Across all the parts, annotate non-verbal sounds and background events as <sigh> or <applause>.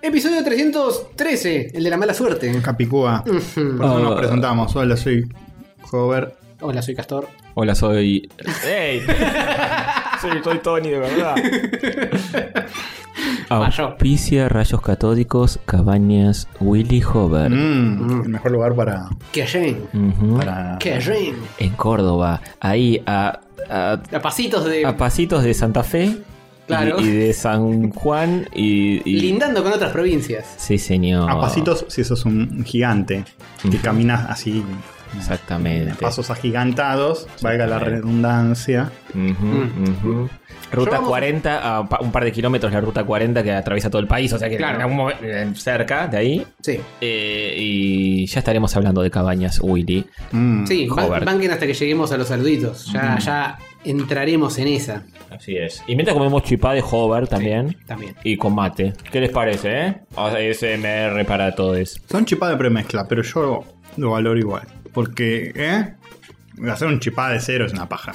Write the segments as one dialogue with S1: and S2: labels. S1: episodio 313, el de la mala suerte.
S2: Capicúa. Por eso
S3: Ah.
S2: nos presentamos. Hola, soy Hover.
S1: Hola, soy Castor.
S3: Hola, soy.
S4: ¡Ey! <laughs> soy, soy Tony, de verdad.
S3: Ah,
S4: Ah,
S3: Auspicia, rayos catódicos, cabañas, Willy Hover.
S2: Mm, El mejor lugar para.
S1: Que Jane.
S4: Mm.
S3: Ujú.
S2: para-
S1: Que Jane.
S3: En Córdoba. Ahí a, a,
S1: A pasitos de.
S3: a pasitos de Santa Fe.
S1: Claro.
S3: Y, y de San Juan. Y. y-
S1: lindando con otras provincias.
S3: Sí, señor.
S2: A pasitos, si sos un gigante. Que
S3: Ujú. este.
S2: caminas así.
S3: Exactamente.
S2: a Pasos agigantados. Valga la redundancia.
S3: Ujú,
S4: Mm.
S3: ujú. Ruta
S1: vamos a-
S3: 40, a pa- un par de kilómetros la ruta 40 que atraviesa todo el país, o sea que
S1: Claro.
S3: en algún momen- eh, cerca de ahí.
S1: Sí.
S3: Eh, y ya estaremos hablando de cabañas, Willy.
S2: Mm.
S1: Sí, ban-
S3: Hobart.
S1: banquen hasta que lleguemos a los saluditos. Ya, ya entraremos en esa
S3: Así es. Y mientras comemos chipá de Hover también.
S1: también.
S3: Y con mate. ¿Qué les parece, eh? ASMR para todos.
S2: Son chipá de premezcla, pero yo lo valoro igual. Porque, ¿eh? Hacer un chipá de cero es una
S3: <laughs>
S2: paja.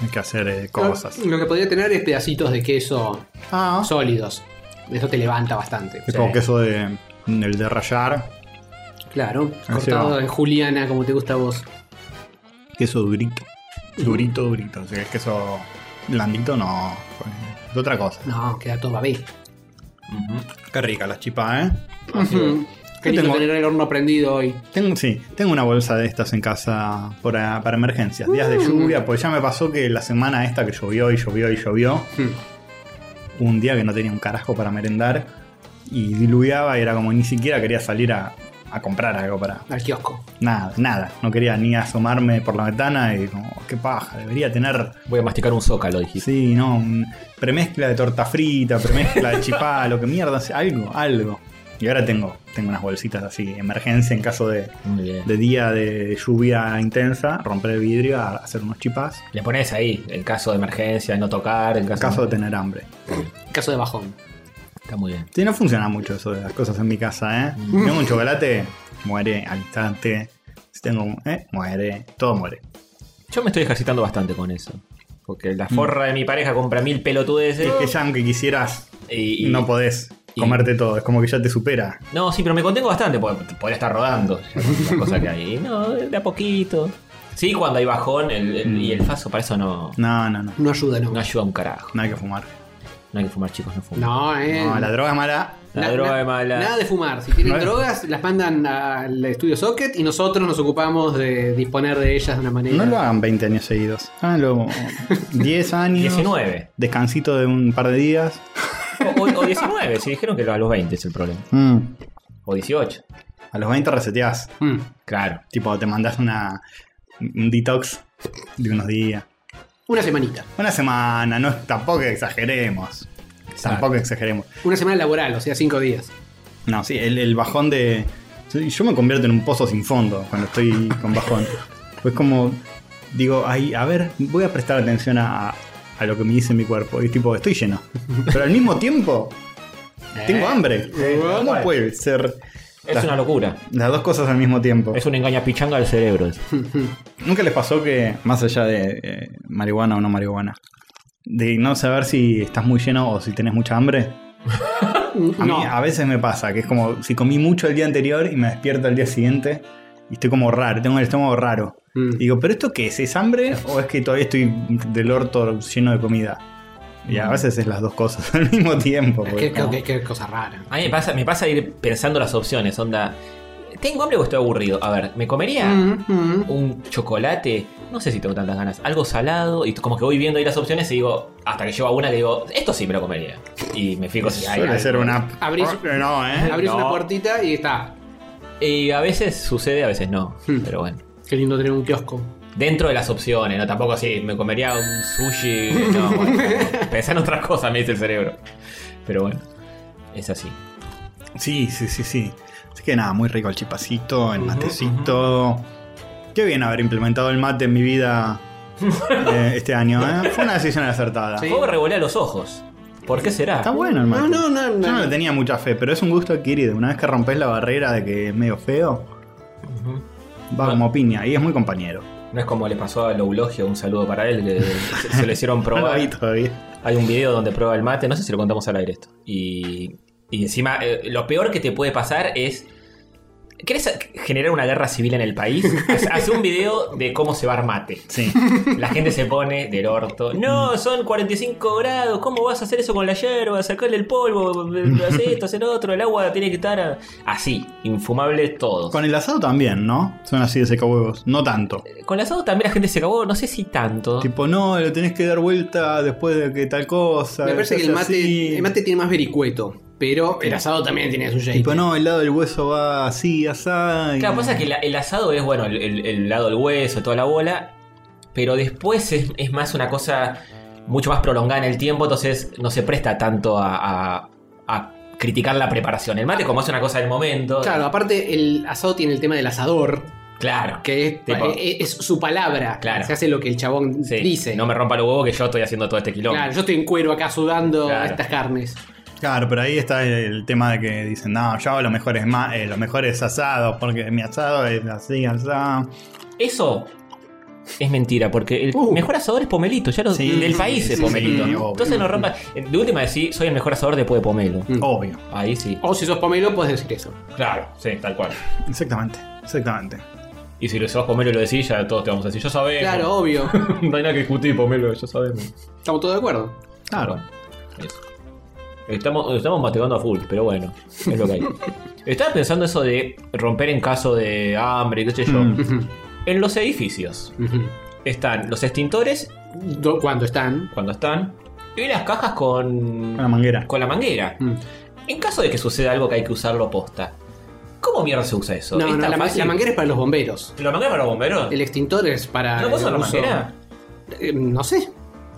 S2: Hay que hacer eh, cosas.
S1: Lo, lo que podría tener es pedacitos de queso
S2: Ah,
S1: sólidos. Eso te levanta bastante.
S2: es como
S3: sí.
S2: queso de. El de rayar,
S1: Claro.
S2: Ahí
S1: Cortado
S2: va.
S1: en juliana, como te gusta a vos.
S2: queso durito. Durito, durito. Si es queso blandito, no. Es otra cosa.
S1: No, queda todo babé.
S2: Qué rica la chipá, ¿eh?
S1: Ujú. Qué
S2: Yo
S1: lindo
S2: tengo-
S1: tener el horno prendido hoy.
S2: Tengo, sí, tengo una bolsa de estas en casa eh, para, para emergencias, días de lluvia, porque ya me pasó que la semana esta que llovió y llovió y llovió,
S1: Mm.
S2: un día que no tenía un carajo para merendar y diluviaba y era como ni siquiera quería salir a, a comprar algo para
S1: Al kiosco.
S2: nada, nada, no quería ni asomarme por la ventana y como, "Oh, qué paja, debería tener,
S3: Voy a masticar un zócalo, dijiste.
S2: sí, no, un- mm, premezcla de torta frita, premezcla de chipá, lo que mierda, sea, algo, algo. Y ahora tengo, tengo unas bolsitas así, emergencia en caso de,
S3: Muy bien.
S2: de día de lluvia intensa, romper el vidrio, a- hacer unos chipás,
S3: Le pones ahí, en caso de emergencia, no tocar, en
S2: en
S3: caso,
S2: caso de tener hambre.
S1: Caso de bajón.
S3: Está muy bien.
S2: Sí, no funciona mucho eso de las cosas en mi casa, ¿eh? Tengo un chocolate, muere al instante. Si tengo un... ¿eh? Muere, todo muere.
S3: Yo me estoy ejercitando bastante con eso. Porque la forra de mi pareja compra mil pelotudeces.
S2: Mm. Es que ya aunque quisieras,
S3: Y, y-
S2: no podés
S3: y-
S2: comerte todo, es como que ya te supera.
S3: No, sí, pero me contengo bastante. porque Podría estar rodando. Las cosas que hay. No, de a poquito. Sí, cuando hay bajón el- el- y el faso, para eso no,
S2: No, no, no.
S1: No ayuda, no.
S3: no ayuda un carajo.
S2: No hay que fumar.
S3: No hay que fumar, chicos, no fumen.
S1: No, eh.
S2: No, la droga es mala.
S3: La
S1: Na-
S3: droga
S1: na-
S3: es mala.
S1: Nada de fumar. Si tienen
S2: No es-
S1: drogas, las mandan al estudio Socket y nosotros nos ocupamos de disponer de ellas de una manera.
S2: No lo hagan 20 años seguidos. Háganlo 10 años.
S3: 19.
S2: Descansito de un par de días.
S3: O, o- o 19, si dijeron que a los 20 es el problema.
S2: Mm.
S3: O 18.
S2: A los 20 reseteás.
S1: Mm.
S3: Claro.
S2: Tipo, te mandas una, un detox de unos días.
S1: Una semanita.
S2: Una semana, no, tampoco exageremos. Tampoco exageremos.
S1: Una semana laboral, o sea, cinco días.
S2: No, sí, el, el bajón de. sí, Yo me convierto en un pozo sin fondo cuando estoy con
S3: <laughs>
S2: bajón. Pues como. Digo, ay, a ver, voy a prestar atención a, a lo que me dice mi cuerpo. Y tipo, estoy
S3: <laughs>
S2: lleno. Pero al mismo tiempo, tengo hambre. Eh, ¿Cómo puede ser
S3: Eh, Es una locura.
S2: las dos cosas al mismo tiempo?
S3: Es una engaña pichanga al cerebro.
S2: ¿Nunca les pasó que, más allá de eh, marihuana o no marihuana, de no saber si estás muy lleno o si tenés mucha hambre? A mí
S1: No.
S2: a veces me pasa, que es como si comí mucho el día anterior y me despierto al día siguiente y estoy como raro, tengo el estómago raro.
S1: Mm.
S2: Y digo, ¿pero esto qué es? ¿Es hambre o es que todavía estoy del orto lleno de comida? Y
S1: Mm.
S2: a veces es las dos cosas <laughs> al mismo tiempo. porque
S1: Qué,
S2: es como-
S1: qué- qué cosa rara.
S3: A mí me pasa, me pasa ir pensando las opciones. Onda, ¿tengo hambre o estoy aburrido? A ver, ¿me comería
S1: Mm, mm.
S3: un chocolate? No sé si tengo tantas ganas. Algo salado. Y como que voy viendo ahí las opciones y digo, hasta que llego a una que digo, esto sí me lo comería. Y me fijo si hay.
S2: Suele
S3: algo.
S2: ser una...
S1: Abrís-
S2: Oh, no, ¿eh?
S1: Abrís
S3: no.
S1: una puertita y está.
S3: Y a veces sucede, a veces no.
S1: Hmm.
S3: Pero bueno.
S1: Qué lindo tener un kiosco.
S3: Dentro de las opciones, no tampoco así, me comería un sushi,
S2: <laughs>
S3: no, bueno, pensá en otras cosas, me dice el cerebro. Pero bueno, es así.
S2: Sí, sí, sí, sí. Así que nada, muy rico el chipacito, el matecito. Qué bien haber implementado el mate en
S1: <laughs>
S2: mi vida eh, este año, ¿eh? Fue una decisión acertada.
S1: Sí.
S3: Juego revolea los ojos. ¿Por qué será?
S2: Está bueno el
S1: No,
S2: mate.
S1: no, no, no.
S2: Yo no le tenía mucha fe, pero es un gusto adquirido. Una vez que rompes la barrera de que es medio feo, va como piña y es muy compañero.
S3: No es como le pasó a Loulogio, un saludo para él, que se,
S2: <laughs>
S3: se lo hicieron
S2: No lo vi
S3: probar.
S2: todavía.
S3: Hay un video donde prueba el mate, no sé si lo contamos al aire esto. Y Y encima, eh, lo peor que te puede pasar es. ¿Querés generar una guerra civil en el país? Haz- Haz un video de cómo se va a armate.
S2: Sí.
S3: La gente se pone del orto. No, son 45 grados. ¿Cómo vas a hacer eso con la hierba? Sacarle el polvo. Haz esto, haz el otro. El agua tiene que estar a- así. Infumable todo.
S2: Con el asado también, ¿no? Son así de secahuevos. No tanto.
S3: Con el asado también la gente se acabó. No sé si tanto.
S2: Tipo, no, lo tenés que dar vuelta después de que tal cosa.
S1: Me parece
S2: se
S1: que el
S2: hace así.
S1: mate, el mate tiene más vericueto, pero el asado también tiene su jeito.
S2: Tipo, no, el lado del hueso va así, asá. y-
S3: Claro, pues pasa que la- el asado es, bueno, el, el- el lado del hueso, toda la bola, pero después es, es más una cosa mucho más prolongada en el tiempo, entonces no se presta tanto a, a- a criticar la preparación. El mate, como es una cosa del momento,
S1: Claro, aparte el asado tiene el tema del asador,
S3: claro,
S1: que es,
S3: Tipo-
S1: eh, es su palabra.
S3: Claro.
S1: Se hace lo que el chabón
S3: sí,
S1: dice.
S3: no me rompa los huevos que yo estoy haciendo todo este quilombo.
S1: Claro, yo estoy en cuero acá sudando
S3: Claro.
S1: estas carnes.
S2: Claro, pero ahí está el tema de que dicen, no, yo hago los mejores, ma- eh, los mejores asados, porque mi asado es así, asado.
S3: Eso es mentira, porque el
S1: Uh.
S3: mejor asador es Pomelito, ya lo,
S2: Sí,
S3: del país
S2: sí,
S3: es
S2: sí,
S3: Pomelito.
S2: sí, obvio.
S3: entonces no rompa, de última decir, soy el mejor asador después de Pomelo.
S1: Mm. Oh.
S2: Obvio.
S3: Ahí sí.
S1: O si sos pomelo, puedes decir eso.
S3: Claro, sí, tal cual.
S2: Exactamente, exactamente.
S3: Y si lo sabes Pomelo y lo decís, ya todos te vamos a decir, yo sabemos.
S1: Claro, obvio.
S3: <laughs> No hay nada que discutir, Pomelo, ya sabemos.
S1: Estamos todos de acuerdo. <laughs>
S2: Claro.
S3: Eso. Estamos, estamos mategando a full, pero bueno, es lo que <laughs> hay. Estaba pensando eso de romper en caso de hambre, qué sé yo.
S2: Mm.
S1: Ujú,
S3: En los edificios
S1: ujú.
S3: están los extintores,
S1: Do- Cuando están.
S3: cuando están, y las cajas con,
S2: Una manguera.
S3: con la manguera.
S1: Mm.
S3: En caso de que suceda algo que hay que usarlo posta, ¿cómo mierda se usa eso?
S1: No,
S3: ¿Es
S1: no,
S3: tan
S1: la, ma-
S3: fácil?
S1: la manguera es para los bomberos.
S3: ¿La manguera para los bomberos?
S1: El extintor es para.
S3: ¿No puedo usar
S1: el
S3: la
S1: uso-
S3: manguera?
S1: Eh, no sé.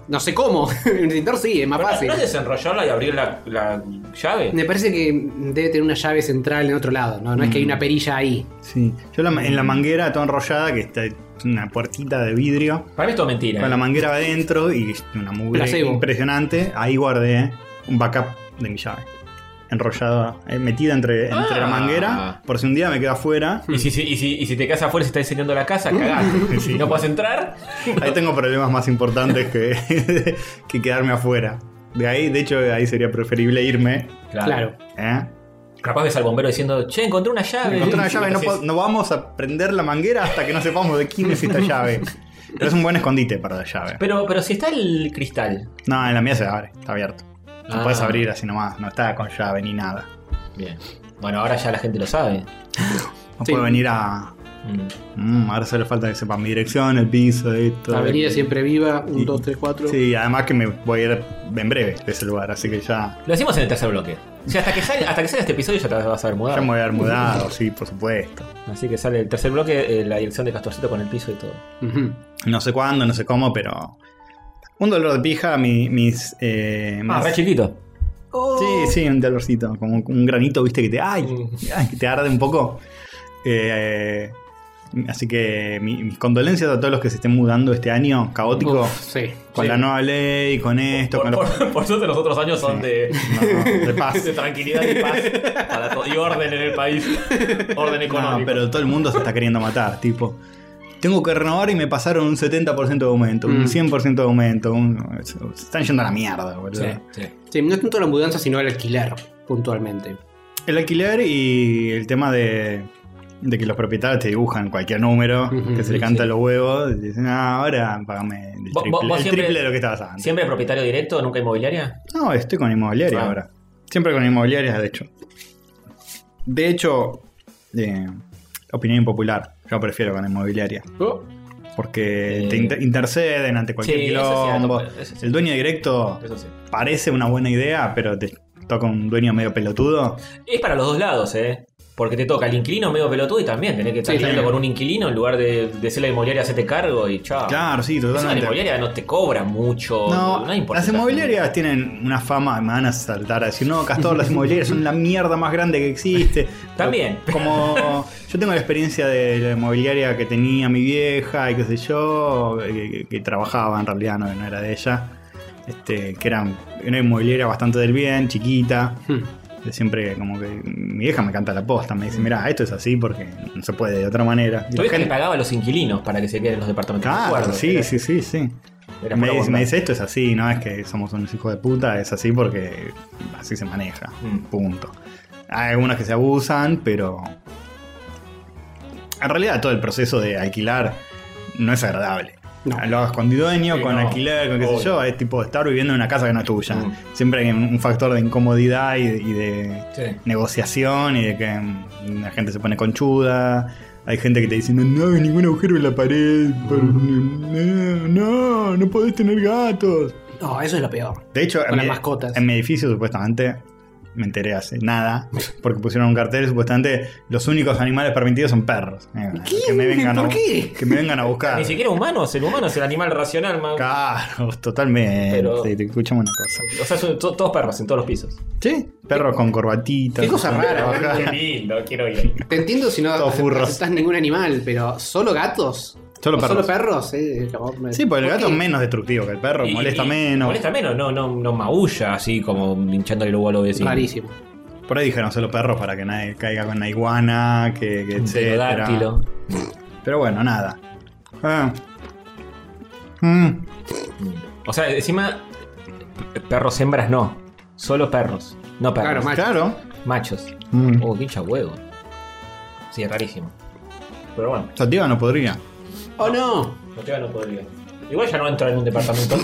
S1: No sé cómo. <laughs> el extintor sí, es más
S3: Pero no-
S1: fácil.
S3: ¿No es desenrollarla y abrir la, la llave?
S1: Me parece que debe tener una llave central en otro lado, ¿no? No
S3: Mm.
S1: es que hay una perilla ahí.
S2: Sí. Yo la- en la manguera toda enrollada, que está una puertita de vidrio,
S3: Para mí es todo mentira.
S2: con la manguera adentro y una mugre
S1: Placebo.
S2: impresionante, ahí guardé un backup de mi llave. Enrollada, eh, metida entre, entre la
S3: Ah.
S2: manguera, por si un día me queda afuera.
S3: Y si, si- y, si, y si te quedas afuera y se está incendiando la casa, cagaste.
S2: <laughs> Sí.
S3: No puedes entrar.
S2: Ahí tengo problemas más importantes que, <laughs> que quedarme afuera. De ahí, de hecho, ahí sería preferible irme.
S1: Claro.
S2: ¿eh?
S3: Capaz ves al bombero diciendo, che, encontré una llave.
S2: Encontré una
S3: Y
S2: llave, no,
S3: entonces,
S2: po- no vamos a prender la manguera hasta que no sepamos de quién es esta llave. Pero es un buen escondite para la llave.
S3: Pero, pero si está el cristal.
S2: No, en la mía se abre, está abierto. Lo
S3: Ah.
S2: puedes abrir así nomás, no está con llave ni nada.
S3: Bien. Bueno, ahora ya la gente lo sabe.
S2: No
S1: Sí.
S2: puedo venir a.
S3: Mm.
S2: Mm, ahora solo falta que sepan mi dirección, el piso, esto.
S1: Avenida siempre viva,
S2: Sí.
S1: 1, 2, 3, 4.
S2: Sí, además que me voy a ir en breve de ese lugar, así que ya,
S3: Lo hacemos en el tercer bloque. O sea, hasta que salga, hasta que salga este episodio ya te vas a ver
S2: ya
S3: mudado.
S2: me voy a haber mudado, sí, por supuesto.
S3: Así que sale el tercer bloque, eh, la dirección de Castorcito con el piso y todo.
S2: No sé cuándo, no sé cómo, pero. Un dolor de pija, mi- mis. eh,
S3: Ah,
S2: más-
S3: re chiquito.
S2: Sí, sí, un dolorcito, como un granito, viste, que te. ¡Ay!
S3: Mm.
S2: ay, que te arde un poco. Eh, así que mi- mis condolencias a todos los que se estén mudando este año caótico.
S1: Uf, sí.
S2: con
S3: sí.
S2: la nueva ley, con esto,
S3: Por,
S2: con los-
S3: por- por suerte los otros años son
S2: Sí.
S3: de,
S2: No, de paz.
S3: de tranquilidad y paz para to- y orden en el país. Orden <laughs> económico.
S2: No, pero todo el mundo se está queriendo matar, tipo. Tengo que renovar y me pasaron un 70% de aumento,
S1: Mm.
S2: un 100% de aumento. un- se están yendo a la mierda, boludo.
S3: Sí, sí.
S1: Sí, no es tanto la mudanza, sino el alquiler, puntualmente.
S2: El alquiler y el tema de, de que los propietarios te dibujan cualquier número
S1: Ujú,
S2: que se le
S3: sí,
S2: canta
S3: sí.
S2: los huevos. y dicen, ah, ahora pagame el
S3: Vos-
S2: triple,
S3: vos- vos
S2: el
S3: siempre-
S2: triple de lo que estabas antes.
S3: ¿Siempre propietario directo, nunca inmobiliaria?
S2: No, estoy con inmobiliaria
S3: Ah.
S2: ahora. Siempre con inmobiliarias, de hecho. De hecho, eh, opinión impopular. Yo prefiero con inmobiliaria.
S1: Oh,
S2: Porque
S3: Eh.
S2: te inter- interceden ante Uh, cualquier
S3: Sí, eso es cierto,
S2: quilombo.
S3: eso es
S2: El dueño directo
S3: Eso sí.
S2: parece una buena idea, pero te toca un dueño medio pelotudo.
S3: Es para los dos lados, ¿eh? Porque te toca el inquilino medio pelotudo y también tenés que estar
S1: Sí,
S3: lidiando
S1: también.
S3: con un inquilino en lugar de, de ser la inmobiliaria, hacerte cargo y chao.
S2: Claro, sí,
S3: Encima la
S2: totalmente.
S3: inmobiliaria no te cobra mucho.
S2: No,
S3: nada importante.
S2: las inmobiliarias tienen una fama, me van a saltar a decir, no, Castor, las inmobiliarias son la mierda más grande que existe.
S3: También.
S2: Como yo tengo la experiencia de la inmobiliaria que tenía mi vieja y qué sé yo, eh, que, que- que trabajaba en realidad, no, no era de ella, este, que era una inmobiliaria bastante del bien, chiquita.
S1: hmm.
S2: que Siempre como que mi vieja me canta la posta, me dice, mirá, esto es así porque no se puede de otra manera. Y la
S3: Todavía ¿eh? que
S2: gente-
S3: pagaba a los inquilinos para que se queden en los departamentos. Me
S2: Claro,
S3: acuerdo,
S2: sí,
S3: era-
S2: sí, sí, sí.
S3: Era
S2: me, dice,
S3: pura bondad.
S2: me dice, esto es así, no es que somos unos hijos de puta, es así porque así se maneja.
S3: Mm.
S2: Punto. Hay algunas que se abusan, pero. En realidad todo el proceso de alquilar no es agradable.
S1: No.
S2: Lo hagas con dueño,
S3: Sí,
S2: con
S3: no.
S2: alquiler, con qué
S3: Obvio.
S2: sé yo, es tipo estar viviendo en una casa que no es tuya.
S3: Mm.
S2: Siempre hay un un factor de incomodidad y de- y de
S3: Sí.
S2: negociación y de que mm, la gente se pone conchuda. Hay gente que te dice, no, no hay ningún agujero en la pared. por- No, no, no podés tener gatos.
S1: No, eso es lo peor.
S2: De hecho,
S1: Con
S2: en
S1: las
S2: mi,
S1: mascotas.
S2: en mi edificio supuestamente, me enteré hace nada,
S1: <laughs>
S2: porque pusieron un cartel supuestamente, los únicos animales permitidos son perros. Eh, Que me vengan
S1: ¿Por
S2: a,
S1: qué?
S2: Que me vengan a
S1: <laughs>
S2: buscar.
S3: Ni siquiera humanos, el humano es el animal racional, man.
S2: Claro, totalmente.
S3: Pero-
S2: Te, te escuchamos una cosa.
S3: O sea, son to- todos perros en todos los pisos.
S2: Sí, perros con corbatitas.
S1: Qué cosa rara,
S2: Ajá.
S3: Qué lindo, quiero ir.
S1: Te entiendo si no
S2: Todos furros.
S1: aceptas ningún animal, pero solo gatos.
S2: Solo
S1: ¿O
S2: perros.
S1: Solo perros, eh, lo- me-
S2: Sí, porque el
S1: ¿por
S2: gato
S1: qué?
S2: es menos destructivo que el perro,
S3: Y-
S2: molesta
S3: y-
S2: menos.
S3: Molesta menos, no, no, no maulla así como hinchándole el huevo a los vecinos.
S1: Rarísimo.
S2: Por ahí dijeron solo perros para que nadie caiga con la iguana, que, que
S3: Un
S2: etcétera.
S3: pterodáctilo.
S2: Pero bueno, nada. Ah. Mm.
S3: O sea, encima, p- perros hembras no. Solo perros. No
S1: Claro,
S3: perros.
S1: machos.
S2: Claro.
S3: Machos.
S2: Mm.
S3: Oh, qué hincha huevo. Sí, es rarísimo. Pero bueno,
S2: Sativa no podría.
S1: ¡Oh no!
S3: no te no podría. Igual ya no entra en un departamento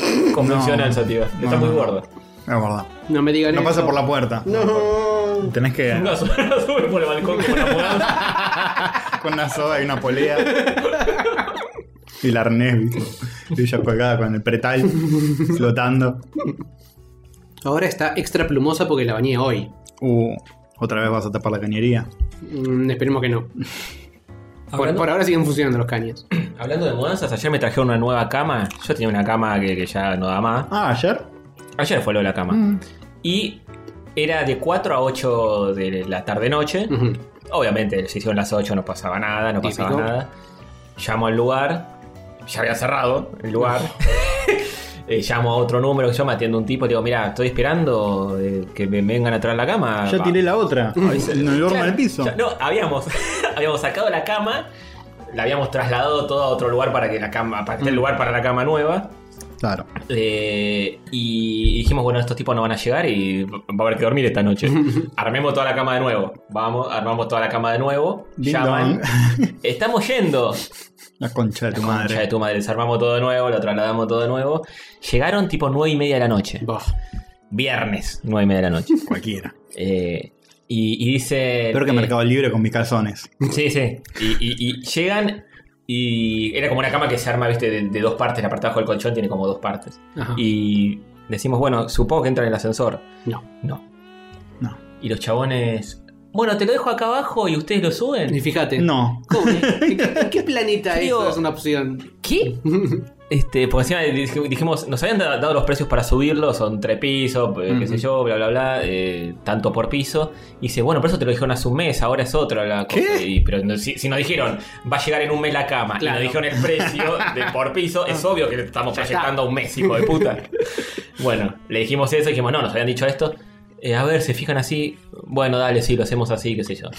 S2: <laughs>
S3: convencional,
S2: No.
S3: Sativa. Está
S2: No,
S3: muy
S2: no.
S3: gordo.
S2: Es verdad.
S1: No me digan
S2: No
S1: eso.
S2: pasa por la puerta.
S1: No.
S2: Tenés que.
S3: No, <laughs> sube, no sube por el balcón como la mudanza.
S2: Con una soga y una polea. y el arnés, ¿viste? Y ella colgada con el pretal flotando.
S1: Ahora está extra plumosa porque la bañé hoy.
S2: Uh, otra vez vas a tapar la cañería.
S1: Mm, esperemos que no. Por,
S3: Hablando-
S1: por ahora siguen funcionando los
S2: <clears throat>
S1: caños.
S3: Hablando de mudanzas, ayer me trajeron una nueva cama. Yo tenía una cama que, que ya no da más.
S2: Ah, ayer.
S3: Ayer fue lo de la cama.
S2: Mm.
S3: Y era de 4 a 8 de la tarde-noche.
S1: Ujú.
S3: Obviamente, se hicieron las 8, no pasaba nada, no pasaba
S1: Típico.
S3: nada. Llamo al lugar, ya había cerrado el lugar. <laughs> Eh, llamo a otro número que yo me atiendo a un tipo, digo, mira, estoy esperando eh, que me vengan a traer la cama.
S2: Ya
S3: Ah, Va.
S2: tiré la otra. En el horno
S3: Claro,
S2: del piso.
S3: ya- no, habíamos, <laughs> habíamos sacado la cama, la habíamos trasladado todo a otro lugar para que la cama, para
S2: Mm.
S3: que esté el lugar para la cama nueva.
S2: Claro.
S3: Eh, y dijimos, bueno, estos tipos no van a llegar y va a haber que dormir
S2: <laughs>
S3: esta noche. Armemos toda la cama de nuevo. Vamos, armamos toda la cama de nuevo.
S2: Ding <laughs>
S3: llaman.
S2: dong.
S3: Estamos yendo.
S2: La concha de tu madre.
S3: Concha de tu madre, desarmamos todo de nuevo, lo trasladamos todo de nuevo. Llegaron tipo nueve y media de la noche.
S1: Bah.
S3: Viernes, nueve y media de la
S2: <laughs>
S3: noche.
S2: Cualquiera.
S3: Eh, y, y dice.
S2: Espero que
S3: eh,
S2: Mercado Libre con mis calzones.
S3: Sí, sí. Y, y- y llegan y era como una cama que se arma, viste, de, de dos partes. La parte de abajo del colchón tiene como dos partes.
S1: Ajá.
S3: Y decimos, bueno, supongo que entra en el ascensor.
S1: No.
S3: No.
S2: No.
S3: Y los chabones. Bueno, te lo dejo acá abajo y ustedes lo
S1: Y
S3: suben.
S1: fíjate.
S2: No.
S1: ¿Cómo? ¿En qué-
S2: <laughs>
S1: en qué planeta
S3: Digo-
S1: eso es una opción? <laughs>
S3: ¿Qué? Este, porque encima dij- dijimos, nos habían da- dado los precios para subirlos, son tres pisos, eh, qué sé
S1: Ujú.
S3: yo, bla, bla, bla, eh, tanto por piso. Y dice, bueno, pero eso te lo dijeron hace un mes, ahora es otra la cosa.
S2: ¿Qué?
S3: Y- pero no- si, si nos dijeron, va a llegar en un mes la cama,
S1: Claro. Ah.
S3: y nos dijeron el precio
S1: <laughs>
S3: de por piso, es obvio que estamos
S1: Ya está.
S3: proyectando a un mes, hijo de
S1: <laughs>
S3: puta. bueno, le dijimos eso, dijimos, no, nos habían dicho esto. Eh, a ver, se fijan así, bueno, dale, sí, lo hacemos así, qué sé yo.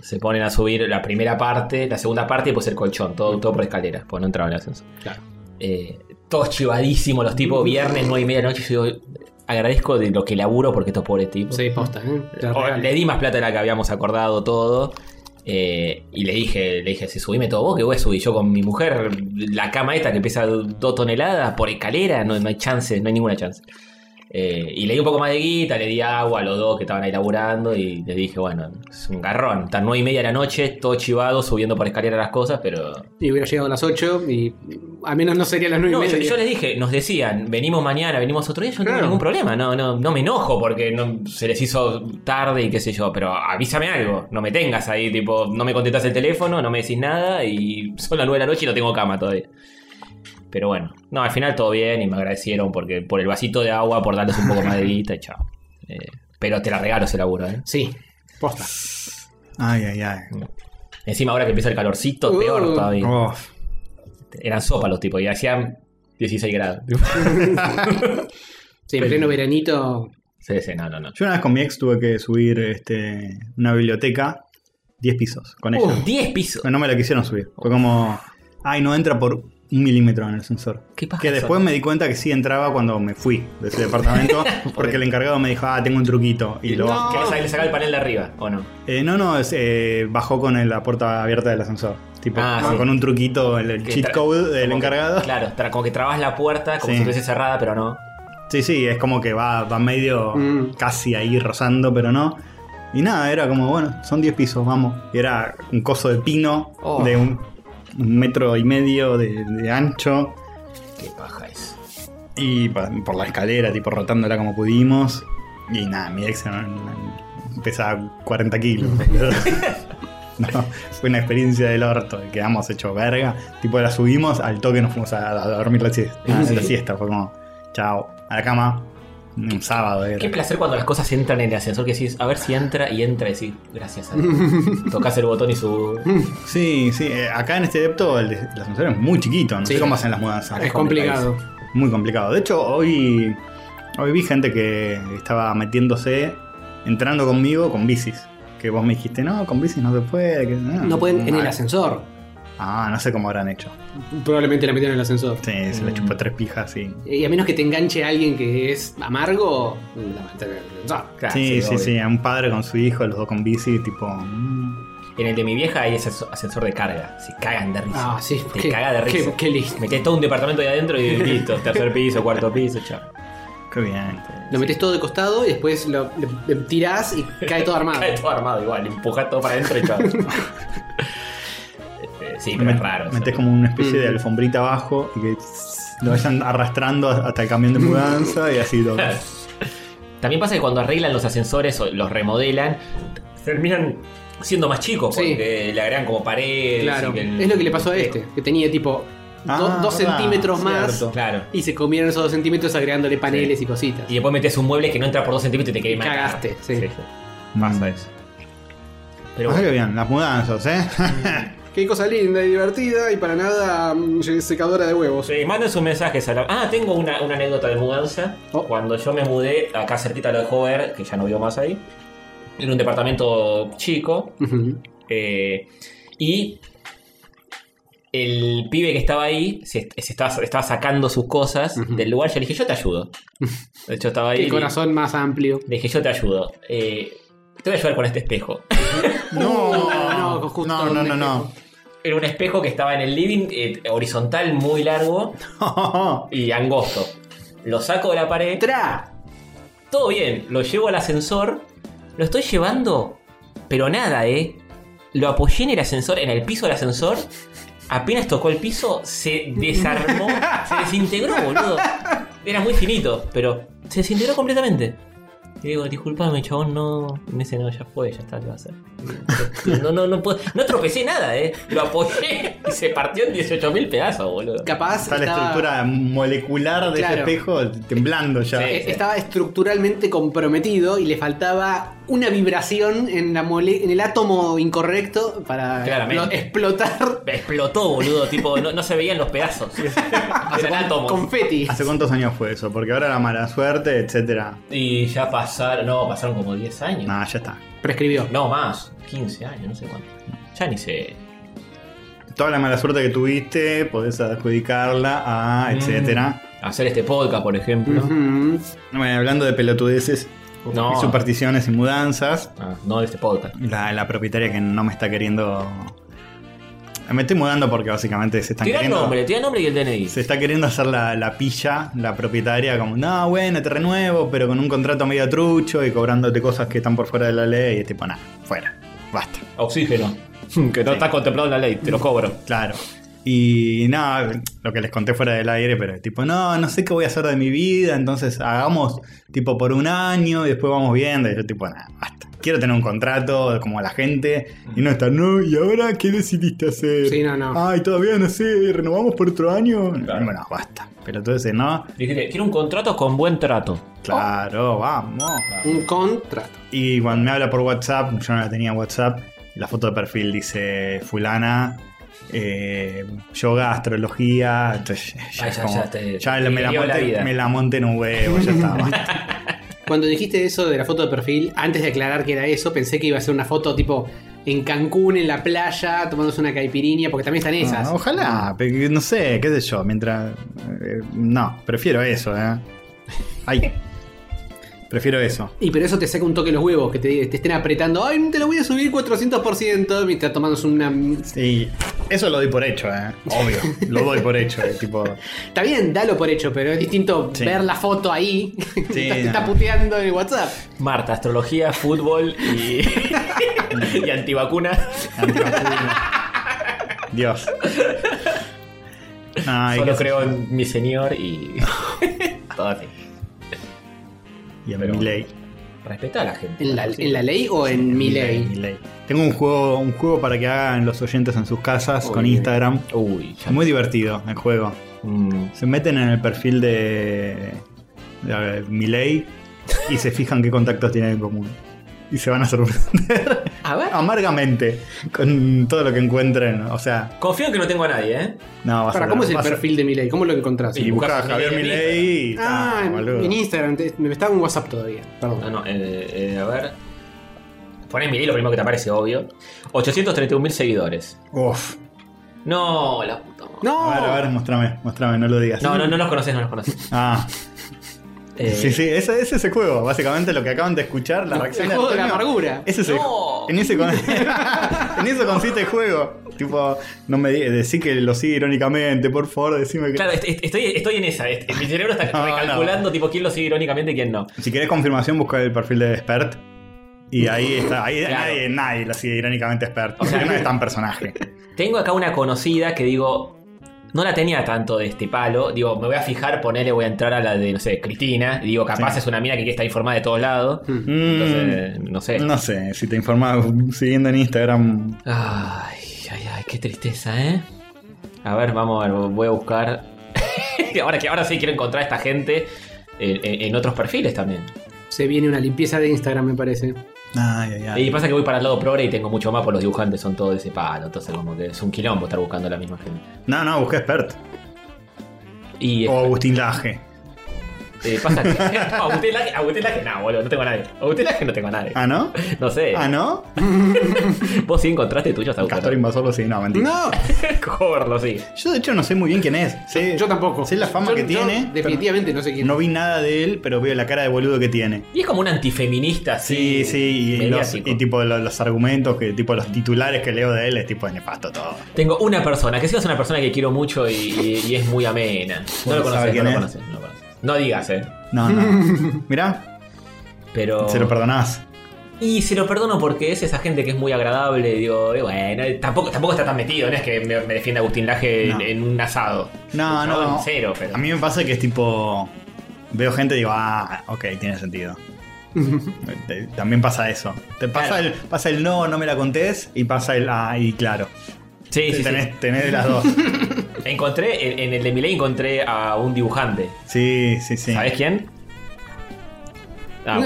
S3: Se ponen a subir la primera parte, la segunda parte y pues el colchón, todo, todo por escaleras, pues no entraba en el ascensor.
S1: Claro.
S3: Eh, todos chivadísimos los tipos, viernes, 9 y media de la noche. Yo digo, agradezco de lo que laburo porque estos pobres tipos.
S1: Sí, posta, ¿eh? Te la
S3: O-
S1: regalo.
S3: le di más plata de la que habíamos acordado todo. eh, y le dije, le dije, si subime todo vos, que voy a subir yo con mi mujer, la cama esta que pesa dos toneladas por escalera, no, no hay chance, no hay ninguna chance. Eh, y le di un poco más de guita, le di agua a los dos que estaban ahí laburando y le dije, bueno, es un garrón, están nueve y media de la noche, todo chivado, subiendo por escalera las cosas, pero
S1: Y hubiera llegado a las 8 y al menos no sería las 9
S3: no,
S1: y
S3: yo,
S1: media.
S3: yo les dije, nos decían, venimos mañana, venimos otro día, yo no
S1: Claro.
S3: tengo ningún problema, no, no, no me enojo porque no, se les hizo tarde y qué sé yo, pero avísame algo, no me tengas ahí, tipo, no me contestas el teléfono, no me decís nada y son las nueve de la noche y no tengo cama todavía. Pero bueno, no, al final todo bien y me agradecieron porque por el vasito de agua, por darles un poco más de guita y chao. Eh, pero te la regalo ese laburo, ¿eh?
S1: Sí, posta.
S2: Ay, ay, ay.
S3: Encima ahora que empieza el calorcito, peor
S1: Uh.
S3: todavía.
S2: Uf.
S3: Eran sopa los tipos y hacían 16 grados.
S1: Sí, en pleno veranito.
S3: sí, sí, no, no, no.
S2: Yo una vez con mi ex tuve que subir este, una biblioteca 10 pisos con ella.
S3: Uh, 10 pisos.
S2: No me la quisieron subir. Fue como, ay, no entra por un milímetro en el sensor.
S3: Qué paja
S2: que
S3: Ah, eso,
S2: después
S3: ¿no?
S2: me di cuenta que sí entraba cuando me fui de ese
S3: <laughs>
S2: departamento, porque el encargado me dijo, ah, tengo un truquito. Y lo
S3: Que le saca- le saca el panel de arriba, ¿o no?
S2: Eh, no, no, es, eh, bajó con el- la puerta abierta del ascensor. Tipo,
S3: Ah,
S2: con,
S3: sí.
S2: con un truquito, el, el
S3: Que
S2: cheat
S3: tra-
S2: code del
S3: como que-
S2: encargado.
S3: claro, tra- como que trabas la puerta, como
S2: Sí.
S3: si estuviese cerrada, pero no.
S2: Sí, sí, es como que va, va medio
S1: Mm.
S2: casi ahí rozando, pero no. Y nada, era como, bueno, son 10 pisos, vamos. Y era un coso de pino
S3: Oh.
S2: de un, un metro y medio de, de ancho.
S3: Qué paja es.
S2: Y pa- por la escalera, tipo rotándola como pudimos. Y nada, mi ex no- no- pesaba 40 kilos. boludo. <laughs> No, fue una experiencia del orto, quedamos hecho verga. Tipo, la subimos, al toque nos fuimos a, a dormir la siesta. a la siesta, fue como, chao, a la cama. Un sábado era.
S3: Qué placer cuando las cosas entran en el ascensor que decís, a ver si entra y entra y decís, gracias
S2: <laughs>
S3: a Dios. Tocas el botón y su.
S2: Sí, sí, eh, acá en este depto el, de- el ascensor es muy chiquito, no
S3: Sí.
S2: sé cómo hacen las mudanzas.
S1: Es complicado.
S2: Muy complicado. De hecho, hoy, hoy vi gente que estaba metiéndose, entrando conmigo con bicis. Que vos me dijiste, no, con bicis no se puede. que
S1: No pueden en
S2: Ah,
S1: el ascensor.
S2: Ah, no sé cómo habrán hecho.
S1: Probablemente la metieron en el ascensor.
S2: Sí, se le chupó tres pijas y.
S1: Y a menos que te enganche alguien que es amargo, la mantenés en el ascensor.
S3: Claro,
S2: sí, sí,
S3: obvio.
S2: sí, a un padre con su hijo, los dos con bici, tipo. mm.
S3: En el de mi vieja hay ese ascensor de carga. Se cagan de risa.
S1: Ah, sí,
S3: Te
S1: qué-
S3: caga de risa.
S1: qué- qué lindo.
S3: Metés todo un departamento ahí adentro
S1: <laughs>
S3: y listo. Tercer piso, cuarto piso, chao.
S2: Qué bien.
S1: Lo metes todo de costado y después lo, le- le tirás <laughs> y cae todo armado.
S3: Cae <laughs> todo armado igual. Empujás todo para adentro
S2: <laughs>
S3: y chao. Eh, sí, pero es raro. eso.
S2: Metes como una especie de
S1: Mm.
S2: alfombrita abajo y que lo vayan arrastrando hasta el camión de mudanza y así todo.
S3: <laughs> También pasa que cuando arreglan los ascensores o los remodelan, terminan siendo más chicos
S1: Sí.
S3: porque le agregan como paredes.
S1: Claro,
S3: y el-
S1: es lo que le pasó a este, que tenía tipo
S2: Ah,
S1: do- dos
S2: verdad,
S1: centímetros más
S2: cierto.
S3: Claro.
S1: y se comieron esos dos centímetros agregándole paneles y cositas.
S3: Y después metes un mueble que no entra por dos centímetros y te quema.
S1: Cagaste, sí.
S2: Pasa
S3: eso. Pero
S2: Pasa que
S3: bueno,
S2: bien, las mudanzas, ¿eh? <laughs>
S1: Qué cosa linda y divertida y para nada mm, secadora de huevos.
S3: sí, manden sus mensajes a la. Ah, tengo una, una anécdota de mudanza.
S1: Oh.
S3: Cuando yo me mudé acá cerquita de lo de Hover, que ya no vivo más ahí, en un departamento chico,
S1: Ujú.
S3: Eh, y el pibe que estaba ahí se, se estaba, estaba sacando sus cosas
S1: Ujú.
S3: del lugar. Yo le dije, yo te ayudo. De hecho, estaba ahí.
S1: Qué corazón más amplio.
S3: Le dije, yo te ayudo. Eh, te voy a ayudar con este espejo.
S1: No, no, justo
S2: no, no, no, no.
S3: Era un espejo que estaba en el living, eh, horizontal, muy largo
S2: <laughs>
S3: y angosto. Lo saco de la pared.
S1: ¡Tra!
S3: Todo bien, lo llevo al ascensor, lo estoy llevando, pero nada, ¿eh? Lo apoyé en el ascensor, en el piso del ascensor, apenas tocó el piso, se desarmó, se desintegró, boludo. Era muy finito, pero se desintegró completamente. Y digo, disculpame, chabón, no. Y me dice, no, ya fue, ya está, ¿qué va a hacer? No, no, no puedo. No tropecé nada, eh. Lo apoyé y se partió en 18.000 pedazos, boludo.
S1: Capaz
S2: Está la
S1: estaba,
S2: estructura molecular de
S1: Claro.
S2: ese espejo temblando ya.
S3: Sí.
S1: eh, estaba estructuralmente comprometido y le faltaba una vibración en, la mole- en el átomo incorrecto para
S3: Claramente.
S1: explo- explotar
S3: Explotó, boludo, tipo, no, no se veían los pedazos. Eran átomos.
S1: confeti.
S2: ¿Hace cuántos años fue eso? Porque ahora la mala suerte, etcétera.
S3: Y ya pasaron, no, pasaron como 10 años.
S2: Nada, ya está.
S1: Prescribió.
S3: No, más, 15 años, no sé cuánto. Ya ni sé.
S2: Toda la mala suerte que tuviste, podés adjudicarla
S3: Mm.
S2: a etcétera.
S3: Hacer este podcast, por ejemplo.
S1: Ujú.
S2: Bueno, hablando de pelotudeces
S3: No.
S2: y supersticiones y mudanzas,
S3: Ah, no de este podcast.
S2: La, la propietaria que no me está queriendo. Me estoy mudando porque básicamente se están
S3: Tira el
S2: queriendo.
S3: nombre, tira el nombre y el DNI.
S2: Se está queriendo hacer la, la pilla, la propietaria, como, no, bueno, te renuevo, pero con un contrato medio trucho y cobrándote cosas que están por fuera de la ley. Y es tipo, nada, fuera, basta.
S3: Oxígeno. <laughs> Que no está contemplado en la ley, te lo cobro.
S2: Claro. Y nada, lo que les conté fuera del aire, pero tipo, no, no sé qué voy a hacer de mi vida, entonces hagamos tipo por un año y después vamos viendo. Y yo tipo, nada, basta. Quiero tener un contrato como la gente y no estar, no, ¿y ahora qué decidiste hacer?
S1: Sí, no, no.
S2: Ay, todavía no sé, renovamos por otro año.
S3: Claro.
S2: Bueno, basta. Pero entonces, no,
S3: Dijiste, quiero un contrato con buen trato.
S2: claro, vamos.
S1: Un contrato.
S2: Oh. Y cuando me habla por WhatsApp, yo no la tenía en WhatsApp, y la foto de perfil dice fulana, eh, yoga, astrología, entonces ya,
S3: Ah,
S2: es
S3: ya-
S2: como-
S3: ya te-
S2: ya la- me, la
S3: te dio la
S2: monté,
S3: vida.
S2: me la monté en un huevo, ya está.
S3: <laughs>
S2: basta.
S1: Cuando dijiste eso de la foto de perfil, antes de aclarar que era eso, pensé que iba a ser una foto tipo en Cancún, en la playa, tomándose una caipirinha, porque también están esas.
S2: Ah, ojalá, pe- no sé, qué sé yo, mientras... eh, no, prefiero eso, ¿eh? Ay. prefiero eso.
S1: Y pero eso te saca un toque los huevos, que te, te estén apretando, ay, te lo voy a subir 400% mientras tomamos una...
S2: Sí, eso lo doy por hecho, ¿eh? Obvio, lo doy por hecho, eh, tipo...
S1: Está bien, dalo por hecho, pero es distinto
S2: Sí.
S1: ver la foto ahí, <laughs> mientras te
S2: no.
S1: está puteando en el WhatsApp.
S3: Marta, astrología, fútbol y, <laughs> y antivacuna.
S2: Dios. Ay, qué
S3: Solo
S2: sé
S3: creo
S2: yo.
S3: en mi señor
S2: <laughs>
S3: y. Todo así.
S2: Y en
S3: Pero-
S2: Milei.
S3: Respeta a la gente.
S1: ¿En la, en la ley o en mi ley?
S2: Milei. Tengo un juego, un juego para que hagan los oyentes en sus casas
S3: Uy.
S2: con Instagram.
S3: Uy, ya.
S2: Muy divertido el juego.
S3: Mm,
S2: Se meten en el perfil de, de Milei y se fijan qué contactos tienen en común. Y se van a sorprender
S1: A ver.
S2: amargamente con todo lo que encuentren. O sea,
S3: Confío en que no tengo a nadie, ¿eh?
S2: no, vas a
S1: Para, ¿cómo es
S2: hablar,
S1: el
S2: vas a-
S1: perfil de mi ley? ¿Cómo lo encontrás?
S2: Y buscas
S3: Buscas
S2: Javier
S3: Milei en
S2: Milei y...
S1: Ah,
S2: Ah,
S1: en,
S2: boludo.
S1: en Instagram, te- me estaba en WhatsApp todavía, perdón.
S3: No, no, eh, eh, a ver. Poné mi ley lo primero que te aparece, obvio. 831.000 seguidores.
S2: Uf.
S3: No, la puta madre.
S1: No,
S2: A ver, a ver, muéstrame, muéstrame, no lo digas.
S3: No, no, no los conoces, no
S2: <laughs>
S3: los conoces.
S2: Ah,
S3: Eh,
S2: sí, sí, ese, ese es el juego. Básicamente lo que acaban de escuchar, la reacción
S1: el juego de la
S2: Antonio,
S1: amargura.
S2: Ese es el-
S3: No.
S2: en, ese con- <laughs> en eso consiste el juego. Tipo, no me digas, decí que lo sigue irónicamente, por favor, decime que.
S3: Claro, est- est- estoy, estoy en esa. est- mi cerebro está
S2: <laughs> No,
S3: recalculando tipo quién lo sigue irónicamente y quién no.
S2: Si querés confirmación, busca el perfil de Expert. Y ahí está, ahí
S3: Claro.
S2: nadie, nadie lo sigue irónicamente Expert.
S3: O sea,
S2: Porque no es tan personaje.
S3: Tengo acá una conocida que digo, no la tenía tanto de este palo. Digo, me voy a fijar, ponele, voy a entrar a la de, no sé, Cristina. Y digo, capaz
S2: Sí.
S3: es una mina que está informada de todos lados.
S1: Mm.
S3: <laughs> Entonces,
S2: Mm,
S3: no sé.
S2: No sé, si te informás siguiendo en Instagram.
S3: Ay, ay, ay, qué tristeza, ¿eh? A ver, vamos a ver, voy a buscar. <laughs> ahora que ahora sí quiero encontrar a esta gente eh, en, en otros perfiles también.
S1: Se viene una limpieza de Instagram, me
S2: <laughs>
S1: parece. <laughs>
S2: Ay, ay, ay.
S3: Y pasa que voy para el lado progre y tengo mucho más, por los dibujantes son todos de ese palo. Entonces, como que es un quilombo estar buscando a la misma gente.
S2: No, no, busca Expert.
S3: Y
S2: O Agustín Laje.
S3: eh, pasa que. <laughs> No, Agustín Laje- Agustín Laje, no, boludo, no tengo a nadie. Agustín Laje no tengo a nadie.
S2: ¿Ah,
S3: <laughs>
S2: no?
S3: No sé.
S2: ¿Ah, no?
S3: Vos sí encontraste tuyos a
S2: Castor
S3: <laughs> Agustín.
S2: Invasor lo sigue, no, mentira.
S1: No,
S3: Corlo, sí.
S2: Yo de hecho no sé muy bien quién es. Sé-
S1: yo tampoco.
S2: Sé la fama
S1: Yo-
S2: que
S1: yo
S2: tiene.
S1: Definitivamente no sé
S2: pero
S1: quién.
S2: No vi nada de él, pero veo la cara de boludo que tiene.
S3: Y es como un antifeminista,
S2: Sí,
S3: sí.
S2: sí, y, los,
S3: mediático.
S2: y tipo los, los argumentos, que tipo los titulares que leo de él es tipo de nefasto todo.
S3: Tengo una persona, que sí es una persona que quiero mucho y, y- y es muy amena. No lo
S2: Bueno, ¿sabe
S3: conoces, no
S2: quién
S3: lo
S2: es?
S3: conoces, no lo conoces. No digas, eh.
S1: <laughs>
S2: No, no. Mirá,
S3: Pero.
S2: se lo perdonás.
S3: y se lo perdono porque es esa gente que es muy agradable. Digo, eh, bueno, eh, tampoco, tampoco está tan metido, no es que me, me defienda Agustín Laje en-
S2: No.
S3: en, un asado.
S2: No,
S3: El
S2: no.
S3: chabón, Cero, pero.
S2: A mí me pasa que es tipo. Veo gente y digo, ah, ok,
S1: <laughs>
S2: tiene sentido. Te- También pasa eso. Te pasa,
S3: Claro.
S2: el, pasa el no, no me la contés y pasa el ah, y claro.
S3: sí, sí,
S2: tenés, tenés de las
S3: <laughs>
S2: dos.
S3: sí. Encontré, en, en el de Miley encontré a un dibujante.
S2: Sí, sí, sí.
S3: ¿Sabés quién? Ah,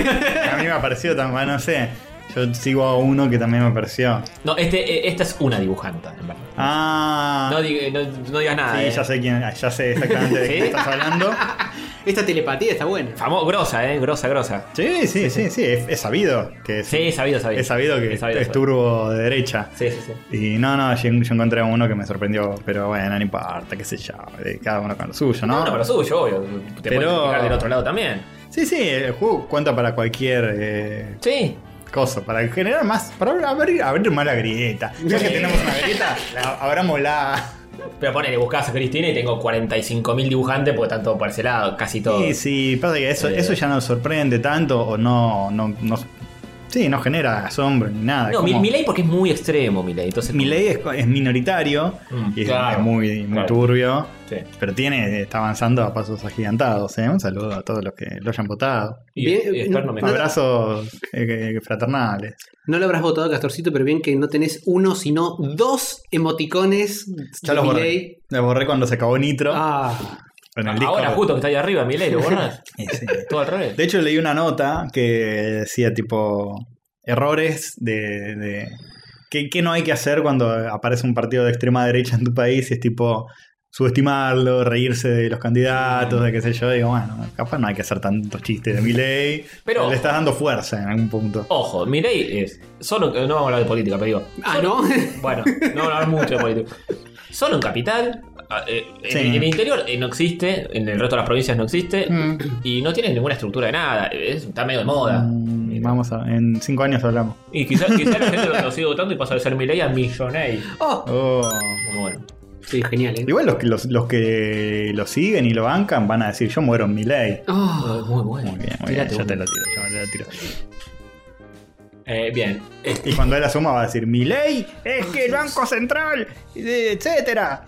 S2: <laughs> A mí me apareció también, no sé. Yo sigo a uno que también me apareció.
S3: no, este, eh, esta es una dibujante, en verdad.
S2: Ah,
S3: No, diga- no- no digas nada.
S2: sí,
S3: eh.
S2: ya sé quién, ya sé exactamente de
S3: <laughs> ¿Sí?
S2: qué estás hablando.
S1: Esta telepatía está buena.
S3: Famo- grosa, eh, grosa, grosa.
S2: Sí, sí, sí, sí, es, es sabido que es,
S3: Sí, sabido, sabido.
S2: es sabido que
S3: Es sabido,
S2: es
S3: sabido.
S2: turbo de derecha.
S3: Sí, sí, sí.
S2: Y no, no, yo, yo encontré a uno que me sorprendió, pero bueno, no importa, qué sé yo, eh, cada uno con lo suyo, ¿no?
S3: No, no, pero suyo, obvio. Te
S2: Pero-
S3: puedes fijar del otro lado también.
S2: Sí, sí, el juego cuenta para cualquier eh,
S3: Sí.
S2: cosa, para generar más, para abrir, abrir más la grieta. Ya que tenemos una grieta, la- abrámosla.
S3: Pero ponele, buscás a Cristina y tengo 45.000 dibujantes porque tanto por ese lado, casi todo.
S2: Sí, sí, pasa que eso,
S3: Eh.
S2: eso ya no sorprende tanto o no, no, no- Sí, no genera asombro ni nada.
S3: No,
S2: como-
S3: mi, Milei porque es muy extremo, Milei. Entonces,
S2: Milei es, es minoritario
S3: Mm,
S2: y es-
S3: claro,
S2: es muy, muy
S3: claro.
S2: turbio,
S3: Sí.
S2: pero tiene está avanzando a pasos agigantados. ¿eh? Un saludo a todos los que lo hayan votado.
S3: Y,
S1: Bien,
S3: y Stern no me-
S1: no-
S2: Abrazos eh, eh, fraternales.
S1: No lo habrás votado, Castorcito, pero bien que no tenés uno, sino dos emoticones
S2: Ya
S1: de
S2: los borré.
S1: Milei.
S2: Los borré cuando se acabó Nitro.
S1: Ah,
S2: en el disco.
S3: Ahora justo que está ahí arriba,
S2: <laughs>
S3: Milei, ¿lo borras?
S2: Sí, sí.
S3: <laughs> todo al revés.
S2: De hecho, leí una nota que decía tipo errores de. de ¿Qué, qué no hay que hacer cuando aparece un partido de extrema derecha en tu país? Y es tipo, subestimarlo, reírse de los candidatos, de qué sé yo. Digo, bueno, capaz no hay que hacer tantos chistes de mi ley.
S3: Pero-
S2: le estás dando fuerza en algún punto.
S3: Ojo, mi ley es. Solo, no vamos a hablar de política, pero digo.
S1: Ah, ¿no?
S3: <laughs> Bueno, no vamos a hablar mucho de política. Solo en capital. eh, en,
S2: Sí.
S3: en el interior eh, no existe, en el resto de las provincias no existe. Y no tiene ninguna estructura de nada. es- está medio de moda.
S2: Mm, Vamos a. En cinco años hablamos.
S3: Y quizás quizá la gente lo, lo sigue votando y pasa de ser mi ley a Millonei.
S1: Oh,
S2: Oh.
S3: Como bueno.
S1: sí, genial, ¿eh?
S2: Igual los, que- los, los que lo siguen y lo bancan van a decir, yo muero en mi ley.
S1: Oh,
S3: Muy bueno.
S2: Muy bien, muy bien,
S3: Tírate
S2: yo te
S3: uno.
S2: lo tiro, yo te lo tiro.
S3: Eh, bien.
S2: Y cuando él asuma va a decir, mi ley es que el Banco Central, etcétera.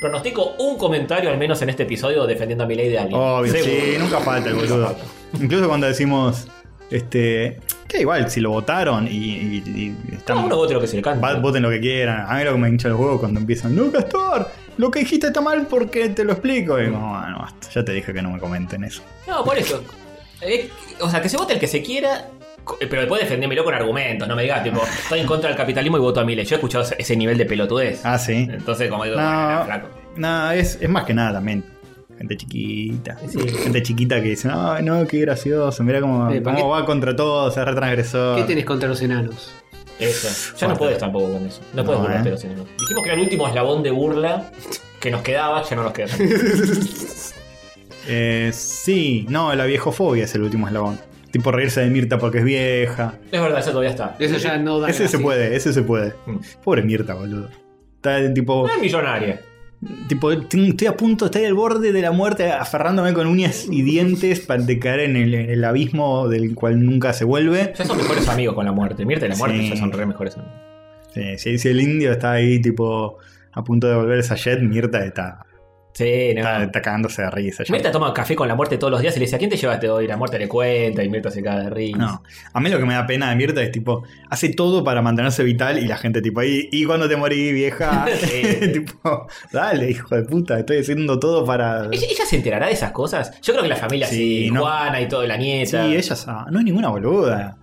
S3: Pronostico un comentario al menos en este episodio defendiendo a mi ley de alguien.
S2: Obvio,
S3: Seguro.
S2: sí, nunca falta el boludo. Incluso cuando decimos, este, que igual, si lo votaron y, y- y están-
S3: Cada uno vote lo que se le
S2: va-
S3: canta.
S2: voten lo que quieran. A mí lo que me hincha los huevos cuando empiezan, no, Castor, lo que dijiste está mal porque te lo explico. Y como, "Ah, no, basta, ya te dije que no me comenten eso.
S3: No, por eso. Eh, o sea, que se vote el que se quiera, co- eh, pero después defendémelo con argumentos, no me digas, tipo, estoy en contra del capitalismo y voto a Miles. Yo he escuchado ese- ese nivel de pelotudez.
S2: Ah, sí.
S3: Entonces, como digo,
S2: No.
S3: "Ah, flaco.
S2: Nada, es, es más que nada también. Gente chiquita.
S3: Sí.
S2: Gente chiquita que dice, ay, no, qué gracioso. Mirá cómo,
S1: Eh, ¿para
S2: cómo
S1: qué-
S2: va contra todos, es retransgresor.
S1: ¿Qué tenés contra los enanos?
S3: Eso. Ya no
S2: Fuerte.
S3: puedes tampoco con eso. No puedes
S2: No,
S3: burlarte
S2: eh.
S3: de los enemigos. Dijimos que era el último eslabón de burla que nos quedaba, ya no nos queda.
S2: <laughs> Eh, sí, no, la viejofobia es el último eslabón. Tipo reírse de Mirta porque es vieja.
S3: es verdad, eso todavía está.
S1: Eso ya no da.
S2: ese se
S1: gracia.
S2: puede, ese se puede.
S3: Mm.
S2: Pobre Mirta, boludo. Está en tipo,
S3: No es millonaria.
S2: tipo, "Tin- estoy a punto, estoy al borde de la muerte, aferrándome con uñas y dientes para de caer en el, en el abismo del cual nunca se vuelve.
S3: Ya son mejores amigos con la muerte. Mirta y la muerte
S2: Sí.
S3: ya son re mejores amigos.
S2: Sí, si, si el indio está ahí, tipo, a punto de volverse a Jet, Mirta está,
S3: Sí, no.
S2: está, está cagándose de risa. ya.
S3: Ah, Mirta toma café con la muerte todos los días y le dice, ¿a quién te llevaste hoy? La muerte le cuenta y Mirta se cae de risa.
S2: No, a mí lo que me da pena de Mirta es tipo, hace todo para mantenerse vital y la gente tipo, y, y cuando te morí
S3: <laughs>
S2: vieja,
S3: Ah,
S2: <laughs>
S3: Sí.
S2: tipo, dale hijo de puta, estoy haciendo todo para...
S3: ¿Ella, ella se enterará de esas cosas? Yo creo que la familia sí,
S2: Sí, no.
S3: Juana y todo, la
S2: Sí,
S3: nieta.
S2: ella sabe, no es ninguna boluda.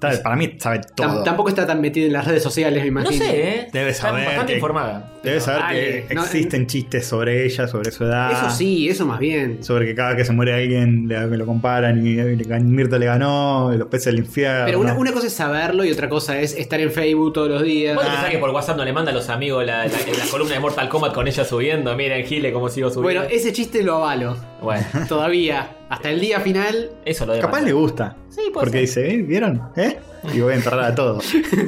S2: Tal- para mí sabe
S1: Tam-
S2: todo.
S1: tampoco está tan metida en las redes sociales, me
S3: No
S1: imagino.
S3: sé, ¿eh?
S2: Debe
S3: Está
S2: saber
S3: bastante
S2: que-
S3: informada.
S2: Debes saber
S1: Dale,
S2: que
S1: no,
S2: existen chistes sobre ella, sobre su edad.
S1: Eso sí, eso más bien.
S2: Sobre que cada que se muere alguien le, lo comparan y, le gan- Mirta le ganó, y los peces del infierno.
S1: Pero una, una cosa es saberlo y otra cosa es estar en Facebook todos los
S2: Ah.
S1: días.
S3: ¿Vos te pensás que por WhatsApp no le manda a los amigos la, la- la columna de Mortal Kombat con ella subiendo? Miren, Gile, cómo sigo subiendo.
S1: Bueno, ese chiste lo avalo.
S3: Bueno,
S1: Todavía. Hasta el día final.
S3: eso lo
S2: Capaz le
S3: demanda.
S2: gusta.
S3: Sí, puede
S2: Porque
S3: ser.
S2: dice, ¿eh? ¿Vieron? ¿Eh? Y voy a enterrar a todos.
S1: <laughs>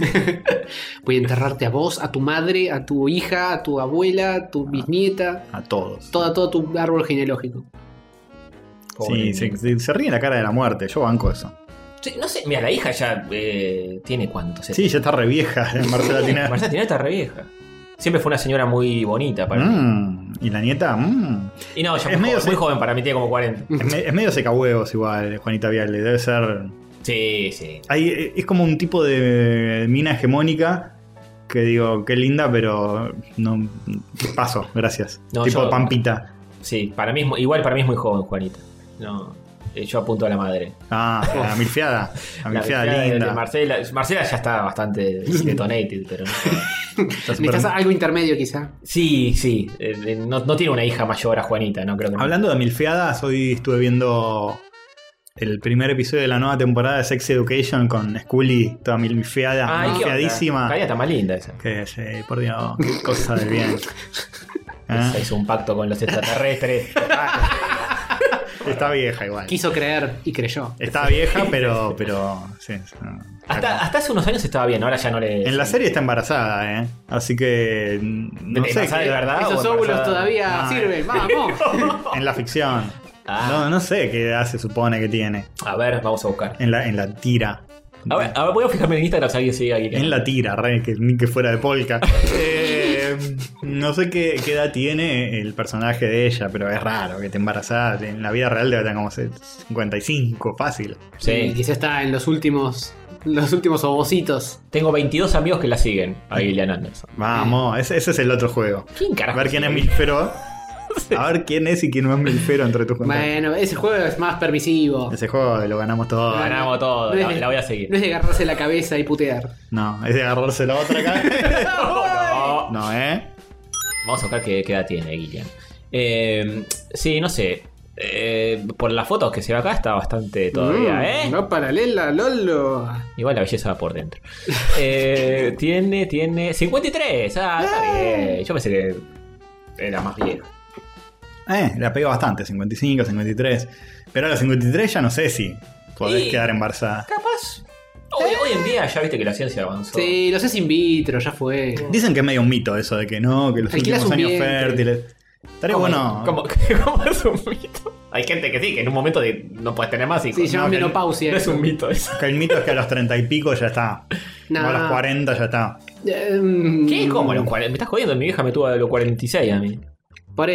S1: Voy a enterrarte a vos, a tu madre, a tu hija, a tu abuela, a
S2: Ah.
S1: tu bisnieta.
S2: A todos.
S1: Toda, todo tu árbol genealógico.
S2: Sí,
S3: Pobre.
S2: se, se- se ríe en la cara de la muerte, yo banco eso.
S3: Sí, no sé, mira, la hija ya eh, tiene cuánto.
S2: Sí, ya está re vieja, Marcela
S1: <laughs>
S2: Tinelli.
S3: Marcela Tinelli está re vieja. Siempre fue una señora muy bonita para mí.
S2: Mm, y la nieta, mm.
S3: Y no, ya
S2: Es
S3: muy,
S2: medio
S3: joven, muy
S2: se-
S3: joven para mí, tiene como 40.
S2: es, me- es medio secahuevos igual, Juanita Viale. Debe ser.
S3: Sí, sí.
S2: hay- es como un tipo de mina hegemónica que digo, qué linda, pero no paso, gracias.
S3: No,
S2: tipo
S3: yo-
S2: Pampita.
S3: Sí, para mí es mu- igual para mí es muy joven, Juanita. No, eh, yo apunto a la madre. <laughs>
S2: Ah, la milfiada. La
S3: La
S2: milfiada
S3: vecina de-
S2: linda.
S3: de Marcela, Marcela ya está bastante
S2: <laughs>
S3: detonated, pero no.
S2: Está super-
S1: Necesitas algo intermedio, quizá.
S3: Sí, sí. eh, eh, no, no tiene una hija mayor a Juanita, no creo que no.
S2: Hablando de milfiadas, hoy estuve viendo el primer episodio de la nueva temporada de Sex Education con Scully, toda milfiada,
S3: Ay, qué onda.
S2: milfiadísima.
S3: Caía tan más linda esa.
S2: Que sí, por Dios, qué cosa del
S3: <laughs>
S2: bien. ¿Ah?
S3: Se hizo un pacto con
S2: <laughs>
S3: los extraterrestres.
S2: Está vieja igual.
S1: Quiso creer y creyó.
S2: Está vieja, pero. pero sí, sí, no.
S3: Hasta, hasta hace unos años estaba bien, ahora ya no le.
S2: En la serie está embarazada, ¿eh? Así que. mm, No sé.
S3: ¿Embarazada
S2: qué-
S3: de verdad?
S1: Esos
S3: o
S1: óvulos
S3: embarazada?
S1: todavía
S2: Ah,
S3: <laughs>
S1: sirven. Vamos.
S2: En la ficción.
S3: Ah.
S2: No, no sé qué edad se supone que tiene.
S3: A ver, vamos a buscar.
S2: En la, en la tira.
S3: A ver, a ver, voy a fijarme en Instagram si alguien sigue ahí.
S2: En la tira, re, que, ni que fuera de polka. Eh, no sé qué, qué edad tiene el personaje de ella, pero es raro que te embarazada. En la vida real debe tener como 55, fácil.
S1: Y
S3: Sí.
S1: quizá está en los últimos. Los últimos ovocitos.
S3: Tengo 22 amigos que la siguen a Gillian Anderson.
S2: Vamos, ese, ese es el otro juego.
S3: ¿Quién
S2: A
S3: carajo?
S2: ver quién es
S3: sigue?
S2: milfero. A ver quién es y quién no es milfero entre tus contactos.
S1: Bueno, ese juego es más permisivo.
S2: Ese juego lo ganamos todos.
S3: Ganamos todo,
S1: No
S3: la,
S1: es-
S3: la voy a seguir.
S1: No es de agarrarse la cabeza y putear.
S3: <laughs>
S2: No, es de agarrarse la otra acá.
S3: No, no.
S2: No, ¿eh?
S3: Vamos a buscar qué, qué edad tiene Gillian. Eh, sí, no sé. Eh, por las fotos que se ve acá está bastante todavía,
S1: Mm,
S3: ¿eh?
S1: No paralela, Lolo.
S3: Igual la belleza va por dentro. Eh, tiene, tiene. 53. Ah, está bien. Yo pensé que era más viejo.
S2: Eh, la pegó bastante, 55, 53. Pero a los 53 ya no sé si podés
S3: Y-
S2: quedar embarazada.
S3: Capaz. Hoy, hoy en día ya viste que la ciencia avanzó.
S1: Sí, lo sé in vitro, ya fue.
S2: Dicen que es medio un mito eso de que no, que los
S1: Alquilás
S2: últimos
S1: un
S2: años
S1: vientre.
S2: fértiles. Estaría
S3: ¿Cómo-
S2: bueno.
S3: ¿Cómo, <laughs> cómo es un mito? Hay gente que sí, que en un momento de- no puedes tener más hijos.
S1: Sí, se llama
S3: No, que no-
S1: menopausia
S3: No es
S1: eso.
S3: un mito eso.
S2: Que el mito es que a los 30 y pico ya está.
S1: No.
S2: O a los 40 ya está.
S1: Eh,
S3: ¿Qué? ¿Cómo? a Los
S1: Por
S3: 40? Me estás jodiendo, mi vieja me tuvo a los 46 a mí.
S1: eso.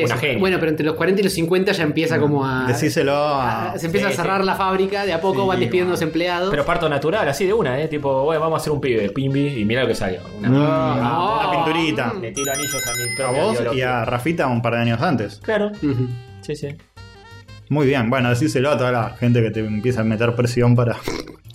S3: Una genia.
S1: Bueno, pero entre los 40 y los 50 ya empieza como a.
S2: Decíselo a.
S1: a- Ah, se empieza
S3: Sí,
S1: a cerrar
S3: sí.
S1: la fábrica, de a poco
S2: Sí,
S1: van despidiendo los
S2: bueno.
S1: empleados.
S3: Pero parto natural, así de una, ¿eh? Tipo, bueno, vamos a hacer un pibe, pimbi, y mira lo que salió. Una,
S2: Mm.
S1: Ah,
S2: una pinturita.
S3: Le tiro anillos a mi
S2: A
S3: propia
S2: vos y
S3: biología.
S2: a Rafita un par de años antes.
S3: Claro,
S1: Ujú.
S3: sí, sí.
S2: Muy bien, bueno, decíselo a toda la gente que te empieza a meter
S1: <laughs>
S2: presión para.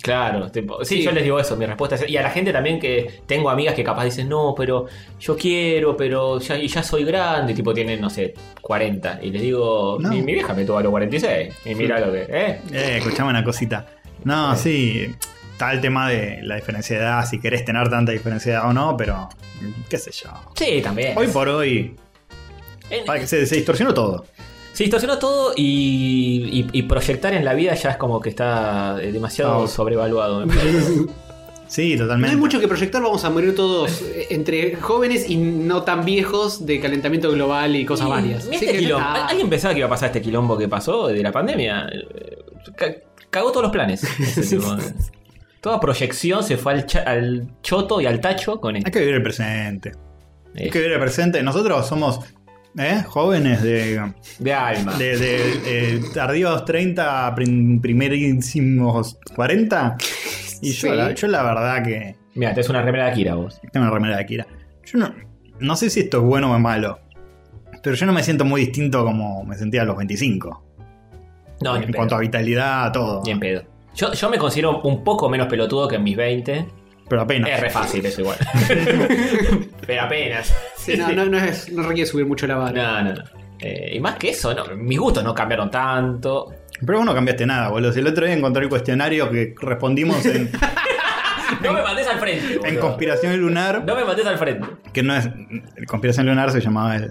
S3: Claro, tipo, sí,
S1: Sí.
S3: yo les digo eso, mi respuesta es, y a la gente también que tengo amigas que capaz dicen, no, pero yo quiero, pero ya, y ya soy grande, tipo tienen, no sé, 40, y les digo,
S2: No.
S3: mi, mi vieja me tuvo a los 46, y mira lo que, ¿eh?
S2: Eh, escuchame una cosita. No, sí, está el tema de la diferencia de edad, si querés tener tanta diferencia de edad o no, pero. mm, qué sé yo.
S3: Sí, también.
S2: Hoy por hoy.
S3: En-
S2: para que Se, se distorsionó todo.
S3: se distorsionó todo y, y- y proyectar en la vida ya es como que está eh, demasiado
S2: No.
S3: sobrevaluado. me parece.
S2: Sí,
S1: No
S2: totalmente.
S1: hay mucho que proyectar, vamos a morir todos eh, entre jóvenes y no tan viejos de calentamiento global y cosas
S3: Y-
S1: varias.
S3: mirá
S1: Así
S3: este
S1: que ya
S3: quilombo.
S1: está.
S3: ¿Al- ¿Alguien pensaba que iba a pasar este quilombo que pasó de la pandemia? Eh, ca- Cagó todos los planes. Ese tipo. eh. Toda proyección se fue al, cha- al choto y al tacho con este.
S2: Hay que
S3: esto.
S2: vivir el presente. Hay que
S3: Eh,
S2: vivir el presente. Nosotros somos. ¿Eh? Jóvenes de,
S3: De alma.
S2: de, de, eh, tardíos 30, prim- primerísimos 40. Y yo,
S1: Sí.
S2: la, yo la verdad que
S3: Mira, te es una remera de Akira vos.
S2: Tengo una remera de Akira. Yo no, no sé si esto es bueno o es malo. Pero yo no me siento muy distinto como me sentía a los 25.
S3: No, ni
S2: en
S3: en
S2: cuanto
S3: pedo.
S2: a vitalidad, a todo.
S3: Ni en pedo. Yo, yo me considero un poco menos pelotudo que en mis 20.
S2: Pero apenas.
S3: Es re fácil eso igual. Pero apenas.
S1: Sí, no, no, no es- no requiere subir mucho la vara.
S3: No, no, no. Eh, y más que eso, no, mis gustos no cambiaron tanto.
S2: Pero vos no cambiaste nada, boludo. Si el otro día encontré el cuestionario que respondimos
S3: <laughs>
S2: en,
S3: No me mandes al frente.
S2: en
S3: boludo.
S2: Conspiración Lunar,
S3: No me mandes al frente.
S2: que no es. Conspiración Lunar se llamaba el. Eh,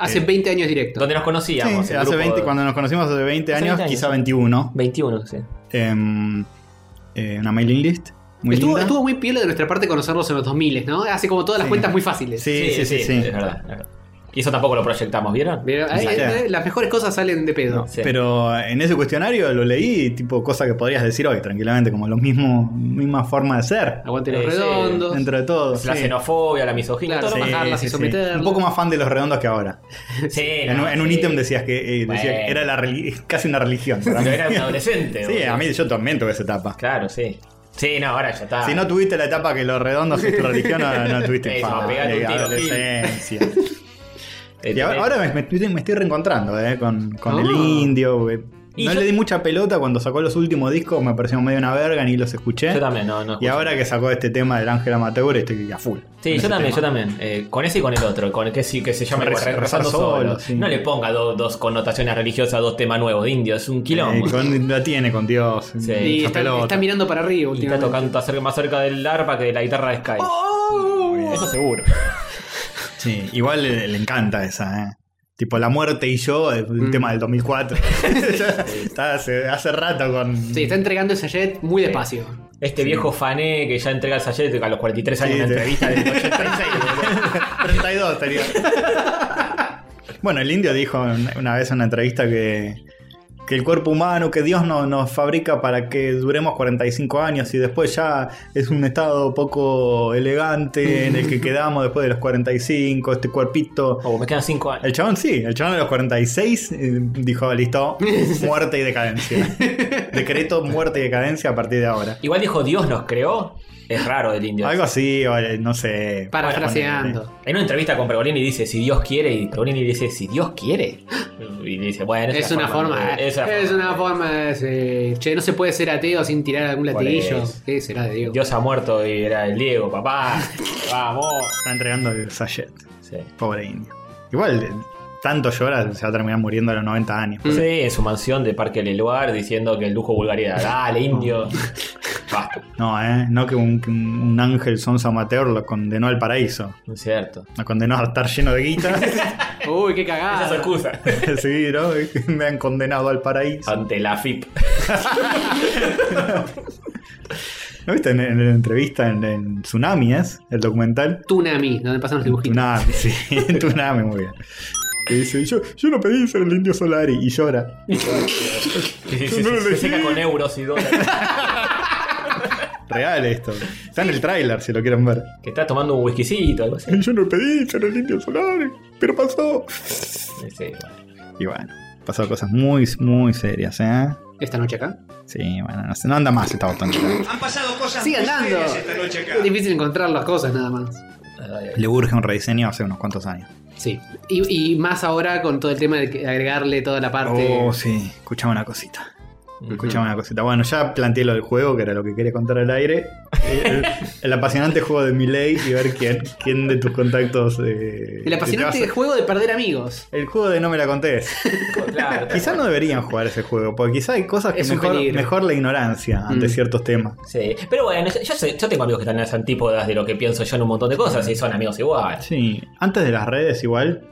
S1: Hace 20 años directo.
S3: Donde nos conocíamos.
S2: Sí,
S3: el
S2: hace
S3: grupo
S2: 20,
S3: de-
S2: cuando nos conocimos hace 20
S3: Hace
S2: años,
S3: 20 años.
S2: quizá 21.
S3: 21, sí.
S2: em, eh, una mailing list. Muy
S1: estuvo,
S2: linda.
S1: estuvo muy piola de nuestra parte conocerlos en los 2000, ¿no? Hace como todas las
S2: Sí.
S1: cuentas muy fáciles.
S2: Sí, sí, sí. sí.
S3: Es verdad, es verdad. Y eso tampoco lo proyectamos, ¿vieron?
S1: Mira, ahí,
S2: Sí.
S1: eh, las mejores cosas salen de pedo.
S3: Sí.
S2: Pero en ese cuestionario lo leí, tipo cosa que podrías decir hoy tranquilamente, como lo mismo, misma forma de ser,
S1: Aguante los
S3: Eh, sí.
S1: redondos.
S2: dentro de todo.
S3: La
S2: sí.
S3: xenofobia, la misoginia,
S1: Claro,
S3: todo lo
S1: sí.
S3: más.
S1: bajarlas y someterlas.
S2: Un poco más fan de los redondos que ahora.
S3: Sí,
S2: En, un-
S3: no,
S2: en un
S3: sí.
S2: ítem decías que, eh,
S3: Bueno.
S2: decía que era la reli- casi una
S3: <laughs>
S2: religión. para
S3: Pero
S2: mí.
S3: era un adolescente.
S2: sí,
S3: boludo.
S2: a mí yo también tuve esa etapa.
S3: Claro, sí. Sí, no, ahora ya está.
S2: Si no tuviste la etapa que los redondos es tu religión, no, no tuviste
S3: <laughs> Eso,
S2: fan.
S3: pegate un
S2: de
S3: tiro, Gil.
S2: adolescencia.
S3: Eh,
S2: Y ahora,
S3: tenés-
S2: ahora me, me estoy- me estoy reencontrando eh, con, con
S1: Ah.
S2: el indio. güey.
S3: Y
S2: No
S3: yo-
S2: le di mucha pelota cuando sacó los últimos discos, me pareció medio una verga, ni los escuché.
S3: Yo también, no, no
S2: Y
S3: escucho.
S2: ahora que sacó este tema del Ángel Amateur, estoy a full.
S3: Sí, yo también, yo también. Eh, con ese y con el otro, con el que sí que se llama
S2: Re-
S3: Re-
S2: Rezar
S3: Rezando
S2: Solo,
S3: Solo.
S2: sí.
S3: No le ponga do- dos connotaciones religiosas, dos temas nuevos de indio, es un quilombo.
S2: Eh, con- la tiene con Dios.
S3: Sí.
S2: mucha
S1: Y está,
S2: pelota.
S1: está mirando para arriba
S3: Y está
S1: últimamente.
S3: tocando acer- más cerca del arpa que de la guitarra de Sky.
S2: Oh,
S3: Eso <laughs> seguro.
S2: Sí, igual le, le encanta esa, ¿eh? Tipo La Muerte y yo, el
S3: Mm.
S2: tema del <laughs>
S3: <laughs>
S2: 2004. está hace, hace rato con.
S1: Sí, está entregando ese jet muy despacio.
S3: Este viejo fané que ya entrega el sallete a los 43 años
S2: Sí,
S3: en una
S2: te-
S3: entrevista
S2: <laughs>
S3: del 86.
S2: 32 estaría. <laughs> bueno, el indio dijo una- una vez en una entrevista que. Que el cuerpo humano, que Dios no- nos fabrica para que duremos 45 años y después ya es un estado poco elegante en
S3: <laughs>
S2: el que quedamos después de los 45, este cuerpito.
S3: Oh, me quedan 5 años.
S2: El chabón sí, el chabón a los 46 eh, dijo, listo,
S3: <laughs>
S2: muerte y decadencia. Decreto muerte y decadencia a partir de ahora.
S3: Igual dijo Dios nos creó. Es raro del indio.
S2: Algo así, o, eh, no sé.
S1: Parafraseando.
S3: En una entrevista con Pergolini dice si Dios quiere y Pergolini dice si Dios quiere. Y dice, bueno,
S1: Es una forma.
S3: de-
S1: Es una forma, de decir, Che, no se puede ser ateo sin tirar algún
S3: Por
S1: latillo.
S3: eso.
S1: ¿Qué será de Dios? <laughs>
S3: Dios ha muerto y era el Diego, papá. Vamos.
S2: Está entregando el sachet.
S3: Sí.
S2: Pobre indio. Igual, eh, tanto llora, se va a terminar muriendo a los 90 años.
S1: Mm.
S3: Sí, en su mansión de Parque Leluar diciendo que el lujo vulgaridad.
S1: <laughs>
S3: Dale, indio. Basta,
S2: No, ¿eh? No que un, que un- un ángel sonso amateur lo condenó al paraíso.
S3: no es cierto.
S2: Lo condenó a estar lleno de <laughs> guita.
S1: Uy, qué
S3: Esa es su
S1: cagada.
S3: excusa. <laughs>
S2: sí, ¿no? Me han condenado al paraíso.
S3: Ante la FIP.
S2: ¿No viste en, en la entrevista en, en Tsunami, es? El documental.
S1: Tunami, donde pasan los dibujitos.
S2: Tsunami, sí. <laughs> Tsunami, muy bien. Y dice, yo, yo no pedí ser el indio Solari. Y llora.
S3: Sí, sí, sí,
S2: No lo
S3: se
S2: leí.
S3: seca con euros y dólares.
S2: Real esto. Está en el tráiler, si lo quieren ver.
S3: Que está tomando un whiskycito,
S2: <laughs>
S3: algo así.
S2: Yo no pedí ser el indio Solari. Pero pasó.
S3: Sí, bueno.
S2: Y bueno, pasó cosas muy, muy serias, ¿eh?
S1: Esta noche acá.
S2: Sí, bueno, no, sé, no anda más esta botón.
S5: Han pasado cosas
S1: Sigue
S5: muy
S1: andando.
S5: serias esta noche acá.
S1: Es difícil encontrar las cosas nada más.
S3: Ay, ay.
S2: Le urge un rediseño hace unos cuantos años.
S1: Sí. Y, y más ahora con todo el tema de que- agregarle toda la parte.
S2: Oh, sí, escuchaba una cosita.
S3: Ujú.
S2: Escuchaba una cosita. Bueno, ya planteé lo del juego, que era lo que quería contar
S1: <laughs>
S2: al aire. El, el apasionante juego de Miley y ver quién, quién de tus contactos. eh,
S1: el apasionante
S2: te vas a-
S1: juego de perder amigos. <laughs>
S2: El juego de no me la contés. <laughs>
S3: Claro.
S2: Quizás no deberían jugar ese juego, porque quizás hay cosas que
S1: Es un
S2: mejor,
S1: peligro.
S2: mejor la ignorancia ante
S1: Mm.
S2: ciertos temas.
S3: Sí, pero bueno, yo, yo sé- yo tengo amigos que están en las antípodas de lo que pienso yo en un montón de cosas y son amigos
S2: <laughs>
S3: igual.
S2: Sí, antes de las redes igual,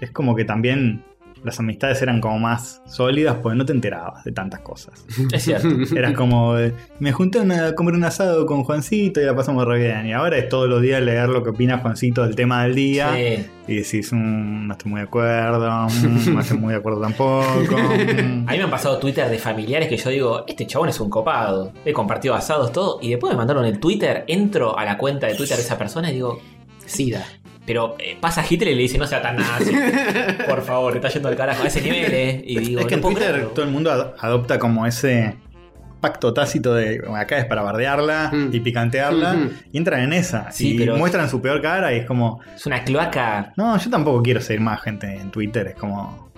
S2: es como que también las amistades eran como más sólidas porque no te enterabas de tantas cosas.
S3: Es cierto.
S2: Era como, de, me junté a una- a comer un asado con Juancito y la pasamos re bien. Y ahora es todos los días leer lo que opina Juancito del tema del día
S3: Sí.
S2: y decís, "Mm, no estoy muy de acuerdo, mm, no estoy muy de acuerdo tampoco. mm".
S3: A mí me han pasado Twitter de familiares que yo digo, este chabón es un copado. He compartido asados, todo. Y después me mandaron el Twitter, entro a la cuenta de Twitter de esa persona y digo,
S1: Sida.
S3: pero eh, pasa a Hitler y le dice, no sea
S2: <laughs>
S3: tan nazi. Por favor, te está yendo al carajo a ese nivel, ¿eh? Y digo,
S2: es que en
S3: no puedo
S2: Twitter
S3: creerlo.
S2: todo el mundo ad- adopta como ese pacto tácito de "Bueno, acá es para bardearla
S1: Mm.
S2: y picantearla.
S1: Mm, mm.
S2: Y entran en esa.
S3: Sí,
S2: y
S3: pero-
S2: muestran su peor cara y es como,
S3: Es una cloaca.
S2: no, yo tampoco quiero seguir más gente en Twitter. Es como,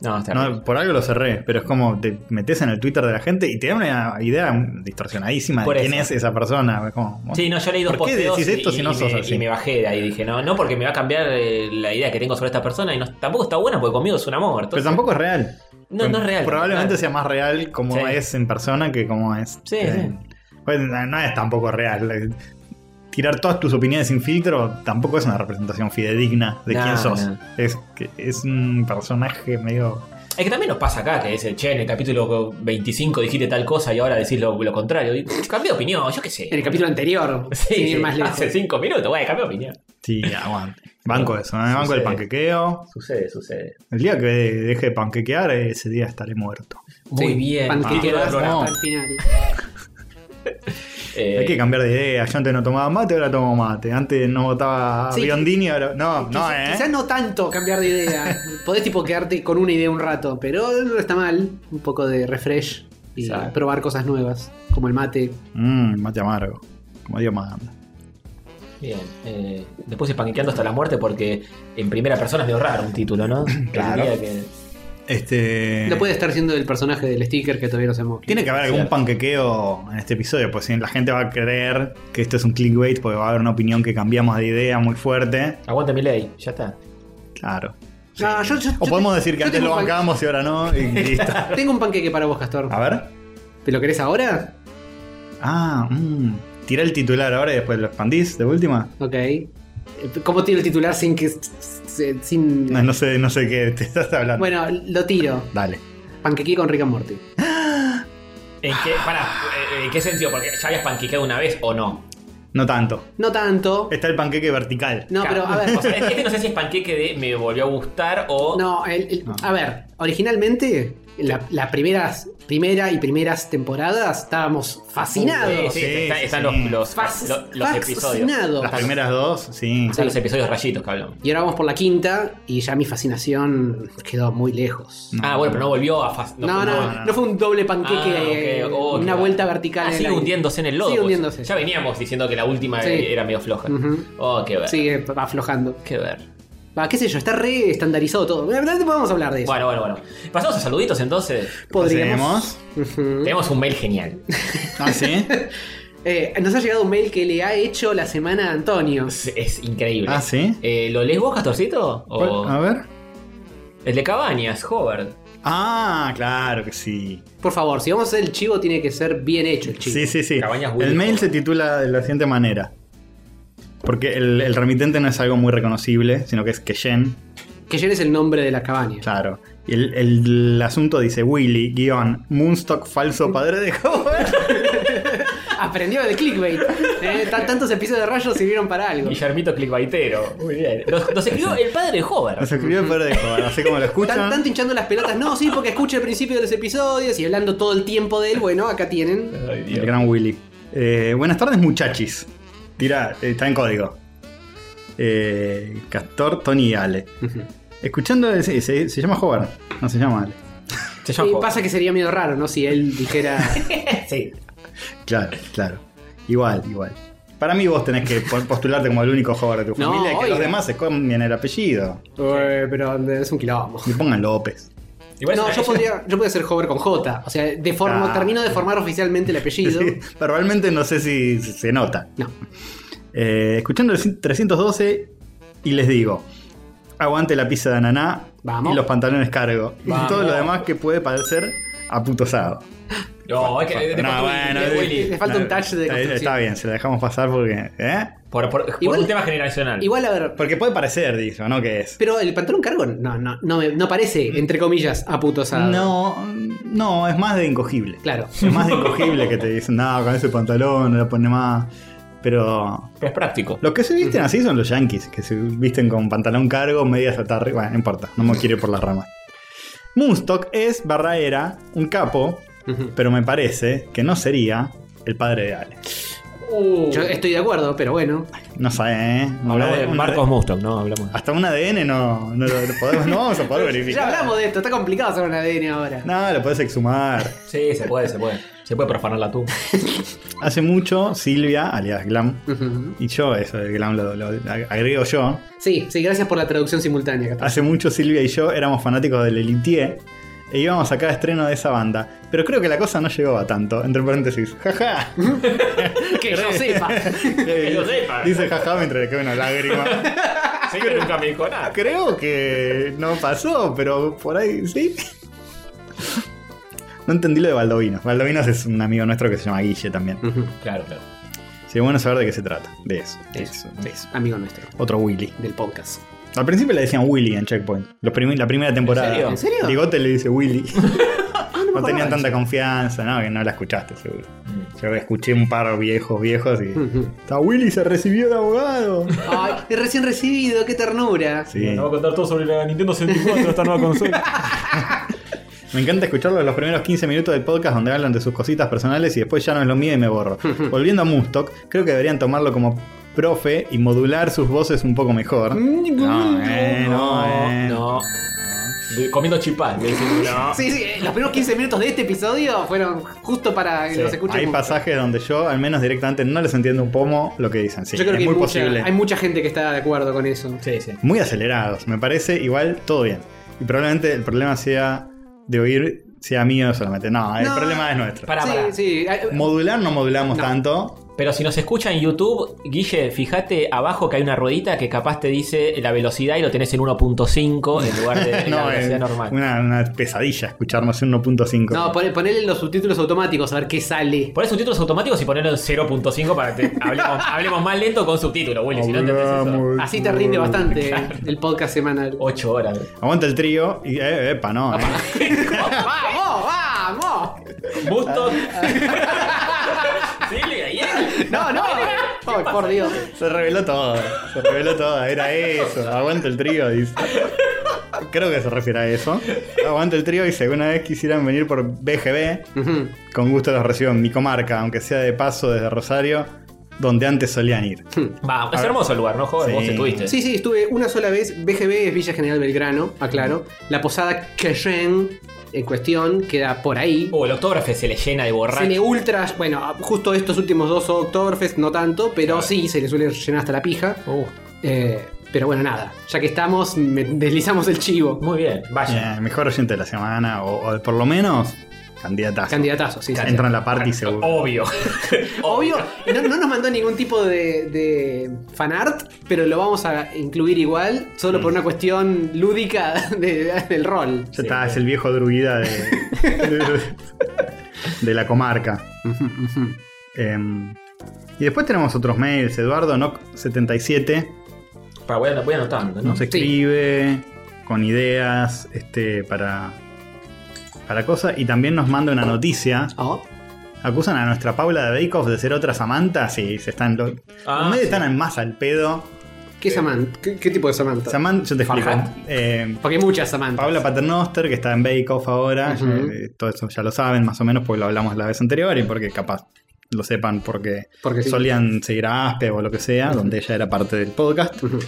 S3: No, está
S2: no,
S3: terrible.
S2: por algo lo cerré, pero es como te metes en el Twitter de la gente y te da una idea distorsionadísima
S3: Por
S2: de quién
S3: eso.
S2: es esa persona. Es como, bueno,
S3: Sí, no, yo leí dos
S2: ¿Por qué
S3: posteos
S2: decís esto
S3: y,
S2: si no
S3: y
S2: sos
S3: me,
S2: así?
S3: y me bajé de ahí. Dije, no, no, porque me va a cambiar eh, la idea que tengo sobre esta persona. Y no, tampoco está buena porque conmigo es un amor.
S2: pero
S3: Entonces,
S2: tampoco es real.
S3: no, no es real.
S2: Probablemente
S3: claro.
S2: sea más real como
S3: Sí.
S2: es en persona que como es.
S3: Sí,
S2: eh, pues, no no es tampoco real. Eh, Tirar todas tus opiniones sin filtro tampoco es una representación fidedigna de
S3: No,
S2: quién sos.
S3: no.
S2: Es, que es un personaje medio.
S3: Es que también nos pasa acá que dice, che, en el capítulo 25 dijiste tal cosa y ahora decís lo, lo contrario. Y, cambié de opinión, yo qué sé.
S1: En el capítulo anterior.
S3: <laughs> Sí,
S1: sin ir más lejos.
S3: hace cinco minutos, güey, cambié de opinión. <laughs>
S2: Sí, aguante. Banco eso, ¿eh? banco
S3: Sucede.
S2: el panquequeo.
S3: Sucede, sucede.
S2: El día que deje de panquequear, ese día estaré muerto.
S3: Muy
S1: Sí,
S3: bien.
S1: Panqueque
S3: título del
S1: vas
S3: programa.
S1: hasta el final.
S3: Eh,
S2: Hay que cambiar de idea. Yo antes no tomaba mate, ahora tomo mate. Antes no votaba a
S1: Sí,
S2: Biondini, ahora. No, no,
S1: Quizá-
S2: ¿eh?
S1: Quizás no tanto cambiar de
S2: <laughs>
S1: idea. Podés tipo quedarte con una idea un rato, pero no está mal. Un poco de refresh y
S3: Exacto.
S1: probar cosas nuevas, como el mate.
S2: Mmm, mate amargo. Como Dios manda.
S3: Bien. eh, después es panqueando hasta la muerte porque en primera persona es de ahorrar un título, ¿no?
S2: <clears throat> Claro.
S3: El día que-
S2: Este.
S1: No puede estar siendo el personaje del sticker que todavía no sabemos. quién
S2: Tiene
S1: es.
S2: que haber algún
S3: Cierto.
S2: panquequeo en este episodio, pues si la gente va a creer que esto es un clickbait, porque va a haber una opinión que cambiamos de idea muy fuerte.
S3: Aguante mi ley, ya está.
S2: Claro.
S1: No, yo- yo-
S2: O
S1: yo
S2: podemos
S1: te-
S2: decir que
S1: yo
S2: antes
S1: tengo
S2: lo
S1: un pan-
S2: bancábamos y ahora no,
S1: <laughs>
S2: y listo.
S1: Tengo un panqueque para vos, Castor.
S2: A ver.
S1: ¿Te lo querés ahora?
S2: Ah, mmm. Tira el titular ahora y después lo expandís de última.
S1: Ok. ¿Cómo tiro el titular sin que. se- sin.
S2: No, no sé, no sé qué te <laughs> estás hablando.
S1: Bueno, lo tiro.
S2: Dale.
S1: Panqueque con Rick and Morty.
S3: ¿En qué, pará, eh, ¿en qué sentido? Porque ya habías panquequeado una vez o no.
S2: No tanto.
S1: No tanto.
S2: Está el panqueque vertical.
S1: No, pero a ver.
S3: O sea, este no sé si es panqueque de me volvió a gustar o.
S1: No, el- el-
S2: No.
S1: a ver, originalmente, la- las primeras, primera y primeras temporadas estábamos fascinados.
S3: Sí, sí,
S2: Sí,
S3: está-
S2: sí,
S3: están
S2: sí.
S3: los, los,
S1: Fas-
S3: lo- los episodios.
S1: fascinados.
S2: Las primeras dos, sí.
S3: Están los episodios rayitos que hablamos.
S1: Y ahora vamos por la quinta y ya mi fascinación quedó muy lejos.
S2: No.
S3: Ah, bueno, pero no volvió a fas-
S1: No, no, no,
S2: no.
S1: fue un doble panqueque,
S3: Ah, ok, ok,
S1: una
S3: ok.
S1: vuelta vertical.
S3: Ah,
S1: en el
S3: sigue
S1: aire.
S3: hundiéndose en el lodo.
S1: Sigue
S3: pues.
S1: hundiéndose.
S3: Ya veníamos diciendo que la última
S1: Sí.
S3: eh, era medio floja.
S1: Ujú.
S3: Oh, qué ver.
S1: Sigue aflojando.
S3: Qué ver.
S1: Va, qué sé yo, está re estandarizado todo. La verdad podemos hablar de eso.
S3: Bueno, bueno, bueno. Pasamos a saluditos entonces.
S1: Podríamos.
S2: Hacemos.
S1: Ujú.
S3: Tenemos un mail genial.
S2: Ah, sí.
S1: <laughs> Eh, nos ha llegado un mail que le ha hecho la semana a Antonio.
S3: Es, es increíble.
S2: Ah, ¿sí?
S3: Eh, ¿Lo lees vos, Castorcito? O-
S2: ¿Cuál? A ver.
S3: El de Cabañas, Hobart.
S2: Ah, claro que sí.
S1: Por favor, si vamos a hacer el chivo, tiene que ser bien hecho el chivo.
S2: Sí, sí, sí.
S3: Cabañas Willy.
S2: El mail se titula de la siguiente manera. Porque el, el remitente no es algo muy reconocible, sino que es Keshen,
S1: Que llenes el nombre de la cabaña.
S2: claro. Y el, el- el asunto dice Willy, guión, Moonstock falso padre de Howard.
S1: Aprendió del clickbait.
S2: <laughs>
S1: Eh, ta- tantos episodios de rayos sirvieron para algo.
S3: Guillermito Clickbaitero. Muy bien. Nos, nos escribió el padre de
S2: Nos
S3: Hobart.
S2: escribió el padre de Howard,
S1: <laughs>
S2: así como lo
S1: Tan-
S2: escuchan.
S1: tanto hinchando las pelotas. No, sí, porque escucha el principio de los episodios y hablando todo el tiempo de él. Bueno, acá tienen.
S3: Ay,
S2: El
S3: Dios.
S2: gran Willy. Eh, buenas tardes, muchachis. Tira, eh, está en código. Eh, Castor, Tony y Ale. Escuchando, eh, sí, se, se llama Howard, no se llama Ale.
S3: Se
S1: Y
S3: llama Hobart.
S1: pasa que sería medio raro, ¿no? Si él
S2: <laughs>
S1: dijera.
S3: Sí.
S2: Claro, claro. Igual, igual. Para mí vos tenés que po- postularte como el único jugador de tu
S1: No,
S2: familia y que los
S1: oiga.
S2: demás se cambien el apellido.
S1: "Eh, pero es un quilombo.
S2: Y pongan López.
S3: Igual es
S1: No,
S3: una-
S1: yo
S3: es una-
S1: podría, yo podría ser Hover con J. O sea, deformo,
S2: Pues Ah.
S1: termino de formar oficialmente el apellido.
S2: Sí, <laughs> pero realmente no sé si si se nota.
S1: No.
S2: Eh, escuchando el 312 y les digo, aguante la pizza de ananá
S1: Vamos.
S2: y los pantalones cargo. Y
S3: Vamos.
S2: todo lo demás que puede parecer aputosado.
S3: No, es que. de- de-
S2: No,
S3: de- de-
S2: bueno,
S3: Willy.
S1: Le falta un touch de
S2: Está,
S1: construcción.
S2: está bien, se la dejamos pasar porque... ¿eh?
S3: Por, por- por
S1: Igual-
S3: un tema generacional.
S1: Igual, a ver.
S2: Porque puede parecer, dijo, ¿no? Que es...
S1: Pero el pantalón cargo no, no, no, me- no parece, entre comillas, aputosado.
S2: No, no, es más de incogible.
S1: Claro.
S2: Es más de incogible que te dicen, no, con ese pantalón no la pone más. Pero
S3: Pero es práctico.
S2: los que se
S1: Mm.
S2: visten así son los yankees, que se visten con pantalón cargo, medias hasta arriba. Bueno, no importa, no me quiero ir por las ramas. Moonstock es, barra era, un capo,
S1: Ujú.
S2: pero me parece que no sería el padre de Ale.
S1: Yo estoy de acuerdo, pero bueno.
S2: No sé, ¿eh?
S3: Hablamos
S2: Una-
S3: de
S2: una-
S3: Marcos Mustang, no hablamos.
S2: Hasta un ADN no, no, lo- lo podemos, no vamos a
S1: <laughs>
S2: poder
S1: Ya
S2: verificar.
S1: hablamos de esto, está complicado hacer un ADN ahora.
S2: No, lo podés exhumar.
S3: Sí, se puede, se puede. Se puede profanar la tumba.
S2: Hace mucho, Silvia, alias Glam,
S1: Ujú.
S2: Y yo, eso del glam lo, lo agrego yo.
S1: Sí, sí, gracias por la traducción simultánea. Catar.
S2: Hace mucho Silvia y yo éramos fanáticos del Elitier e íbamos a cada estreno de esa banda. Pero creo que la cosa no llegó a tanto. Entre paréntesis, <laughs> jaja.
S1: <laughs> Que yo sepa.
S2: que
S3: yo sepa.
S2: Dice jaja mientras le cae una lágrima.
S3: Sí, que nunca me dijo nada.
S2: creo que no pasó, pero por ahí sí. No entendí lo de Baldovinos. Baldovinos es un amigo nuestro que se llama Guille también.
S1: Ujú.
S3: Claro, claro.
S2: Sí, bueno saber de qué se trata. De eso. De
S1: Eso,
S2: eso.
S1: de eso. Amigo nuestro,
S2: Otro Willy.
S1: del podcast.
S2: Al principio le decían Willy en Checkpoint. Los primi- la primera temporada.
S3: serio?
S1: ¿En serio?
S2: Ligote le
S1: <laughs>
S2: dice Willy.
S1: Ah, me
S2: no
S1: acordaba
S2: tenían
S1: de
S2: tanta confianza, ¿no? Que no la escuchaste, seguro. Yo escuché un par viejos, viejos y.
S1: Ujú.
S2: Está Willy se recibió de abogado.
S1: Ay, es recién recibido, qué ternura.
S2: Sí.
S4: Nos va a contar todo sobre la Nintendo 64, esta nueva consola.
S2: Me encanta escucharlo en los primeros 15 minutos del podcast donde hablan de sus cositas personales y después ya no es lo mío y
S1: <laughs>
S2: me borro. Volviendo a Mustok, creo que deberían tomarlo como profe y modular sus voces un poco mejor.
S1: Mm,
S2: No, eh, no, eh.
S3: No. De- Comiendo chipá. le dicen, no.
S1: Sí, sí, eh, los primeros 15 minutos de este episodio fueron justo para que
S3: Sí,
S1: los escuchen.
S2: Hay
S1: mucho.
S2: pasajes donde yo, al menos directamente, no les entiendo un pomo lo que dicen. Sí,
S1: Yo creo
S2: es
S1: que
S2: muy
S1: hay, mucha,
S2: posible.
S1: hay mucha gente que está de acuerdo con eso.
S3: Sí, sí.
S2: muy acelerados. Me parece igual todo bien. Y probablemente el problema sea de oír sea mío solamente. No, el
S1: No.
S2: problema es nuestro.
S3: Pará, pará.
S1: sí, sí. hay-
S2: Modular no modulamos
S1: No.
S3: <laughs>
S2: tanto.
S3: Pero si nos escucha en YouTube, Guille, fíjate abajo que hay una ruedita que capaz te dice la velocidad y lo tenés en 1.5 en lugar de en la
S2: No,
S3: velocidad
S2: es
S3: normal.
S2: Una, una pesadilla escucharnos en 1.5.
S1: No, pon- ponerle los subtítulos automáticos a ver qué sale.
S3: Ponés subtítulos automáticos y ponelo en 0.5 para que te- hablemos, hablemos más lento con subtítulos, Willy. Si no entendés eso.
S2: Hablamos.
S1: Así te rinde bastante el podcast semanal.
S3: 8 horas.
S2: Aguanta el trío y eh, epa, no. eh.
S1: ¡Vamos! ¡Vamos!
S3: Busto. <laughs> Silvia, y él.
S1: No, <laughs> no. Ay, por Dios.
S2: Se reveló todo. Se reveló todo. Era eso. Aguanta el trío, dice. Creo que se refiere a eso. Aguanta el trío, dice. Una vez quisieran venir por BGB,
S1: Ujú.
S2: Con gusto los recibo en mi comarca, aunque sea de paso desde Rosario, donde antes solían ir.
S3: Va, es hermoso el lugar, ¿no? Joder,
S2: Sí.
S3: vos estuviste.
S1: Sí, sí, estuve una sola vez. BGB es Villa General Belgrano, aclaro. La posada Keshen en cuestión queda por ahí.
S3: Uh, el octógrafo se le llena de borracho.
S1: Se le ultra. Bueno, justo estos últimos dos Oktoberfest no tanto, pero sí, se le suele llenar hasta la pija.
S3: Uh,
S1: Eh, pero bueno, nada. Ya que estamos, me- deslizamos el chivo.
S3: muy bien, vaya.
S2: Eh, mejor oyente de la semana, o, o por lo menos Candidatazo.
S1: Candidatazo, sí. sí.
S2: Entra en la party seguro. <laughs>
S3: Obvio.
S1: Obvio, no, no nos mandó ningún tipo de, de fanart, pero lo vamos a incluir igual, solo por una cuestión lúdica de- del <laughs> rol.
S2: Ya está, es el viejo druida de, de, de la comarca. Em, y después tenemos otros mails. Eduardo Noc77
S3: Para, voy, a- voy anotando, ¿no?
S2: nos escribe con ideas este, para, para cosas y también nos manda una noticia.
S1: Oh,
S2: ¿Acusan a nuestra Paula de Bake Off de ser otra Samantha? Sí, se están. lo-
S3: Ah,
S2: los medios
S3: sí.
S2: están más al pedo.
S1: ¿Qué Samantha? Eh, ¿Qué, qué tipo de Samantha?
S2: Samantha, yo te explico.
S3: Farhat.
S2: Eh,
S1: Porque hay muchas Samantha. <laughs>
S2: Paula Paternoster, que está en Bake Off ahora,
S1: Ujú.
S2: eh, todo eso ya lo saben más o menos porque lo hablamos la vez anterior y porque capaz lo sepan porque
S1: Porque sí.
S2: solían seguir a Aspe o lo que sea, donde ella era parte del podcast.
S1: Ujú.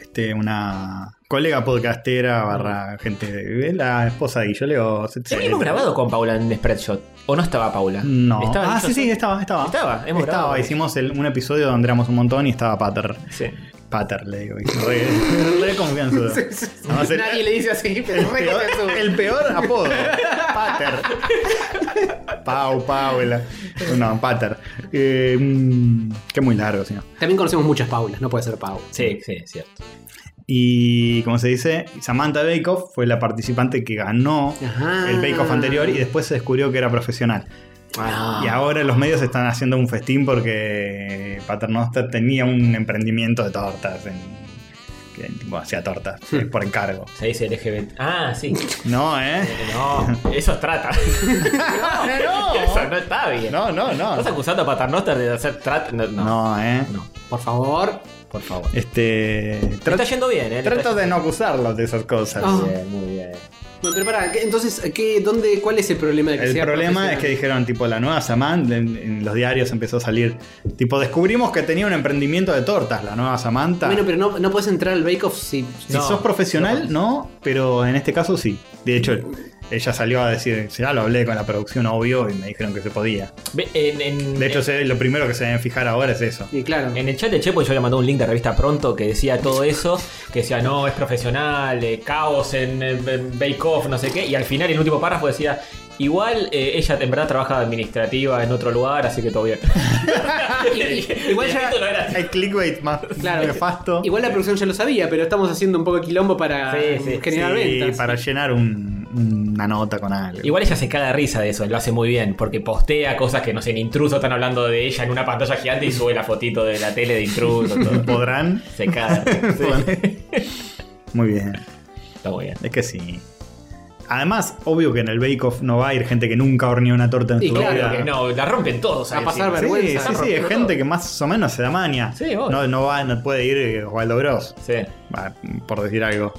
S2: Este, una colega podcastera barra gente, de- la esposa de Guilloleo, etc.
S3: Sí, hemos grabado con Paula en Spreadshot. ¿O no estaba Paula?
S2: No.
S3: Estaba
S2: ah,
S3: yo
S2: sí,
S3: solo.
S2: sí, estaba, estaba.
S3: Estaba, hemos
S2: Estaba,
S3: grabado.
S2: hicimos el- un episodio donde éramos un montón y estaba Pater.
S3: Sí.
S2: Pater, le digo. y Re, <laughs> re confianzudo. Además, el-
S1: Nadie le dice así,
S2: El
S1: pero re
S2: peor,
S1: confianzudo.
S2: el peor apodo. Pater. Pau, Paula. No, Pater. Eh, mm, que muy largo, señor.
S1: También conocemos muchas Paulas, no puede ser Pau.
S3: Sí, sí, es cierto.
S2: Y como se dice, Samantha Bakeoff fue la participante que ganó
S1: Ajá.
S2: el Bake Off anterior y después se descubrió que era profesional.
S1: Ah.
S2: Y ahora los medios están haciendo un festín porque Paternoster tenía un emprendimiento de tortas. en- que tipo, hacía tortas eh, por encargo.
S3: Se dice LGBT. Ah,
S2: <laughs>
S3: sí.
S2: No, ¿eh?
S3: No, eso es trata.
S2: No,
S3: <laughs> Eso <laughs> no está bien.
S2: no, no, no.
S3: Estás acusando a Paternoster de hacer trata. No, no,
S2: No, ¿eh?
S3: no,
S1: Por favor.
S3: por favor.
S2: Este.
S3: Te
S2: Trato,
S3: está yendo bien, ¿eh?
S2: trato de no acusarlos de esas cosas.
S1: Ah.
S3: Muy bien, muy bien.
S1: Bueno, pero pará, ¿qué- entonces, ¿qué, dónde, ¿cuál es el problema de que
S2: El
S1: sea
S2: problema es que
S1: profesional?
S2: dijeron, tipo, la nueva Samantha, en, en los diarios empezó a salir, tipo, descubrimos que tenía un emprendimiento de tortas, la nueva Samantha.
S1: Bueno, pero no, no puedes entrar al Bake Off si.
S2: si
S3: no,
S2: sos profesional, no, Mm. pero en este caso sí. De hecho, ella salió a decir, ya lo hablé con la producción, obvio, y me dijeron que se podía.
S3: Ve, En, en-
S2: De hecho,
S3: en-
S2: se- lo primero que se deben fijar ahora es eso.
S1: Y claro. <laughs>
S3: en el chat de Chepo yo le mandé un link de revista Pronto que decía todo eso, que decía, no, es profesional, eh, caos en, en- en Bake Off, no sé qué, y al final el último párrafo decía, igual eh, ella en verdad trabaja de administrativa en otro lugar, así que todo bien.
S2: <laughs>
S3: <laughs>
S1: igual ya-
S3: Esto no era
S2: <laughs>
S3: así.
S2: Hay clickbait más
S1: Claro.
S2: nefasto.
S1: Igual la producción ya lo sabía, pero estamos haciendo un poco de quilombo para
S3: Sí, sí,
S1: generar
S2: Sí,
S1: ventas.
S2: para llenar un- una nota con algo.
S3: Igual ella se caga de risa de eso, lo hace muy bien, porque postea cosas que no sé, en intruso están hablando de ella en una pantalla gigante y sube la fotito de la tele de
S2: <laughs>
S3: intruso.
S1: <laughs>
S3: Todo.
S2: ¿Podrán?
S3: Se caga de risa.
S2: Muy bien.
S3: Está muy bien.
S2: Es que sí. Además, obvio que en el Bake Off no va a ir gente que nunca horneó una torta en
S1: Y
S2: su
S1: claro
S2: vida.
S3: Claro que no, la rompen todos.
S1: A
S3: ahí
S1: pasar
S3: encima.
S2: Sí, sí,
S1: vergüenza.
S2: sí,
S1: Están
S2: hay
S3: rompiendo
S2: gente
S3: todo.
S2: que más o menos se da maña.
S3: Sí, obvio.
S2: no, no, va, no puede ir eh, Osvaldo Gross,
S3: Sí.
S2: va, por decir algo,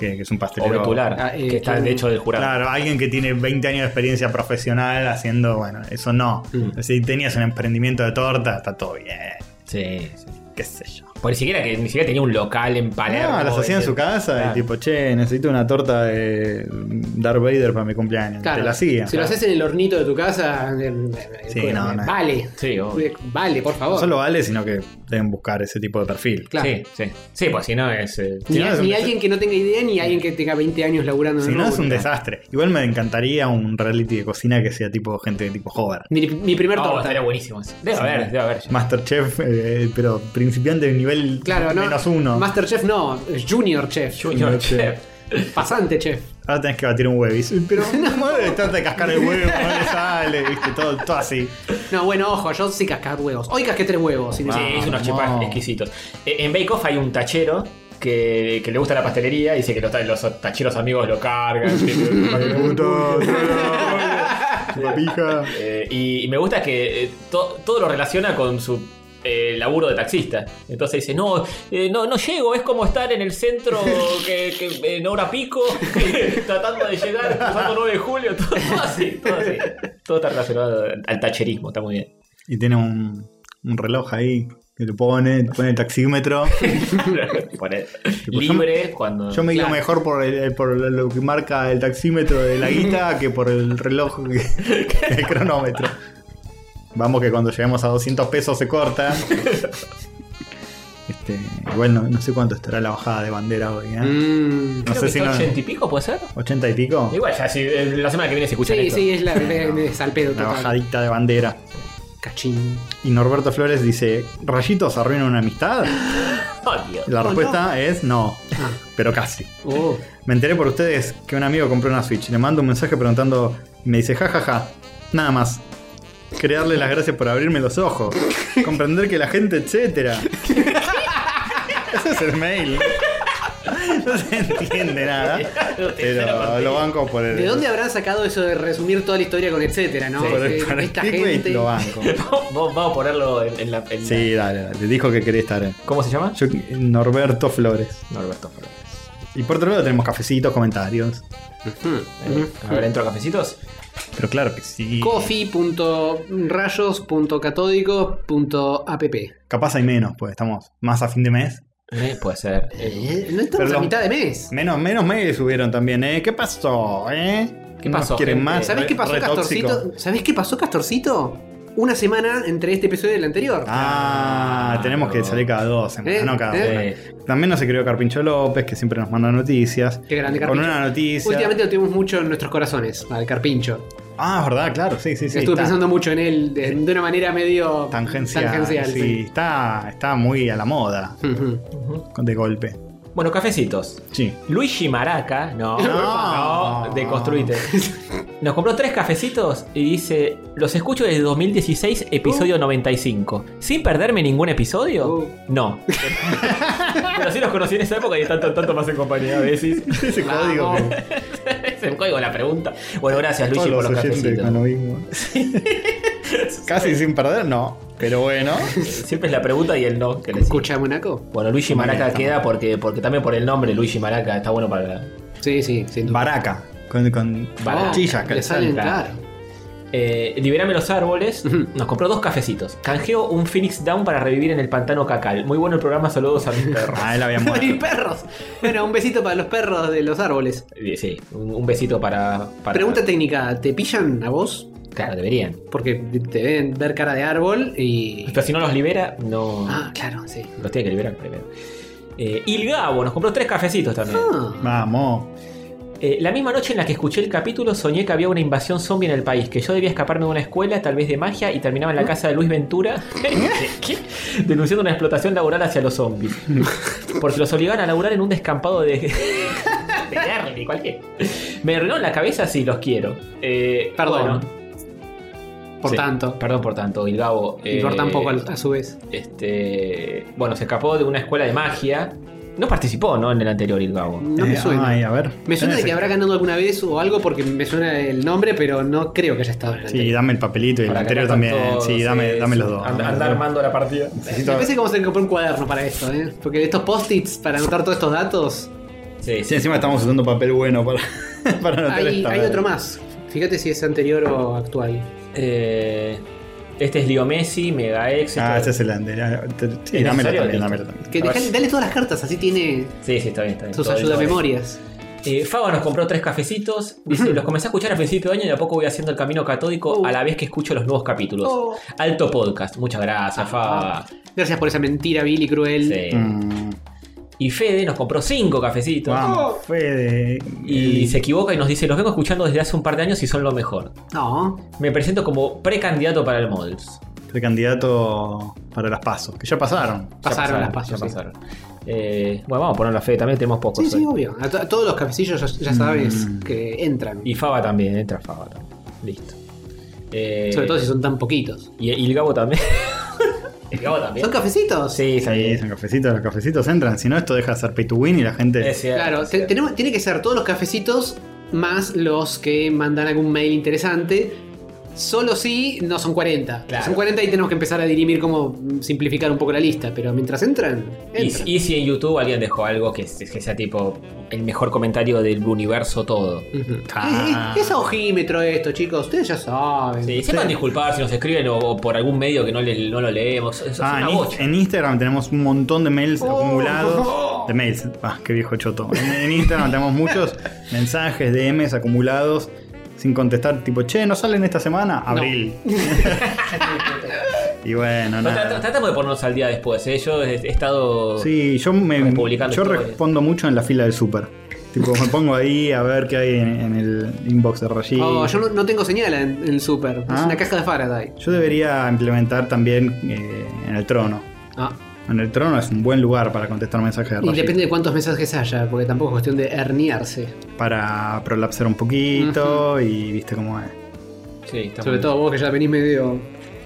S2: que, que es un
S3: O
S2: pastelero.
S3: Betular,
S1: Ah, eh,
S3: que está
S1: claro.
S3: de hecho del jurado.
S2: Claro, alguien que tiene 20 años de experiencia profesional haciendo, bueno, eso no.
S3: Mm.
S2: Si tenías un emprendimiento de torta, está todo bien.
S3: Sí, sí.
S2: Qué sé yo.
S3: Por ni siquiera que ni siquiera tenía un local en Palermo.
S2: No, las Ah, hacía en
S3: ¿viste?
S2: su casa
S3: Claro.
S2: y tipo, che, necesito una torta de Darth Vader para mi cumpleaños.
S1: Claro,
S2: Te la hacía.
S1: si lo haces en el hornito de tu casa, eh,
S2: Sí,
S1: eh,
S2: no, no.
S1: vale. Eh,
S3: Sí, obvio.
S1: Vale, por
S2: No
S1: favor.
S2: solo vale, sino que deben buscar ese tipo de perfil.
S1: Claro.
S3: Sí, sí. Sí, pues si no es. eh,
S1: Ni,
S2: Si no, es un
S1: ni
S2: desastre.
S1: alguien que no tenga idea, ni alguien que tenga 20 años laburando en
S2: Si
S1: el
S2: no, es un
S1: rubro.
S2: desastre. Igual me encantaría un reality de cocina que sea tipo gente de tipo Hover.
S1: Mi, mi primer
S3: no,
S1: torta.
S3: Oh, estaría buenísimo. eso. Debe
S2: Sí.
S3: haber, debe haber.
S2: Masterchef, eh, pero principiante de nivel
S1: Claro, no.
S2: menos uno.
S1: Masterchef no, Junior Chef.
S3: Junior
S2: Sí.
S3: Chef.
S1: Pasante Chef.
S2: Ahora tenés que batir un huevo. Y-
S3: <laughs>
S2: Pero madre, trata de cascar el huevo, no le sale, viste, todo, todo así.
S1: No, bueno, ojo, yo sí cascar huevos. Hoy casqué tres huevos. sin
S3: Sí,
S1: decir-
S3: Ah, es unos
S2: Vamos.
S3: chipas exquisitos. Eh, En Bake Off hay un tachero que, que le gusta la pastelería y dice que los, ta- los tacheros amigos lo cargan. <laughs>
S2: Puto, chupapija.
S3: Eh, y, y me gusta que eh, to- todo lo relaciona con su eh, laburo de taxista. Entonces dice, no, eh, no, no llego, es como estar en
S2: <laughs>
S3: el centro que, que en hora pico, <laughs> tratando de llegar, pasando 9 de julio, todo, todo así, todo así. Todo está relacionado al tacherismo, está
S2: <laughs>
S3: muy bien.
S2: Y tiene un, un reloj ahí que lo pone, pone el taxímetro.
S3: Poner
S2: Tipo, yo me-
S3: libre cuando...
S2: Yo me guío
S1: Claro.
S2: mejor por, el- por lo que marca el taxímetro de la
S3: <laughs>
S2: guita que por el reloj, que- el cronómetro.
S3: <laughs>
S2: Vamos que cuando lleguemos a 200 pesos se corta. Este, igual no, no sé cuánto estará la bajada de bandera hoy. ¿eh?
S1: Mm.
S2: No
S3: Creo
S2: sé
S3: que
S2: si
S3: está
S2: no.
S3: 80 y pico, ¿puede ser?
S2: ¿80 y pico?
S3: Igual, ya si eh, la semana que viene se escucha
S1: Sí,
S3: esto.
S1: sí, es la es al
S2: <laughs>
S1: pedo
S2: La
S1: total.
S2: bajadita de bandera.
S1: Cachín.
S2: Y Norberto Flores dice: ¿Rayitos arruinan una amistad?
S3: Oh, Dios.
S2: La
S3: <laughs>
S1: Oh,
S2: respuesta es no,
S1: Ah.
S2: pero casi.
S1: Oh.
S2: Me enteré por ustedes que un amigo compró una Switch. Le mando un mensaje preguntando y me dice, jajaja, nada más. Quería darle las gracias por abrirme los ojos. Comprender que la gente, etcétera. Ese es el mail. No se entiende nada. <laughs> Pero lo banco por el.
S1: ¿De dónde habrán sacado eso de resumir toda la historia con etcétera, no?
S2: Por el,
S1: Eh,
S2: por el
S1: Esta
S2: clickbait
S1: gente.
S2: lo banco.
S3: <laughs> Vamos vamos a ponerlo en, en la. en
S2: Sí, dale, dale. Le dijo que quería estar. eh.
S3: la- ¿Cómo se llama?
S2: Yo, Norberto Flores.
S3: Norberto Flores.
S2: Y por otro lado tenemos cafecitos, comentarios.
S3: Eh, A ver, entro a cafecitos.
S2: Pero claro que sí.
S1: coffee.rayos.catódicos.app
S2: Capaz hay menos, pues estamos más a fin de mes.
S3: Eh, puede ser. Eh,
S1: Eh, No estamos
S2: Perdón.
S1: a mitad de mes.
S2: Menos, menos mails subieron también, ¿eh? ¿Qué pasó, eh?
S3: ¿Qué
S2: Nos
S3: pasó,
S2: quieren
S3: gente?
S2: más?
S1: ¿Sabés
S2: Re-
S1: qué pasó,
S2: re
S1: Castorcito?
S2: tóxico.
S1: ¿Sabés qué pasó, Castorcito? Una semana entre este episodio y el anterior.
S2: Ah, tenemos que salir cada dos semanas,
S1: Eh,
S2: no cada
S1: eh.
S2: una. También nos escribió Carpincho López, que siempre nos manda noticias.
S1: Qué grande,
S2: Con
S1: Carpincho.
S2: una noticia.
S1: Últimamente lo tuvimos mucho en nuestros corazones, al carpincho.
S2: Ah, es verdad, claro, sí, sí, sí.
S1: Estuve
S2: está
S1: pensando mucho en él de, de una manera medio
S2: Tangencial.
S1: tangencial,
S2: sí, Está, está muy a la moda,
S1: Ujú.
S3: ujú.
S2: de golpe.
S3: Bueno, cafecitos.
S2: Sí. <laughs>
S3: Luigi Maraca, no,
S2: No.
S3: no, deconstruite. Nos compró tres cafecitos y dice: Los escucho desde 2016, episodio 95. ¿Sin perderme ningún episodio?
S1: Uh.
S3: No. <laughs> Pero sí los conocí en esa época y están tanto, tanto más en compañía a veces.
S2: Ese código
S1: Vamos.
S2: que
S3: <laughs> Es el código de la pregunta. Bueno, gracias
S2: todos
S3: Luigi por
S2: los
S3: los
S2: oyentes con lo
S1: <laughs>
S3: cafecitos.
S2: mismo. Casi sin perder, no.
S1: <laughs>
S2: Pero bueno.
S3: Siempre es la pregunta y el no que le sigue.
S1: Escucha, Monaco.
S3: Bueno, Luigi Maraca
S2: Bien,
S3: queda porque, porque también por el nombre Luigi Maraca está bueno para.
S1: Sí, sí, sin duda.
S2: Baraca. Con, con
S1: Oh,
S3: Baraca.
S2: cuchillas,
S1: Le
S2: calzón.
S1: salen,
S3: claro.
S1: claro.
S3: Eh, Liberame los árboles.
S1: Ujú.
S3: Nos compró dos cafecitos. Canjeo un Phoenix Down para revivir en el pantano Cacal. Muy bueno el programa. Saludos a mis
S1: <laughs>
S3: perros.
S2: Ah, él había
S1: Mis
S2: muerto.
S1: perros. Bueno, un besito para los perros de los árboles.
S3: Eh, Sí, un, un besito para, para-
S1: Pregunta técnica, ¿te pillan a vos?
S3: Claro, deberían.
S1: Porque te deben ver cara de árbol y.
S3: Pero si no los libera, no.
S1: Ah, claro, sí.
S3: Los tiene que liberar primero. Eh, y el Gabo nos compró tres cafecitos también.
S1: Ah,
S2: Vamos.
S3: Eh, la misma noche en la que escuché el capítulo, soñé que había una invasión zombie en el país, que yo debía escaparme de una escuela, tal vez de magia, y terminaba en la casa de Luis Ventura, <laughs> ¿Qué? denunciando una explotación laboral hacia los zombies. Porque los obligaban a laburar en un descampado de. <laughs> de Derby, cualquier. Me arruinó la cabeza si los quiero. Eh,
S1: Perdón.
S3: bueno,
S1: por
S3: sí,
S1: tanto.
S3: Perdón por tanto, y Gabo.
S1: Y por
S3: eh,
S1: tampoco al- a su vez.
S3: Este. Bueno, se escapó de una escuela de magia. No participó, ¿no? En el anterior, Ilgabo.
S1: No me
S2: Eh,
S1: suena.
S2: Ay, a ver.
S1: Me suena de
S2: Tenés
S1: que
S2: el-
S1: habrá ganado alguna vez o algo porque me suena el nombre, pero no creo que haya estado en el
S2: Sí,
S1: anterior.
S2: dame el papelito y el
S3: Para
S2: anterior
S3: ganar con
S2: también.
S3: todos,
S2: sí, dame,
S3: eh,
S2: dame
S3: sí.
S2: los dos.
S3: And-
S2: dame los
S3: andar
S2: dos.
S3: armando la partida.
S1: Me
S2: Necesito-
S1: parece que vamos a tener que comprar un cuaderno para esto, ¿eh? Porque estos post-its para anotar todos estos datos.
S3: Sí,
S2: Sí, encima estamos usando papel bueno para, <laughs> para anotar
S1: Hay,
S2: esta,
S1: hay
S2: ¿verdad?
S1: otro más. Fíjate si es anterior o actual.
S3: Eh, este es Leo Messi, Mega Ex.
S2: Ah, ese
S3: este-
S2: es el anterior. Sí,
S3: ¿Es
S2: dámelo
S3: necesario?
S2: también,
S3: Listo.
S2: dámelo también.
S1: Que
S3: A ver
S1: dejale-
S3: si-
S1: dale todas las cartas, así tiene
S3: Sí, sí, está bien, está bien.
S1: sus
S3: Todo bien, todo bien.
S1: ayudamemorias.
S3: Eh, Faba nos compró tres cafecitos.
S2: <laughs>
S3: Dice, los comencé a escuchar a principio de año y de a poco voy haciendo el camino catódico
S1: Oh.
S3: a la vez que escucho los nuevos capítulos.
S1: Oh.
S3: Alto podcast. Muchas gracias, Faba.
S1: Gracias por esa mentira, vil y cruel.
S3: Sí.
S2: Mm,
S3: Y Fede nos compró cinco cafecitos.
S2: Vamos, Fede.
S3: Y
S2: El-
S3: se equivoca y nos dice, los vengo escuchando desde hace un par de años y son lo mejor.
S1: No.
S3: Me presento como precandidato para el Models.
S2: el candidato para las pasos, que ya pasaron.
S3: Ya
S1: Pasaron las
S3: ya
S1: pasos, sí.
S3: pasaron. Eh, bueno, vamos a poner la fe, también tenemos pocos.
S1: Sí,
S3: hoy.
S1: sí, obvio. A, to- a todos los cafecillos ya, ya sabes
S2: Mm.
S1: que entran.
S3: Y Faba también, entra Faba también. Listo. Eh,
S1: Sobre todo si son tan poquitos.
S3: Y, y el
S1: <laughs>
S3: Gabo también. el Gabo también.
S1: ¿Son cafecitos?
S3: Sí,
S2: Sí,
S3: sí.
S2: son cafecitos, los cafecitos entran. Si no, esto deja de ser pay to win y la gente.
S3: Es cierto,
S1: Claro,
S3: es
S1: te-
S3: cierto.
S1: tenemos- tiene que ser todos los cafecitos más los que mandan algún mail interesante. Solo si no son 40.
S3: Claro.
S1: Son 40 y tenemos que empezar a dirimir cómo mm, simplificar un poco la lista. Pero mientras entran,
S3: Y,
S1: entran.
S3: y si en YouTube alguien dejó algo que, se- que sea tipo el mejor comentario del universo todo.
S1: Ujú.
S2: Ah.
S1: Es, es- es ojímetro esto, chicos. Ustedes ya saben.
S3: Sí, sepan disculpar si nos escriben o, o por algún medio que no, le- no lo leemos. Es, es
S2: Ah,
S3: una
S2: en, Inst-
S3: bocha.
S2: en Instagram tenemos un montón de mails
S1: Oh.
S3: <laughs>
S2: acumulados. De mails, ah, qué viejo choto. En, en Instagram tenemos muchos mensajes, DMs acumulados
S3: <laughs>
S2: sin contestar, tipo, che, ¿no salen esta semana? Abril. Y bueno,
S3: Pero tra-
S2: nada.
S3: tra- Tratamos de ponernos al día después, ¿eh? Yo he he estado.
S2: Sí, yo me
S3: Republicano
S2: yo
S3: historia.
S2: respondo mucho en la fila del super. Tipo, me pongo ahí a ver qué hay en, en el inbox de Rashid.
S1: Oh, yo no, no tengo señal en, en el super. Es
S2: Ah.
S1: una caja de Faraday.
S2: Yo debería implementar también eh, en el trono.
S1: Ah.
S2: En el trono es un buen lugar para contestar mensajes de
S1: Y
S2: Rashid.
S1: depende de cuántos mensajes haya, porque tampoco es cuestión de herniarse.
S2: Para prolapsar un poquito y viste eh, cómo es.
S3: Sí, estamos-
S1: Sobre todo vos que ya venís medio.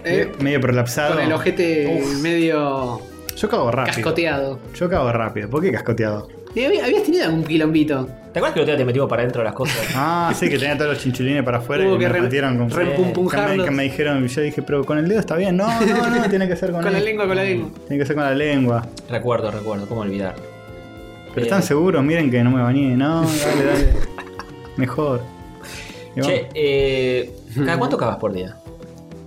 S1: ¿eh?
S2: Medio prolapsado.
S1: Con el ojete
S2: Uf.
S1: medio
S2: Yo cago rápido.
S1: cascoteado.
S2: Yo cago rápido. ¿Por qué cascoteado?
S1: ¿Y hab- ¿Habías tenido algún quilombito?
S3: ¿Te acuerdas que el otro día te metimos para adentro las cosas?
S2: Ah, sí, que tenía todos los chinchulines para afuera
S1: Hubo
S2: y me
S1: re-
S2: metieron con... que, me,
S1: repumpunjarlos.
S2: que me dijeron, yo dije, pero con el dedo está bien. No, no, no, tiene
S1: <laughs>
S2: que ser con,
S1: Con la
S2: el-
S1: lengua, con la lengua.
S2: Tiene que ser con la lengua.
S3: recuerdo, recuerdo, cómo olvidarlo. Eh,
S2: Pero están seguros, miren que no me bañé. No,
S1: <laughs>
S2: dale, dale. Mejor. Y
S3: Che,
S2: bueno,
S3: eh, ¿cada cuánto cagas
S1: <laughs>
S3: por día?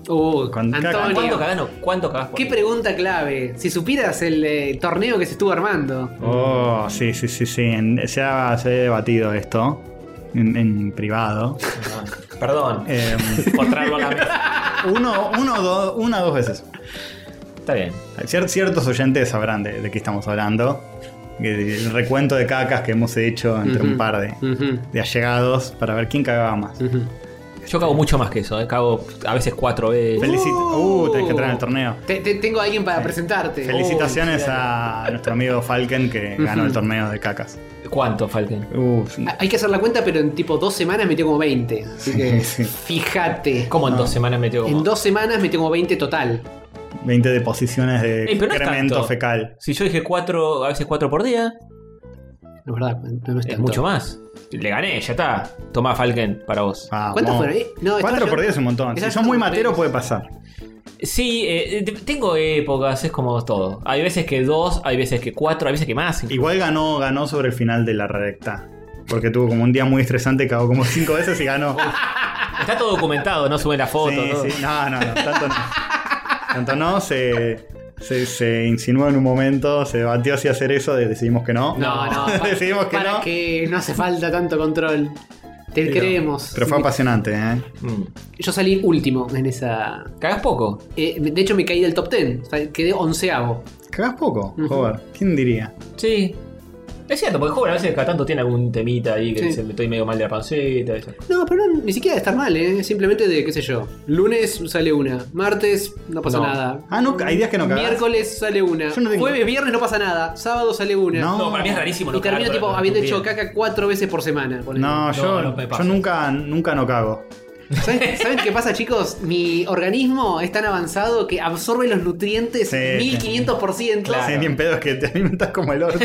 S1: Uh,
S2: Con caca.
S3: ¿Cuánto
S1: Antonio.
S3: cagas? No, ¿cuánto cagas por
S1: Qué
S3: día?
S1: pregunta clave. Si supieras el eh, torneo que se estuvo armando.
S2: Oh, sí, sí, sí, sí. En- se, ha, se ha debatido esto en, en
S1: <laughs>
S2: privado.
S3: Ah, Perdón
S2: <laughs> Eh,
S3: por traerlo a la mesa.
S2: uno, uno, dos, una o dos veces.
S3: Está bien.
S2: Cier- ciertos oyentes sabrán de, de qué estamos hablando. El recuento de cacas que hemos hecho entre un
S1: Ujú.
S2: par de,
S1: Ujú,
S2: de allegados para ver quién cagaba más.
S1: ujú.
S3: Yo cago mucho más que eso, ¿eh? cago a veces cuatro veces.
S2: Felicita. Uh, tenés que entrar en el torneo.
S1: Te- te- tengo a alguien para presentarte.
S2: Felicitaciones a nuestro amigo Falken que ganó el torneo de cacas.
S3: ¿Cuánto, Falken?
S2: Uh,
S1: Ah, Hay que hacer la cuenta, pero en tipo dos semanas metió como 20. Así que
S2: Sí, sí.
S1: fíjate.
S3: ¿Cómo en dos semanas metió como?
S1: En dos semanas metió como 20 total.
S2: 20 deposiciones de
S3: Ey, pero no es
S2: excremento
S3: tanto.
S2: fecal.
S3: Si yo dije cuatro, a veces cuatro por día,
S1: Es verdad, no, no es
S3: es
S1: tanto.
S3: mucho más. Le gané, ya está. Tomá, Falken, para vos.
S2: Vamos.
S1: ¿Cuántas fueron? Eh, no, estaba
S2: Cuatro
S1: yo-
S2: por día es un montón. Si
S1: estaba
S2: sos
S1: yo
S2: muy
S1: con
S2: matero
S1: tres.
S2: puede pasar.
S3: Sí, eh, te- tengo épocas, es como todo. Hay veces que dos, hay veces que cuatro, hay veces que más.
S2: Igual ganó, ganó sobre el final de la recta. Porque tuvo como un día muy estresante, cagó como cinco veces
S1: <laughs>
S2: y ganó.
S3: Está todo documentado, no sube la foto.
S2: Sí,
S3: todo.
S2: sí. No, no, no, tanto no. Tanto no, se, se, se insinuó en un momento, se debatió si hacer eso, de- decidimos que no.
S1: No,
S2: <laughs>
S1: no. pa-
S2: decidimos que
S1: para
S2: no.
S1: que no hace falta tanto control. Te
S2: Pero-
S1: creemos.
S2: Pero fue apasionante, ¿eh?
S3: Mm.
S1: Yo salí último en esa.
S3: Cagás poco.
S1: eh, de hecho, me caí del top 10. o sea, Quedé onceavo.
S2: Cagás poco,
S1: Ujú.
S2: joder. ¿Quién diría?
S3: Sí. Es cierto, porque el joven a veces cada tanto tiene algún temita ahí que
S1: Sí.
S3: dice, estoy medio mal de la pancita. Eso.
S1: No, pero no, ni siquiera de estar mal, ¿eh? Simplemente de, qué sé yo. Lunes sale una. Martes no pasa
S3: No.
S1: nada.
S2: Ah, no, hay días que no cagás.
S1: Miércoles sale una.
S2: Yo no tengo-
S1: Jueves, viernes no pasa nada. Sábado sale una.
S2: No.
S3: No, para mí es rarísimo. no
S1: Y termino
S3: cagar
S1: tipo
S3: durante
S1: habiendo
S3: un día.
S1: hecho caca cuatro veces por semana. ponele.
S2: No, yo,
S3: no me pasa.
S2: yo nunca, nunca no cago.
S1: ¿Saben, saben qué pasa, chicos? Mi organismo es tan avanzado que absorbe los nutrientes
S2: Sí,
S1: 1500%.
S2: Sí, ni en pedo, es que te alimentas como el orto.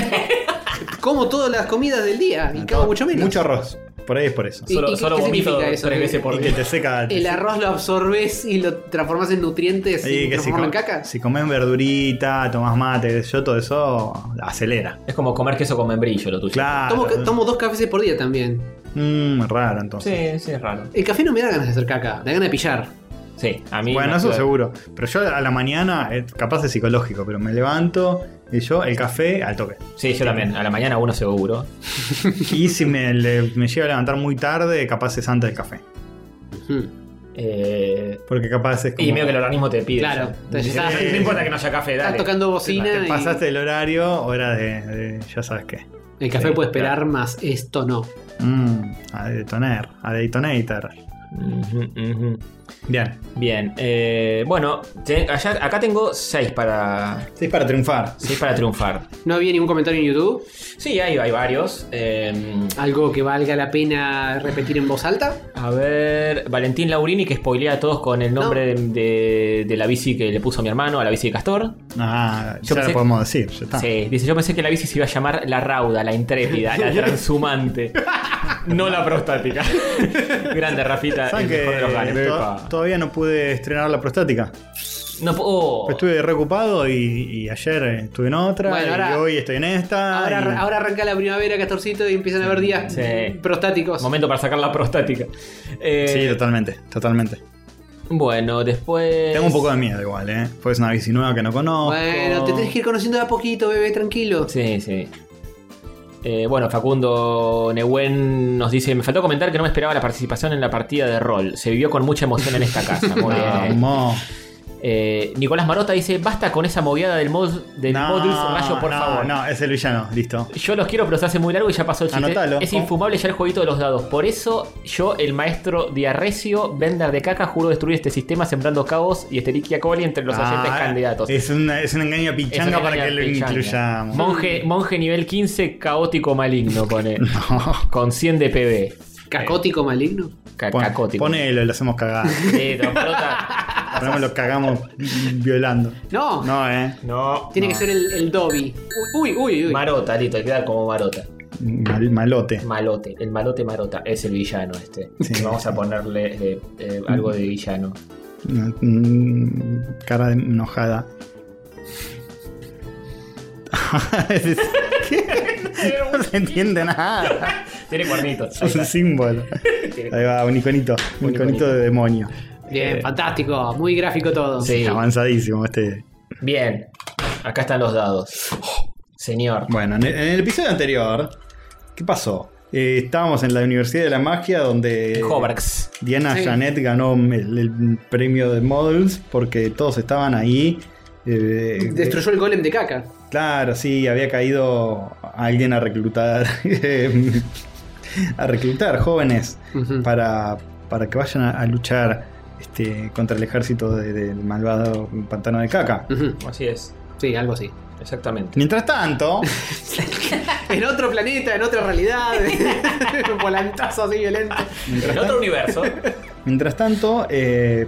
S1: Como todas las comidas del día y <laughs> cago mucho menos.
S2: Mucho arroz. Por ahí es por eso.
S1: ¿Y-
S3: Solo,
S1: qué-
S3: solo
S1: qué
S3: vomito
S1: significa
S3: tres
S1: eso?
S3: veces por
S2: Y que
S3: día.
S2: te seca.
S1: El arroz lo absorbes y lo transformas en nutrientes
S2: Sí,
S1: y
S2: que si,
S1: transformas en
S2: co-
S1: caca.
S2: si comes verdurita, tomás mate, qué sé yo todo eso acelera.
S3: Es como comer queso con membrillo lo tuyo.
S2: Claro.
S1: Tomo, ca- tomo dos cafés por día también.
S2: Mm, raro entonces.
S3: Sí, sí, es raro.
S1: El café no me da ganas de hacer caca, me da ganas de pillar.
S3: Sí, a mí.
S2: bueno,
S3: me
S2: eso
S3: activa-
S2: seguro. Pero yo a la mañana, eh, capaz es psicológico, pero me levanto y yo el café al toque.
S3: Sí, yo también. A la mañana uno seguro.
S2: Y si me, le- me llego a levantar muy tarde, capaz es antes del café.
S1: Ujú.
S3: Eh,
S2: Porque capaz es como.
S3: y medio que el organismo te pide.
S1: Claro,
S3: eso.
S1: entonces
S3: Dice,
S1: estás-
S3: "Eh, no importa que no haya café, dale.
S1: Estás tocando bocina
S2: te
S1: y
S2: pasaste el horario, hora de, de- ya sabes qué.
S1: el café
S3: Sí,
S1: puede esperar
S3: claro.
S1: más, esto no.
S2: Mm, a detonar, a detonator.
S3: Ujú, ujú.
S2: Bien.
S3: Bien, eh, bueno, te- allá- acá tengo seis para,
S2: Sí, es para triunfar.
S3: seis para triunfar.
S1: No había ningún comentario en YouTube,
S3: Sí, hay, hay varios. Eh,
S1: algo que valga la pena repetir en voz alta.
S3: a ver, Valentín Laurini que spoilea a todos con el nombre de, de la bici que le puso mi hermano, a la bici de Castor.
S2: Ah,
S3: Yo
S2: ya
S3: pensé-
S2: lo podemos decir, ya está.
S3: Sí, dice, yo pensé que la bici se iba a llamar la rauda, la
S2: <laughs>
S3: intrépida, la transhumante. no la prostática. Grande, Rafita.
S2: ¿Saben
S3: Ah, el mejor de los
S2: que
S3: ganes.
S2: to- todavía no pude estrenar la prostática?
S3: No, po- oh.
S2: Estuve reocupado y, y ayer eh, estuve en otra
S1: Bueno,
S2: y
S1: ahora-
S2: hoy estoy en esta.
S1: Ahora,
S2: y-
S1: ahora arranca la primavera, Castorcito, y empiezan a haber días
S3: Sí.
S1: prostáticos.
S3: Momento para sacar la prostática. Eh,
S2: Sí, totalmente, totalmente.
S3: Bueno, después.
S2: Tengo un poco de miedo igual, ¿eh? Pues es una bici nueva que no conozco.
S1: Bueno, te tenés que ir conociendo de a poquito, bebé, tranquilo.
S3: Sí, sí. Eh, bueno, Facundo Nehuen nos dice: Me faltó comentar que no me
S2: <laughs>
S3: eh, esperaba la participación en la partida de rol. Se vivió con mucha emoción en esta casa. Muy bien.
S2: Vamos.
S3: eh. Eh, Nicolás Marota dice, basta con esa moviada del, mod, del Modus Rayo, por
S2: no,
S3: favor.
S2: No, es el villano, listo.
S3: Yo los quiero, pero se hace muy largo y ya pasó el chiste.
S2: Anotalo.
S3: Es infumable ya el jueguito de los dados. Por eso, yo, el maestro Diarrecio, vender de caca, juro destruir este sistema sembrando caos y esteriquia coli entre los
S2: Ah,
S3: agentes candidatos.
S2: Es, una- es un engaño a
S3: Eso
S2: pichanga
S3: que
S2: para
S3: tenía
S2: que lo
S3: pichanga.
S2: incluyamos.
S3: Monje, monje nivel 15, caótico maligno, pone.
S2: <laughs> No.
S3: Con 100 de PB.
S1: Cacótico maligno.
S3: Ca-
S2: Pon-
S3: cacótico.
S2: Ponelo, lo hacemos cagar.
S3: Sí, no, pelota.
S2: Ponemos lo cagamos violando.
S1: No,
S2: No, eh.
S4: No.
S1: tiene
S2: no.
S1: que ser el, el Dobby. Uy, uy, uy. uy.
S3: Marota, listo, hay que dar como marota.
S2: Mal- malote.
S3: Malote, el malote marota es el villano este.
S2: Sí.
S3: Vamos a ponerle eh, eh, algo
S2: <laughs>
S3: de villano.
S2: Mm, Cara de enojada. <laughs> Es- No se entiende nada.
S3: Tiene cuernitos.
S2: <laughs>
S3: ahí
S2: Es un
S3: está.
S2: símbolo. Ahí va, un iconito. Un iconito de demonio.
S1: Bien,
S3: Eh,
S1: fantástico. Muy gráfico todo.
S3: Sí.
S2: Avanzadísimo este.
S3: Bien, acá están los dados. Señor,
S2: Bueno, en el, en el episodio anterior, ¿qué pasó? Eh, estábamos en la Universidad de la Magia
S3: eh,
S2: donde
S3: Hobarks.
S2: Diana
S1: Sí.
S2: Janet ganó el, el premio de Models porque todos estaban ahí. eh,
S1: Destruyó el golem de caca.
S2: Claro, sí, había caído alguien a reclutar. <laughs> eh, a reclutar jóvenes
S1: Ujú.
S2: para, para que vayan a, a luchar este, contra el ejército de- del malvado pantano de caca.
S1: Ujú.
S3: Así es,
S1: Sí, algo así. <laughs>
S3: exactamente.
S2: Mientras tanto,
S1: En otro planeta, en otra realidad. <laughs> Un volantazo así violento.
S2: <laughs>
S3: En otro universo,
S2: mientras tanto eh,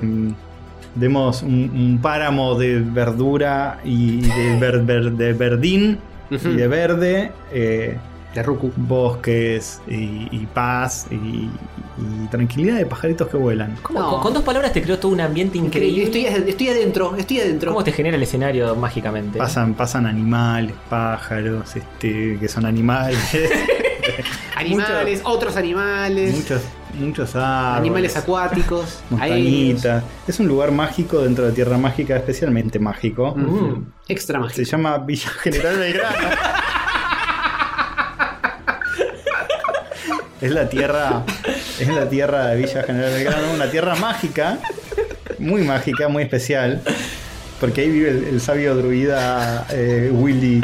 S2: vemos un, un páramo de verdura y de, ver- ver- de verdín y de verde. eh,
S1: De Ruku.
S2: bosques y, y paz y, y tranquilidad de pajaritos que vuelan.
S3: ¿Cómo-
S1: No.
S3: con, con dos palabras te creó todo un ambiente
S1: Increíble.
S3: increíble.
S1: Estoy, estoy adentro, estoy adentro.
S3: ¿Cómo te genera el escenario mágicamente?
S2: Pasan, pasan animales, pájaros, este, que son animales,
S1: Animales, otros animales.
S2: muchos, muchos árboles,
S1: Animales
S3: <laughs>
S1: acuáticos. aéreos,
S2: montañitas. Es un lugar mágico dentro de Tierra Mágica, especialmente mágico.
S3: Mm.
S1: Extra
S2: Se
S1: mágico.
S2: llama Villa General Belgrano. es la tierra. Es la tierra de Villa General Belgrano, una tierra mágica, muy mágica, muy especial. Porque ahí vive el, el sabio druida eh, Willy.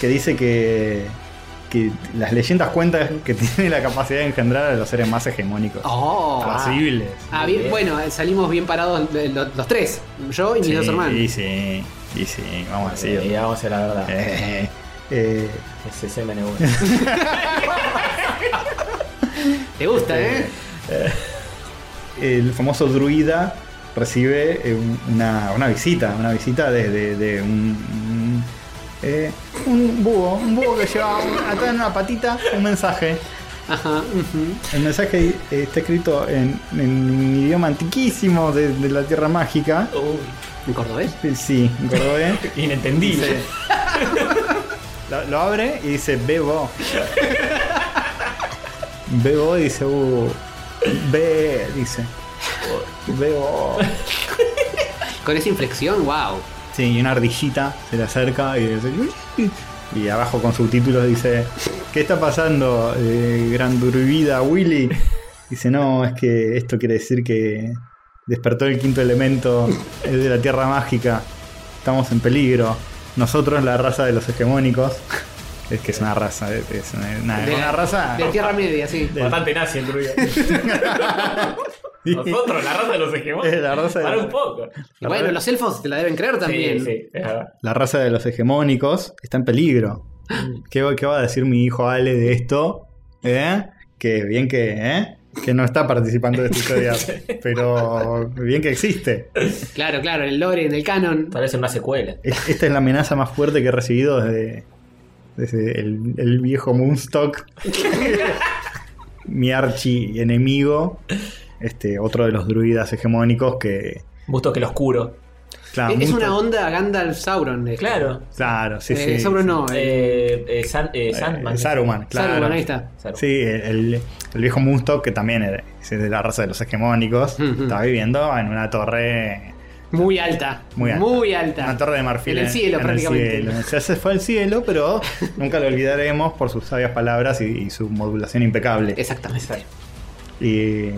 S2: Que dice que. que las leyendas cuentan que tiene la capacidad de engendrar a los seres más hegemónicos
S1: Oh.
S2: posibles.
S1: Ah, bien,
S3: Bien.
S1: bueno, salimos bien parados eh, lo- los, tres. Yo y mis dos hermanos.
S2: sí, Este, sí, sí, sí, vamos a
S3: Sí,
S2: decirlo.
S3: vamos a la verdad.
S2: Eh, eh,
S3: Ese semen es bueno.
S2: <laughs>
S1: Te gusta, ¿eh?
S2: este. el famoso druida recibe eh, un- una, una visita, una visita de, de- de un, un, eh, un búho, un búho que lleva un- atrás en una patita un mensaje.
S1: Ajá. ujú.
S2: El mensaje eh, está escrito en, en un idioma antiquísimo de, de la Tierra Mágica.
S1: ¿En cordobés?
S2: Eh, Sí, en cordobés.
S3: Inentendible.
S2: Dice- lo, lo abre y dice, bebo. Bebo y dice, uh, ve, dice. Bebo.
S1: Con esa inflexión, wow.
S2: Sí, y una ardillita se le acerca y dice. "Uy". Y abajo con subtítulos dice: ¿Qué está pasando, eh, gran druida Willy? Dice: No, es que esto quiere decir que despertó el quinto elemento es de la tierra mágica. Estamos en peligro. Nosotros, la raza de los hegemónicos, <laughs> es que es una raza, es una, una-
S1: De-
S2: una raza. <laughs>
S1: De Tierra Media, sí.
S3: Bastante nazi el druida. Nosotros, la raza de los hegemónicos.
S2: Es la raza de
S3: Para
S2: los-
S3: un poco.
S1: Y bueno, los elfos te la deben creer también.
S3: Sí, sí, es verdad.
S2: la raza de los hegemónicos está en peligro.
S1: Mm.
S2: ¿Qué, va- qué va a decir mi hijo Ale de esto? ¿Eh? Que bien que, ¿eh? que no está participando de esta
S1: <laughs>
S2: historia, pero bien que existe.
S1: Claro, claro, en el lore, en el canon.
S3: Parece una secuela.
S2: Es- Esta es la amenaza más fuerte que he recibido desde, desde el, el viejo
S1: <laughs>
S2: Moonstock, mi archi enemigo, este, otro de los druidas hegemónicos que...
S3: Gusto que el oscuro. Eh,
S2: Claro,
S1: Eh, es es
S2: Moonstock-
S1: una onda Gandalf Sauron. esto.
S3: Claro.
S2: Claro, sí,
S1: Eh,
S2: sí.
S1: Sauron no, eh,
S3: Eh, eh, San- eh,
S2: Eh,
S3: Sandman.
S2: Saruman, claro.
S1: Sauron, ahí está.
S3: Saruman.
S2: Sí, el, el- el viejo Moonstock, que también era- es de la raza de los hegemónicos,
S1: Ujú.
S2: estaba viviendo en una torre.
S1: Muy alta.
S2: Muy alta. Una torre de marfil.
S1: En el cielo, prácticamente.
S2: cielo. Se hace- fue al cielo, pero nunca lo olvidaremos por sus sabias palabras y, y su modulación impecable.
S1: Exactamente.
S2: Y, y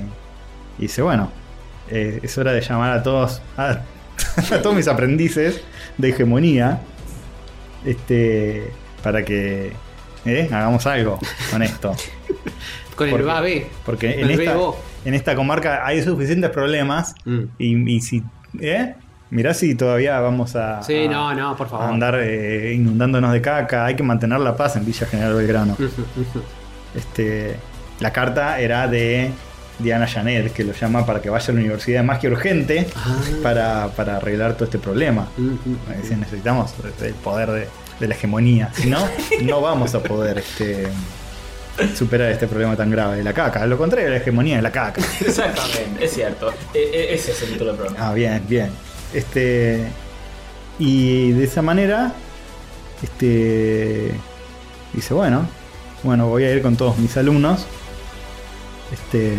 S2: dice, bueno, eh, es hora de llamar a todos, a, <laughs> a todos mis aprendices de hegemonía, este, para que eh, hagamos algo con esto.
S1: Con el
S2: Porque-
S1: va B.
S2: Porque
S1: Con
S2: en
S1: el B
S2: esta,
S1: vos.
S2: en esta comarca hay suficientes problemas
S1: Mm.
S2: y, y si... ¿eh? Mirá si todavía vamos a...
S1: Sí,
S2: a-
S1: no, no, por
S2: a
S1: favor.
S2: andar eh, inundándonos de caca, hay que mantener la paz en Villa General Belgrano.
S1: Ujú, ujú.
S2: Este, la carta era de Diana Janel, que lo llama para que vaya a la universidad de magia urgente
S1: Ah.
S2: para, para arreglar todo este problema.
S1: Ujú.
S2: Dice, necesitamos este, el poder de, de la hegemonía, si no, no vamos a poder este, superar este problema tan grave de la caca. Lo contrario de la hegemonía es la caca.
S3: <laughs> Exactamente, es cierto. E- e- ese es el título del programa.
S2: Ah, bien, bien. Este. Y de esa manera. Este. Dice, bueno. Bueno, voy a ir con todos mis alumnos. Este.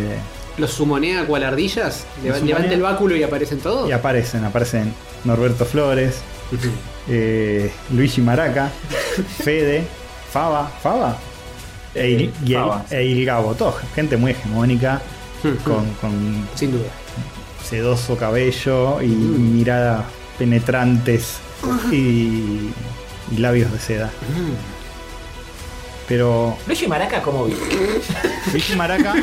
S1: ¿Los sumonea cual ardillas? Leva-
S2: Los
S1: ¿Levanta
S2: sumonea.
S1: el báculo y aparecen todos?
S2: Y aparecen, aparecen Norberto Flores,
S1: Ujú.
S2: eh, Luigi Maraca, Fede, Faba, Faba. E, Il- y el-
S4: Fava, sí.
S2: e Il Gabo, todos gente muy hegemónica,
S1: Ujú.
S2: con, con
S1: Sin duda.
S2: sedoso cabello y miradas penetrantes y, y labios de seda. Pero
S3: Luigi Maraca,
S2: <laughs>
S3: ¿cómo vi?
S2: Luigi Maraca,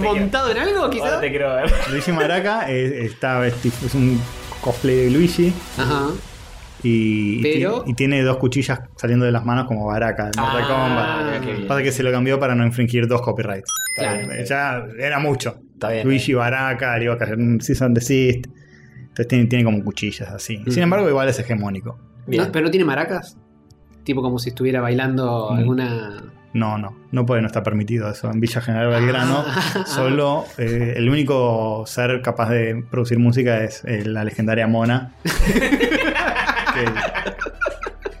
S1: ¿Montado en algo, quizás?
S3: te quiero ver.
S2: Luigi Maraca es, está vesti- es un cosplay de Luigi
S1: Ajá.
S2: y, y
S1: Pero- Ah,
S2: ti- y tiene dos cuchillas saliendo de las manos como baraca de Mortal Kombat.
S3: qué bien.
S2: Pasa que se lo cambió para no infringir dos copyrights.
S3: Está bien,
S2: Eh, ya era mucho.
S3: Está bien.
S2: Luigi Baraca, le iba a caer un cease and desist. Entonces tiene, tiene como cuchillas así. Sin embargo, igual es hegemónico.
S3: Bien.
S1: No, ¿Pero no tiene maracas? Tipo como si estuviera bailando
S2: Mm.
S1: alguna...
S2: No, no, no puede no estar permitido eso. En Villa General Belgrano,
S1: Ah.
S2: solo eh, el único ser capaz de producir música es eh, la
S1: <laughs>
S2: legendaria Mona. que.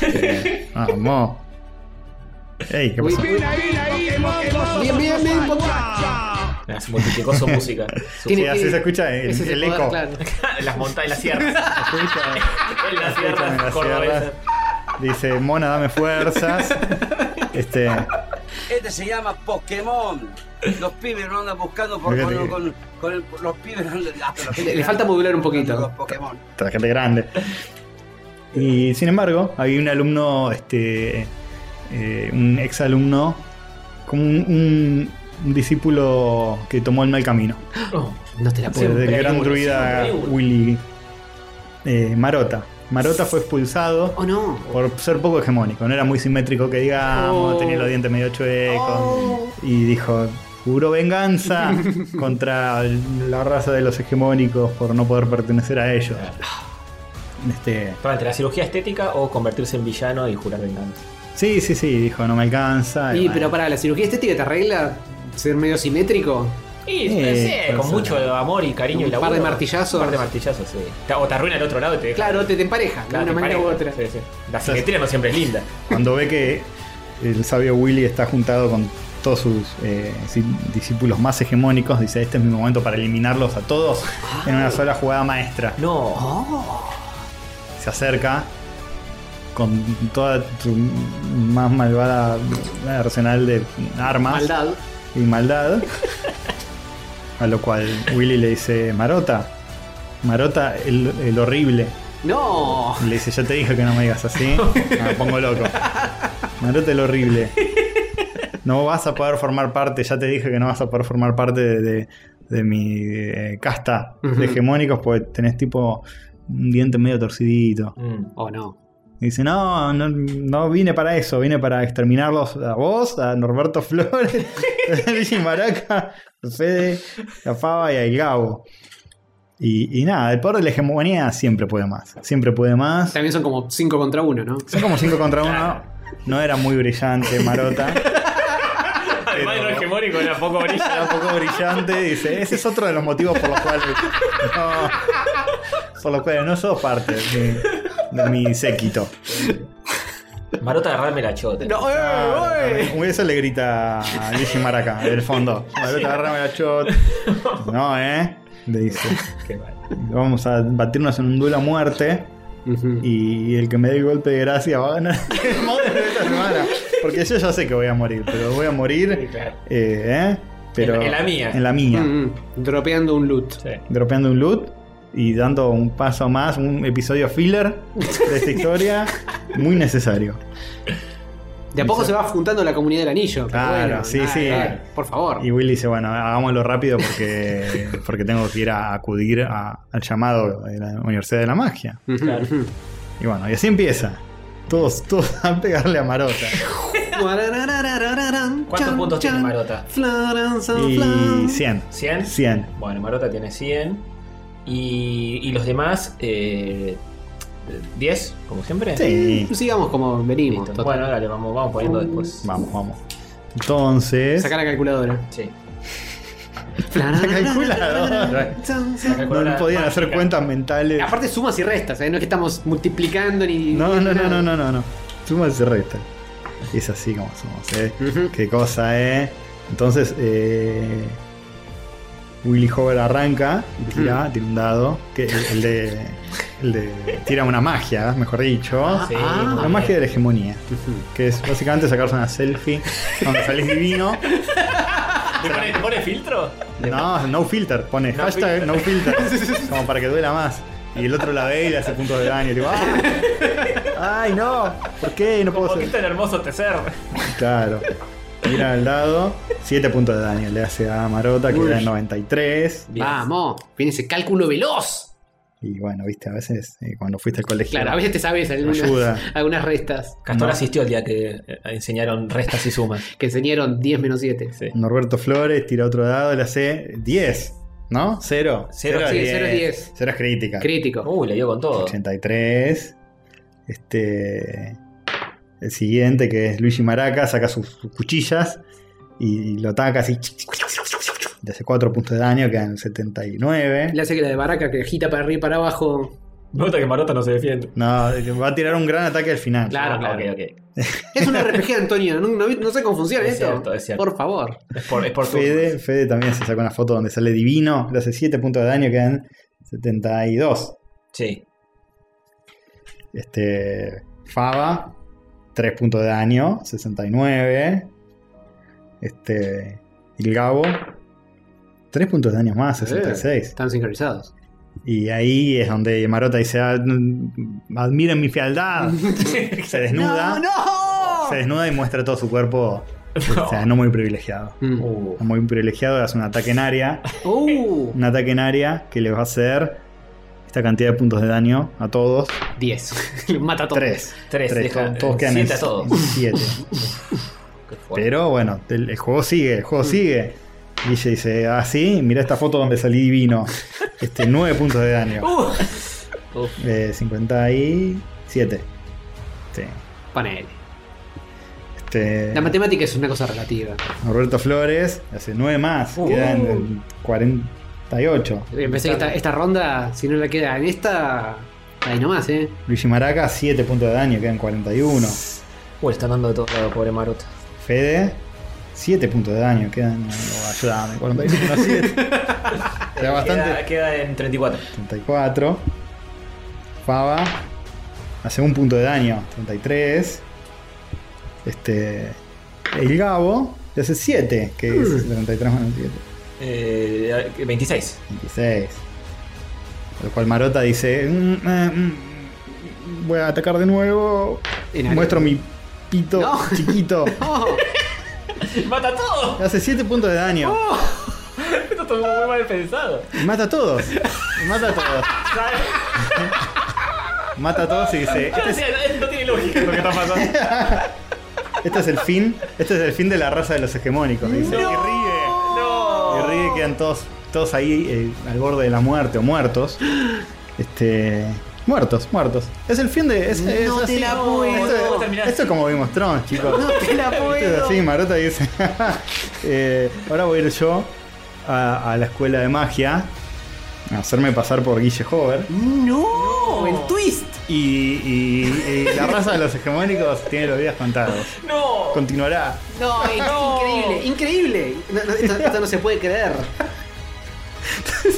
S2: que- que- vamos. Ey, ¿qué pasó?
S1: Bien, bien, bien,
S3: Las multiplicó su música.
S1: <laughs>
S3: Su-
S1: Tiene-
S2: Sí, así se escucha el,
S1: Ese es
S2: el
S1: poder,
S2: eco.
S1: claro.
S3: las montañas, las <laughs> sierras.
S2: Se escucha-
S3: En las
S2: se escucha en
S3: sierras
S2: las sierras.
S3: cordobesas.
S2: Dice, Mona, dame fuerzas. Este.
S5: Este se llama Pokémon. Los pibes no andan buscando por
S2: Fíjate
S5: con,
S2: que-
S5: con, con el- los pibes no andan- hasta los
S1: Le,
S5: pibes
S1: le falta modular un
S5: andan
S1: poquito.
S5: buscando Los Pokémon.
S2: la gente grande. Y sin embargo, había un alumno, este, eh, un ex alumno, como un, un- un discípulo que tomó el mal camino.
S3: No.
S1: No te la
S2: Del
S1: puedo.
S3: Siempre hay
S2: gran
S3: uno,
S2: druida
S3: siempre hay uno.
S2: Willy eh, Marota. Marota fue expulsado
S1: Oh, no.
S2: por ser poco hegemónico. No era muy simétrico que digamos,
S1: Oh.
S2: tenía los dientes medio chuecos. Y dijo,
S1: <laughs>
S2: juro venganza contra la raza de los hegemónicos por no poder pertenecer a ellos. Este,
S3: Estaba entre la cirugía estética o convertirse en villano y jurar venganza.
S2: Sí, sí, sí, dijo, no me alcanza.
S1: Y,
S2: bueno.
S1: pero para la cirugía estética te arregla ser medio simétrico.
S3: Y
S2: Eh,
S3: sí, con
S2: pues,
S3: mucho amor y cariño y
S1: un par
S3: laburo.
S1: de martillazos.
S3: Un par de martillazos, sí. Te- O te arruina el otro lado y te deja.
S1: Claro, te, te empareja
S3: Claro,
S1: de
S3: te
S1: una manera u
S3: pareja.
S1: otra.
S3: Sí, sí. La simetría no siempre es linda.
S2: Cuando ve que el sabio Willy está juntado con todos sus eh, si- discípulos más hegemónicos, dice, este es mi momento para eliminarlos a todos en
S1: Ah.
S2: una sola jugada maestra.
S3: No.
S1: Oh,
S2: Se acerca con toda su más malvada arsenal de armas
S1: maldad.
S2: y
S1: <laughs>
S2: maldad. A lo cual Willy le dice, Marota, Marota el- el horrible.
S1: No.
S2: Le dice, yo te dije que no me
S1: <laughs>
S2: digas así. Ah, Me pongo loco. Marote lo horrible. No vas a poder formar parte, ya te dije que no vas a poder formar parte de, de- de mi eh, casta
S1: Ujú.
S2: de hegemónicos porque tenés tipo un diente medio torcidito.
S3: <laughs> Mm.
S1: Oh, no.
S2: Y dice, no, no, no vine para eso, vine para exterminarlos a vos, a Norberto <laughs> Flores, a Luigi Maraca, a Fede, a Faba y a El Gabo. Y, y nada, el poder de la hegemonía siempre puede más. Siempre puede más.
S1: También son como 5 contra 1, ¿no?
S2: Son como 5 contra 1. No era muy brillante, Marota.
S3: Además de no hegemónico, era poco <laughs> brillante.
S2: Era un poco brillante. Dice, ese es otro de los motivos por los cuales. No, por los cuales no sos parte de, mi- de mi séquito.
S3: Marota, agarrarme la chota.
S1: No, eh, eh.
S2: Uy, Eso le grita a Luigi Maraca del
S3: <laughs>
S2: fondo. Marota, agarrame la shot. No, ¿eh? Le dice.
S3: <laughs> Qué mal.
S2: Vamos a batirnos en un duelo a muerte.
S1: Ujú.
S2: Y el que me dé el golpe de gracia va a ganar
S3: <laughs>
S2: el modelo de esta semana. Porque yo ya sé que voy a morir, pero voy a morir.
S3: claro.
S2: eh, ¿eh? Pero
S3: En- en la mía.
S2: En la mía.
S1: Mm, mm. dropeando un loot.
S3: Sí.
S2: Dropeando un loot y dando un paso más, un episodio filler de esta historia. Muy necesario.
S1: De a poco se va juntando la comunidad del anillo. pero
S2: Claro,
S1: bueno,
S2: sí,
S1: nada,
S2: sí.
S1: nada, por favor.
S2: Y Will dice, bueno, hagámoslo rápido porque, <laughs> porque tengo que ir a acudir a- al llamado de la Universidad de la Magia.
S1: Ujú, ujú.
S2: Y bueno, y así empieza. Todos, todos <laughs> a pegarle a Marota.
S3: ¿Cuántos
S1: Chan,
S3: puntos tiene
S1: chan,
S3: Marota?
S1: flaran, san,
S2: Y
S1: flan.
S2: 100.
S3: ¿100?
S2: 100.
S3: Bueno, Marota tiene 100. Y, y los demás, eh, 10, como siempre.
S2: Sí.
S1: Sigamos como venimos.
S3: Listo.
S1: total.
S3: Bueno, dale, vamos, vamos poniendo después.
S2: Vamos, vamos. Entonces...
S1: Saca la calculadora.
S3: Sí.
S1: Flaran,
S2: La calculadora.
S1: flaran, san,
S3: La
S1: san.
S2: No
S3: calculadora
S2: podían hacer
S3: mágica.
S2: cuentas mentales.
S1: Aparte sumas y restas, ¿eh? no es que estamos multiplicando ni...
S2: No,
S1: ni
S2: no, no,
S1: nada.
S2: no, no, no, no. Sumas y restas. Es así como somos, ¿eh?
S1: Ujú.
S2: Qué cosa, ¿eh? Entonces, eh, Willy Hover arranca y tira,
S1: Mm.
S2: tira un dado. Que el, el de, el de- Tira una magia, mejor dicho.
S3: Sí,
S1: Ah,
S3: muy
S2: La
S3: bien.
S2: magia de la hegemonía. Que es básicamente sacarse una selfie cuando
S1: <laughs>
S2: salís divino.
S3: ¿Te pone, te pone filtro?
S2: No, no filter, pone
S3: No
S2: hashtag
S1: <laughs>
S2: no filter. Como para que duela más. Y el otro la ve y le hace puntos de daño. y digo, ¡ah! ¡Ay, no! ¿Por qué? No puedo
S3: Un
S2: ser.
S3: poquito el hermoso tecer.
S1: <laughs>
S2: Claro. Mira al dado. 7 puntos de daño le hace a Marota, que
S1: Uy.
S2: era el 93.
S3: Bien.
S1: Vamos, viene ese cálculo veloz.
S2: Y bueno, viste, a veces eh, cuando fuiste al colegio.
S1: Claro, a veces te sabes algunas,
S2: Ayuda.
S1: <laughs> algunas restas
S3: Castor
S2: No.
S3: asistió el día que eh, enseñaron restas y sumas.
S1: que enseñaron 10 menos 7.
S3: Sí.
S2: Norberto Flores tira otro dado, le hace 10. ¿No? 0.
S3: Cero,
S1: sí, cero es 10.
S2: es crítica.
S1: Crítico.
S3: <laughs> Uy, le dio con todo.
S2: 83. Este. El siguiente, que es Luigi Maraca, saca sus, sus cuchillas y lo ataca así. Le hace 4 puntos de daño, quedan 79.
S1: Le hace que la de Baraca que agita para arriba y para abajo.
S3: Nota que Marota no se defiende.
S2: No, va a tirar un gran ataque al final.
S1: Claro, claro.
S3: Ah, Ok, ok.
S1: Es un RPG, Antonio. No, no- no sé cómo funciona
S3: Es
S1: esto.
S3: cierto, es cierto.
S1: Por favor.
S3: Es por, es por turnos.
S2: Fede, Fede también se saca una foto donde sale divino, le hace 7 puntos de daño, quedan 72.
S3: Sí.
S2: Este, Fava, 3 puntos de daño, 69. Este, el Gabo, 3 puntos de daño más, 66.
S1: Están sincronizados.
S2: Y ahí es donde Marota dice, "Ah, mm, admiren mi <laughs> fealdad. se desnuda,
S1: ¡No!
S2: se desnuda y muestra todo su cuerpo. O sea, no muy privilegiado.
S1: Mm.
S3: Uh,
S2: No muy privilegiado, hace un ataque en área.
S1: Uh,
S2: un ataque en área que les va a hacer esta cantidad de puntos de daño a todos.
S1: 10. <laughs> Lo Mata a todos.
S2: Tres.
S3: tres,
S2: Tres,
S3: deja-
S2: to- todos quedan
S3: siete
S2: en,
S3: a todos.
S2: en <laughs> siete.
S3: Qué fuerte.
S2: Pero bueno, el, el juego sigue, el
S3: Mm.
S2: juego sigue. Guille dice, ah, sí, mira esta foto donde salí
S3: <laughs>
S2: divino. Este, 9 puntos de daño.
S3: Uh.
S2: Eh, 57. Sí.
S1: Panel.
S3: Eh.
S2: Este,
S1: La matemática es una cosa relativa.
S2: Roberto Flores hace 9 más.
S3: Uh.
S2: Quedan en 48.
S1: Empecé que esta, esta ronda, si no la queda en esta, ahí nomás, ¿eh?
S2: Luigi Maraca, 7 puntos de daño, quedan 41.
S3: Uy, están dando de todo lado, pobre Marota.
S2: Fede, 7 puntos de daño. Quedan. oh, ayúdame, 41,
S3: <laughs>
S2: 7. Era
S3: Queda,
S2: bastante.
S3: queda en 34.
S2: 34. Fava, hace un punto de daño. 33. Este. El Gabo, le hace 7, que
S3: Mm.
S2: es 33 menos 7.
S3: Eh, 26.
S2: 26. Lo cual Marota dice: "Mm, eh, mm, Voy a atacar de nuevo.
S1: En área.
S2: Muestro mi pito
S1: No.
S3: <laughs>
S2: chiquito.
S1: <laughs> ¡Oh!
S3: ¡Mata a todos!
S2: Le hace 7 puntos de daño.
S3: Oh. <laughs> Esto está muy mal pensado.
S2: Y Mata a todos. Y Mata a todos.
S3: ¿Sabes?
S2: Mata a todos y dice,
S3: Yo
S2: este es,
S3: decía, no tiene lógica lo que está pasando. <laughs>
S2: este es el fin, este es el fin de la raza de los hegemónicos. Dice, y ríe.
S3: No.
S2: Y ríe, quedan todos, todos ahí eh, al borde de la muerte o muertos. Este. Muertos, muertos. Es el fin de. Es, es
S1: No te
S2: así.
S1: la
S2: No,
S1: puedo.
S2: Esto,
S3: ¿Cómo terminás?
S2: esto es como vimos Tron, chicos.
S1: ¡No te la
S2: Esto es
S1: puedo!
S2: así, Marota dice. <laughs> eh, ahora voy a ir yo a, a la escuela de magia. A hacerme pasar por Guille Hover.
S1: ¡No! ¡El twist!
S2: Y, y- y la raza de los hegemónicos tiene los días contados.
S3: No.
S2: Continuará.
S1: No, es increíble, increíble. No, no, esto, esto no se puede creer.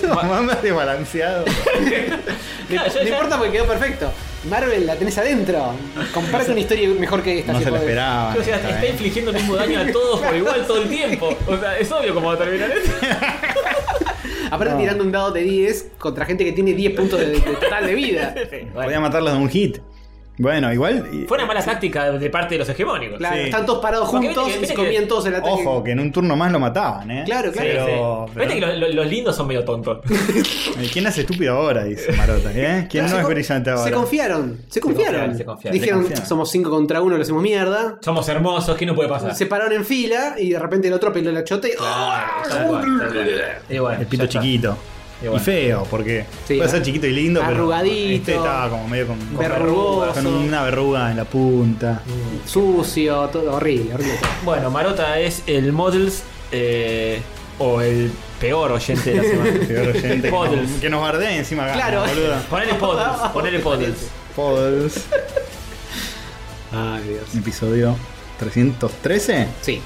S2: Mamá me ha desbalanceado.
S1: No,
S3: Claro, yo
S1: no
S3: ya-
S1: importa porque quedó perfecto. Marvel la tenés adentro. Comparte una historia mejor que esta.
S2: No
S1: si
S2: se lo
S1: podés.
S2: esperaba.
S3: O sea,
S2: está
S3: está
S2: bien.
S3: infligiendo el mismo daño a todos por igual todo el tiempo. O sea, es obvio cómo va a terminar esto.
S1: Aparte tirando un dado de 10 contra gente que tiene 10 puntos de, de total de
S2: <laughs>
S1: vida.
S2: Podía matarlos de un hit. Bueno, igual. y-
S3: Fue una mala táctica de parte de los hegemónicos.
S1: Claro,
S2: Sí.
S1: están todos parados
S3: Porque
S1: juntos
S3: viste que-
S1: y se
S3: viste que-
S1: comían todos el ataque.
S2: Ojo, que en un turno más lo mataban, ¿eh?
S1: Claro,
S3: Sí,
S1: claro.
S3: sí.
S2: Pero-
S3: Viste que lo- lo- los lindos son medio tontos.
S2: Eh, ¿Quién hace estúpido ahora? Dice Marota, ¿eh? ¿Quién
S1: Se
S2: no es
S1: con-
S2: brillante ahora?
S1: Se confiaron, se confiaron.
S3: se confiaron,
S1: Dijeron,
S2: se confiaron.
S1: somos 5 contra 1, lo hacemos mierda.
S3: Somos hermosos, ¿qué no puede pasar?
S1: Se pararon en fila y de repente el otro peló la chota y. ¡Ah!
S3: Tal cual, tal cual. Y bueno,
S2: El pito
S3: ya está.
S2: chiquito.
S3: Y
S2: Y,
S3: bueno.
S2: feo, porque
S1: Sí,
S2: puede
S1: a-
S2: ser chiquito y lindo, pero
S1: arrugadito,
S2: Este estaba como medio con, con,
S1: verrugoso.
S2: con una verruga en la punta.
S1: Sucio, todo horrible, horrible. todo.
S3: Bueno, Marota es el Models eh, o el peor oyente de la semana.
S2: <laughs> Peor oyente que,
S3: Podels.
S2: nos- que nos bardee encima. gana,
S1: Claro.
S2: boludo.
S3: Ponele Podels, ponele Podels.
S2: Podels.
S1: Ay, Dios.
S2: Episodio 313.
S1: Sí.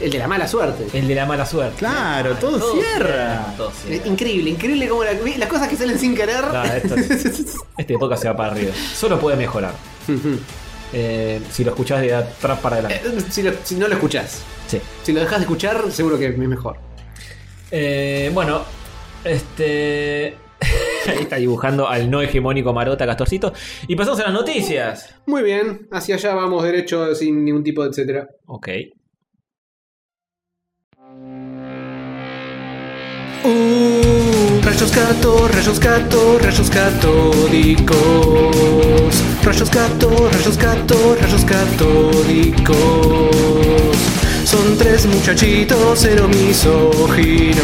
S1: El de la mala suerte.
S3: El de la mala suerte.
S2: Claro, todo,
S3: Todo
S2: cierra.
S3: todo
S1: Eh,
S3: cierra.
S1: Increíble, increíble como la- las cosas que salen sin querer. <laughs>
S3: No, esto es- este podcast se va para arriba. Solo puede mejorar. Eh, si lo escuchás de atrás para adelante.
S1: Eh, si, lo- si no lo escuchás.
S3: Sí.
S1: Si lo dejas de escuchar, seguro que es mejor.
S3: Eh, bueno, este. <laughs> Ahí está dibujando al no hegemónico Marota Castorcito. Y pasamos a las noticias.
S1: Muy bien, hacia allá vamos derecho sin ningún tipo de etcétera.
S3: Ok.
S1: Uh, rayos gato, rayos gato, rayos catódicos. Rayos gato, rayos gato, rayos catódicos. Son tres muchachitos cero misóginos.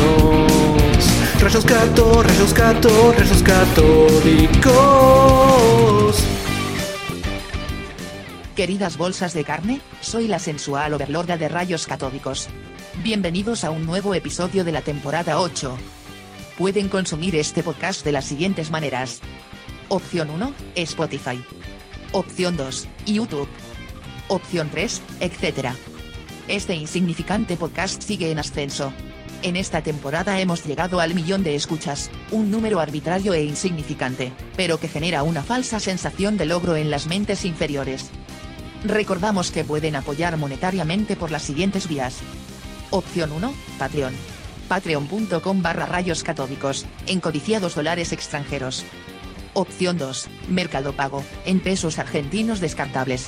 S1: Rayos gato, rayos gato, rayos catódicos.
S6: Queridas bolsas de carne, soy la sensual overlorda de rayos catódicos. Bienvenidos a un nuevo episodio de la temporada 8. Pueden consumir este podcast de las siguientes maneras. Opción 1, Spotify. Opción 2, YouTube. Opción 3, etc. Este insignificante podcast sigue en ascenso. En esta temporada hemos llegado al millón de escuchas, un número arbitrario e insignificante, pero que genera una falsa sensación de logro en las mentes inferiores. Recordamos que pueden apoyar monetariamente por las siguientes vías. Opción 1, Patreon. Patreon.com barra rayos catódicos, en codiciados dólares extranjeros. Opción 2, Mercado Pago, en pesos argentinos descartables.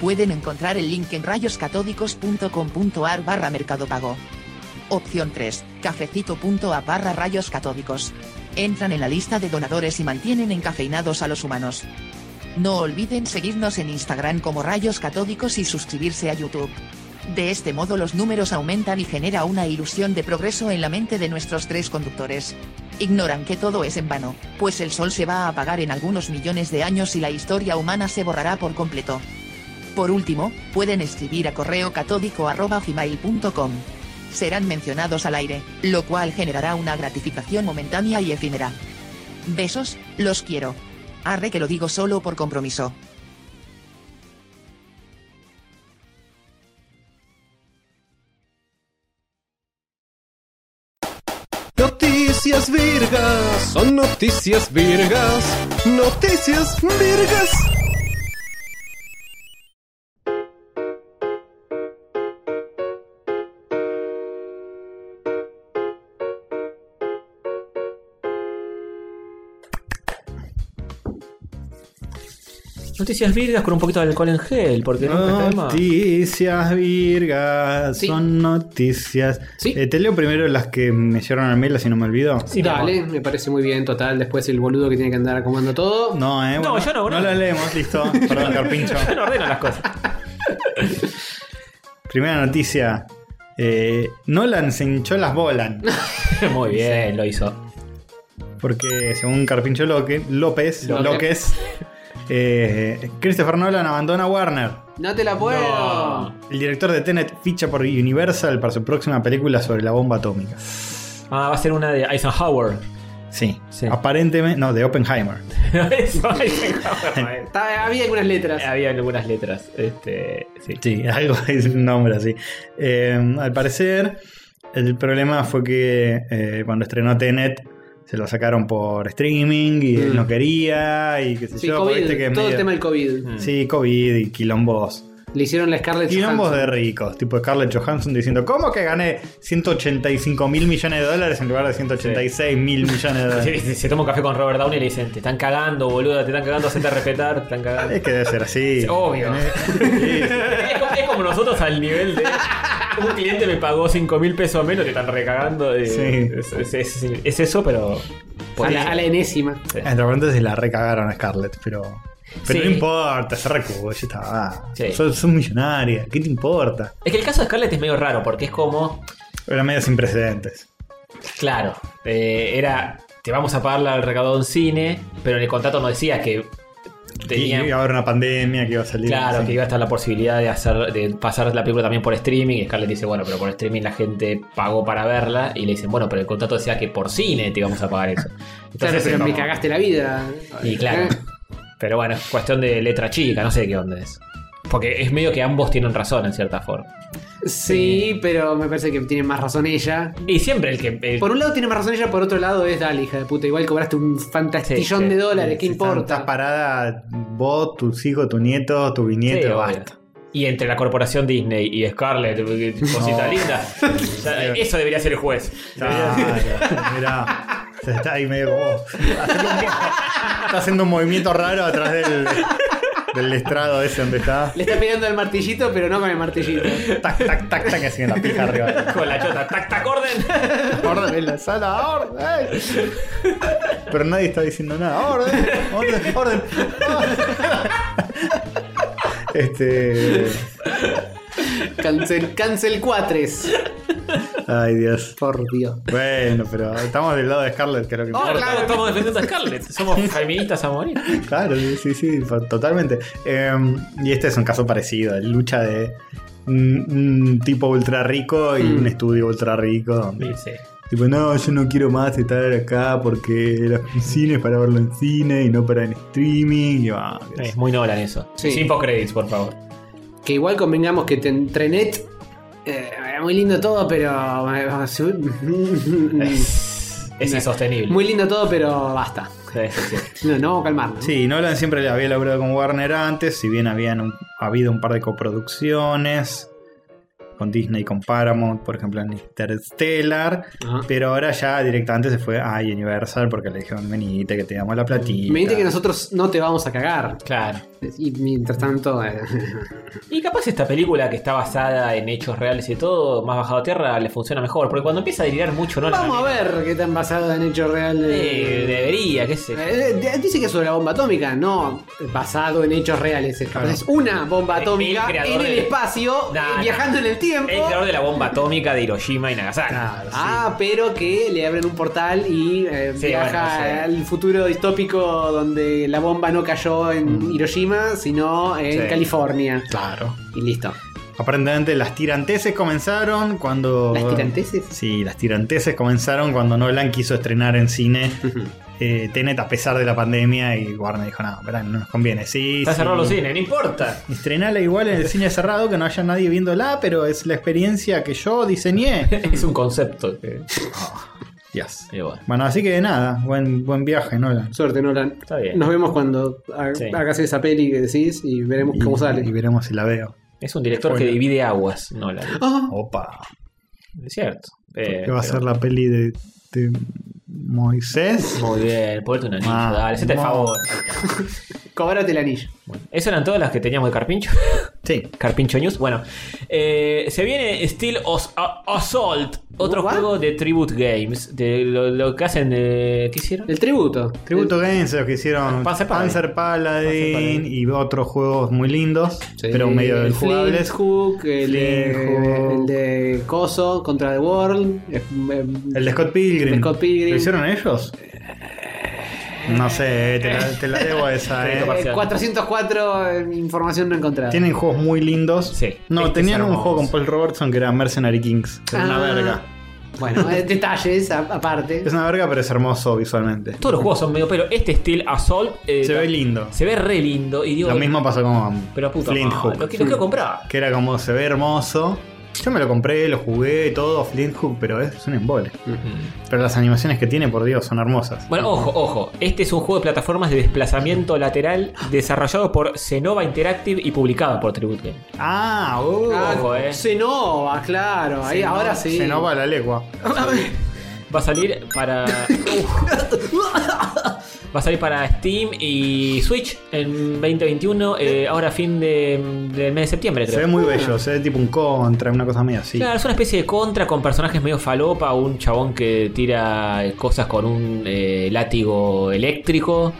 S6: Pueden encontrar el link en rayoscatódicos.com.ar barra Mercado Pago. Opción 3, cafecito.a barra rayos catódicos. Entran en la lista de donadores y mantienen encafeinados a los humanos. No olviden seguirnos en Instagram como Rayos Catódicos y suscribirse a YouTube. De este modo los números aumentan y genera una ilusión de progreso en la mente de nuestros tres conductores. Ignoran que todo es en vano, pues el sol se va a apagar en algunos millones de años y la historia humana se borrará por completo. Por último, pueden escribir a correo catódico arroba gmail.com. Serán mencionados al aire, lo cual generará una gratificación momentánea y efímera. Besos, los quiero. Arre que lo digo solo por compromiso.
S7: Noticias virgas, son noticias virgas, noticias virgas.
S3: Noticias virgas con un poquito de alcohol en gel, porque este
S2: Ah,
S3: nunca está de más.
S2: Noticias virgas,
S1: Sí.
S2: son noticias.
S1: Sí.
S2: Eh, te leo primero las que me llegaron al mail, así no me olvido.
S3: Sí, mi amor.
S1: Dale, me parece muy bien, total. Después el boludo que tiene que andar acomodando todo.
S2: No, eh.
S3: No, yo no, bro.
S2: No las leemos, listo. Perdón, Carpincho.
S3: <laughs> Yo no ordeno las cosas. <laughs>
S2: Primera noticia. Eh, Nolan se hinchó las bolas.
S3: Muy bien, lo hizo.
S2: Porque según Carpincho Loque- López,
S1: López.
S2: López, eh, Christopher Nolan abandona Warner.
S1: No te la puedo.
S3: No.
S2: El director de Tenet ficha por Universal para su próxima película sobre la bomba atómica.
S3: Ah, va a ser una de Eisenhower. <laughs>
S2: Sí.
S3: Sí.
S2: Aparentemente. No, de Oppenheimer.
S3: Eso, <laughs> Eisenhower.
S1: Está- había algunas letras.
S3: Había algunas letras. Este, sí.
S2: Sí, <laughs> algo es un nombre así. Eh, al parecer, el problema fue que eh, cuando estrenó Tenet, se lo sacaron por streaming y él
S4: Mm.
S2: no quería y qué sé
S4: Sí,
S2: yo. porque
S4: COVID,
S2: viste que es
S4: todo el
S2: medio- Mm.
S4: tema del COVID.
S2: Sí, COVID y quilombos.
S4: Le hicieron la Scarlett
S2: Quilombos
S4: Johansson.
S2: de ricos, tipo Scarlett Johansson diciendo, ¿cómo que gané 185 mil millones de dólares en lugar de 186 mil millones de dólares?
S3: <laughs> Se, se- se toma un café con Robert Downey y le dicen, te están cagando, boludo, te están cagando, hacete respetar, te están cagando.
S2: Es que debe ser así.
S3: Obvio. <laughs> Es como, es como nosotros al nivel de. Un cliente me pagó 5 mil pesos menos, te están recagando. de-
S2: Sí.
S3: es, es- es- es eso, pero.
S4: A la, a la enésima.
S2: Entre paréntesis la recagaron a Scarlett, pero. Pero
S3: Sí.
S2: no importa, se recubre, ya está.
S3: Sí.
S2: Son, son millonarias, ¿qué te importa?
S3: Es que el caso de Scarlett es medio raro, porque es como.
S2: Era medio sin precedentes.
S3: Claro, eh, era. Te vamos a pagar al recaudo en cine, pero en el contrato no decía que.
S2: Y iba
S3: Tenía,
S2: a haber una pandemia que iba a salir.
S3: claro,
S2: sí.
S3: que iba a estar la posibilidad de hacer de pasar la película también por streaming. Y Scarlett dice, bueno, pero por streaming la gente pagó para verla. Y le dicen, bueno, pero el contrato decía que por cine te íbamos a pagar eso. Entonces,
S4: Claro,
S3: es
S4: pero me
S3: como-
S4: cagaste la vida.
S3: Y
S4: Eh.
S3: claro. Pero bueno, es cuestión de letra chica, no sé qué onda es. Porque es medio que ambos tienen razón en cierta forma.
S4: Sí, pero me parece que tiene más razón ella.
S3: Y siempre el que. el-
S4: Por un lado tiene más razón ella, por otro lado es dale, hija de puta. Igual cobraste un fantastillón
S3: Sí, sí.
S4: de dólares, ¿qué
S2: Si están- Estás
S4: importa?
S2: parada vos, tus hijos, tu nieto, tu
S3: sí,
S2: bisnieto,
S3: obvio.
S2: basta.
S3: Y entre la corporación Disney y Scarlett, eh, cosita
S2: No.
S3: linda. o sea, eso debería ser el juez. Ah,
S2: Claro, mirá. O sea, Está ahí medio como. haciendo un- Está haciendo un movimiento raro atrás del, del estrado ese donde está.
S4: Le está pegando el martillito, pero no con el martillito.
S2: Tac, tac, tac, tac, haciendo la pija arriba.
S3: Con la chota, tac, tac,
S4: <laughs>
S3: orden.
S2: Orden en la sala, orden. Pero nadie está diciendo nada. Orden, orden, orden. Este.
S4: Cancel, cancel cuatres.
S2: Ay, Dios.
S4: Por Dios.
S2: Bueno, pero estamos del lado de Scarlett, creo que.
S3: Ahora
S4: Oh, claro.
S3: Estamos defendiendo a Scarlett. Somos feministas a morir.
S2: Claro, sí, sí, sí, to- totalmente. Eh, y este es un caso parecido, lucha de un, un tipo ultra rico y
S4: Mm.
S2: un estudio ultra rico. donde-
S3: Sí, sí.
S2: Tipo, no, yo no quiero más estar acá porque los cine es para verlo en cine y no para en streaming. Y va, qué sé
S3: Es
S2: yo.
S3: muy Nolan eso.
S4: Sí.
S3: Sin postcredits, por favor.
S4: Que igual convengamos que te entrenet. eh, muy lindo todo, pero. <laughs> eh,
S3: Es, es insostenible.
S4: Mm. muy lindo todo, pero basta.
S3: Sí, sí, sí.
S4: No, no vamos a calmarnos.
S2: Sí, Nolan siempre le había laburado con Warner antes, si bien habían un- habido un par de coproducciones con Disney, con Paramount, por ejemplo en Interstellar,
S4: Ajá.
S2: pero ahora ya directamente se fue a Universal porque le dijeron, venite que te damos la platita.
S4: Me dice que nosotros no te vamos a cagar.
S3: Claro.
S4: Y mientras tanto. eh, <laughs>
S3: Y capaz esta película que está basada en hechos reales y todo, más bajado a tierra, le funciona mejor. Porque cuando empieza a delirar mucho, no
S4: vamos a ver qué tan basado en hechos reales.
S3: Eh, debería, qué sé. yo.
S4: Eh, de- Dice que es sobre la bomba atómica, no basado en hechos reales. Es, capaz
S2: Claro.
S4: es una bomba
S3: El- el
S4: atómica
S3: creador
S4: en el
S3: de-
S4: espacio,
S3: Nah,
S4: eh,
S3: nah.
S4: viajando en el tiempo.
S3: El creador de la bomba atómica de Hiroshima y Nagasaki.
S2: Claro, sí.
S4: Ah, pero que le abren un portal y eh,
S3: Sí,
S4: viaja
S3: bueno, sí.
S4: al futuro distópico donde la bomba no cayó en Hiroshima, sino en
S3: Sí.
S4: California.
S2: Mm. Claro.
S4: Y listo.
S2: Aparentemente las tiranteses comenzaron cuando...
S4: ¿Las tiranteses?
S2: Sí, las tiranteses comenzaron cuando Nolan quiso estrenar en cine eh, Tenet a pesar de la pandemia y Warner dijo, no, pará, no nos conviene. Sí,
S3: Está
S2: sí.
S3: cerrado los cines, no importa.
S2: Estrenala igual en el cine cerrado, que no haya nadie viéndola, pero es la experiencia que yo diseñé.
S3: es un concepto. que-
S2: Yes.
S3: y bueno,
S2: Bueno, así que nada, buen, buen viaje, Nolan.
S4: Suerte, Nolan.
S3: está bien.
S4: Nos vemos cuando ha-
S3: Sí.
S4: hagas esa peli que decís y veremos cómo
S2: Y-
S4: sale.
S2: Y veremos si la veo.
S3: Es un director
S2: Bueno.
S3: que divide aguas, no la.
S4: Ah,
S2: Opa.
S3: Es cierto. Eh,
S2: Que va a
S3: pero-
S2: ser la peli de, de Moisés.
S3: Muy bien, ponete un anillo,
S2: Ah,
S3: dale, hacete el
S2: no.
S3: favor.
S4: Cóbrate el anillo.
S3: Bueno, ¿Eso eran todas las que teníamos de Carpincho?
S2: Sí.
S3: Carpincho News. Bueno, eh, se viene Steel Os- A- Assault, otro
S4: ¿What?
S3: juego de Tribute Games, de lo, lo que hacen de... ¿Qué hicieron?
S4: El tributo.
S2: Tributo Games, los que hicieron
S3: Panzer Paladin.
S2: Panzer Paladin,
S3: Panzer Paladin.
S2: y otros juegos muy lindos,
S4: Sí,
S2: pero medio
S4: el
S2: injugables.
S4: Flint Hook, el, de-
S2: Flint Hook.
S4: el de Coso contra The World. eh,
S2: El de Scott Pilgrim.
S4: El Scott Pilgrim.
S2: ¿Lo hicieron ellos? No sé, te la, te la debo esa,
S3: Sí,
S2: eh.
S3: capaz.
S4: eh, 404 eh, información no encontrada.
S2: Tienen juegos muy lindos.
S3: Sí.
S2: No,
S3: Este
S2: tenían
S3: es
S2: un
S3: hermoso.
S2: juego con Paul Robertson que era Mercenary Kings. que Era una
S4: Ah.
S2: verga. <laughs>
S4: Bueno, eh, detalles a- aparte.
S2: Es una verga, pero es hermoso visualmente.
S3: Todos los juegos son medio, pero este Steel Assault eh,
S2: Se ve
S3: ta-
S2: lindo.
S3: se ve re lindo y digo...
S2: Lo mismo pasó con
S3: Pero puta,
S2: Flint
S3: madre,
S2: Hook.
S3: Lo, que- lo quiero comprar.
S2: Que era como se ve hermoso, Yo me lo compré, lo jugué, todo, Flint Hook, pero es un embole. Pero las animaciones que tiene, por Dios, son hermosas.
S3: Bueno, ojo, ojo. Este es un juego de plataformas de desplazamiento lateral desarrollado por Cenova Interactive y publicado por Tribute Game.
S2: Ah, oh.
S1: Ah,
S3: Ojo, eh.
S1: Zenova, claro. Ahí, ahora sí.
S2: Se nos va la lengua.
S3: Va a salir para. Va a salir para Steam y Switch en 2021, eh, ahora fin de- del mes de septiembre,
S2: Se ve
S3: creo.
S2: muy bello, se ve tipo un contra, una cosa medio así.
S3: Claro, es una especie de contra con personajes medio falopa, un chabón que tira cosas con un eh, látigo eléctrico.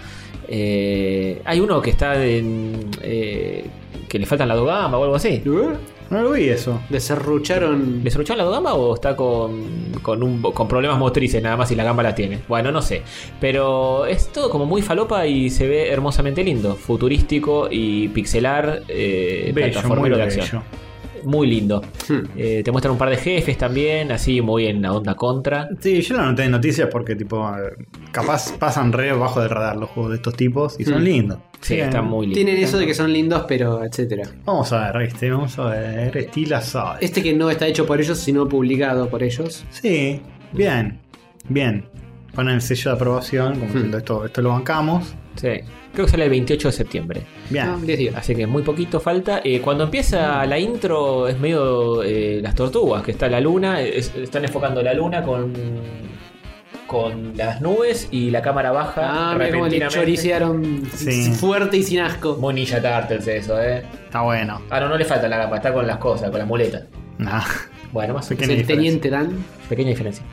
S3: Eh, hay uno que está en, eh, que le faltan la dogama o algo así.
S1: ¿Eh?
S2: No lo vi eso.
S1: Deserrucharon.
S3: ¿Le solucionan la gamba o está con, con, un, con problemas motrices nada más y la gamba la tiene? Bueno, no sé. Pero es todo como muy falopa y se ve hermosamente lindo. Futurístico y pixelar. Eh,
S2: Bello, muy
S3: plataformero de acción.
S2: bello.
S3: Muy lindo.
S1: Hmm.
S3: Eh, te muestran un par de jefes también, así muy en la onda contra.
S2: Sí, yo lo noté en noticias porque, tipo, eh, capaz pasan re bajo del radar los juegos de estos tipos y son
S1: Mm.
S2: lindos.
S3: Sí,
S2: Bien.
S3: está muy lindo.
S1: Tienen eso de que son lindos, pero etcétera.
S2: Vamos a ver, este, vamos a ver, estila sabe.
S1: Este que no está hecho por ellos, sino publicado por ellos.
S2: Sí, bien, bien. Ponen el sello de aprobación,
S1: Mm.
S2: como diciendo esto, esto lo bancamos.
S3: Sí. Creo que sale el 28 de septiembre.
S2: Bien.
S1: Ah, 10 días.
S3: Así que muy poquito falta. Eh, cuando empieza la intro es medio eh, las tortugas, que está la luna, eh, es- están enfocando la luna con, con las nubes y la cámara baja
S1: Ah, mira cómo le
S3: repentinamente.
S1: choricearon
S2: Sí.
S1: fuerte y sin asco.
S3: Muy Ninja Turtles eso, eh.
S2: Está bueno.
S3: Ah, no, no le falta la gamba, está con las cosas, con las muletas.
S2: Nah,
S3: Bueno, más o menos.
S2: Pequeña
S1: El
S2: diferencia.
S1: teniente Dan.
S3: Pequeña diferencia.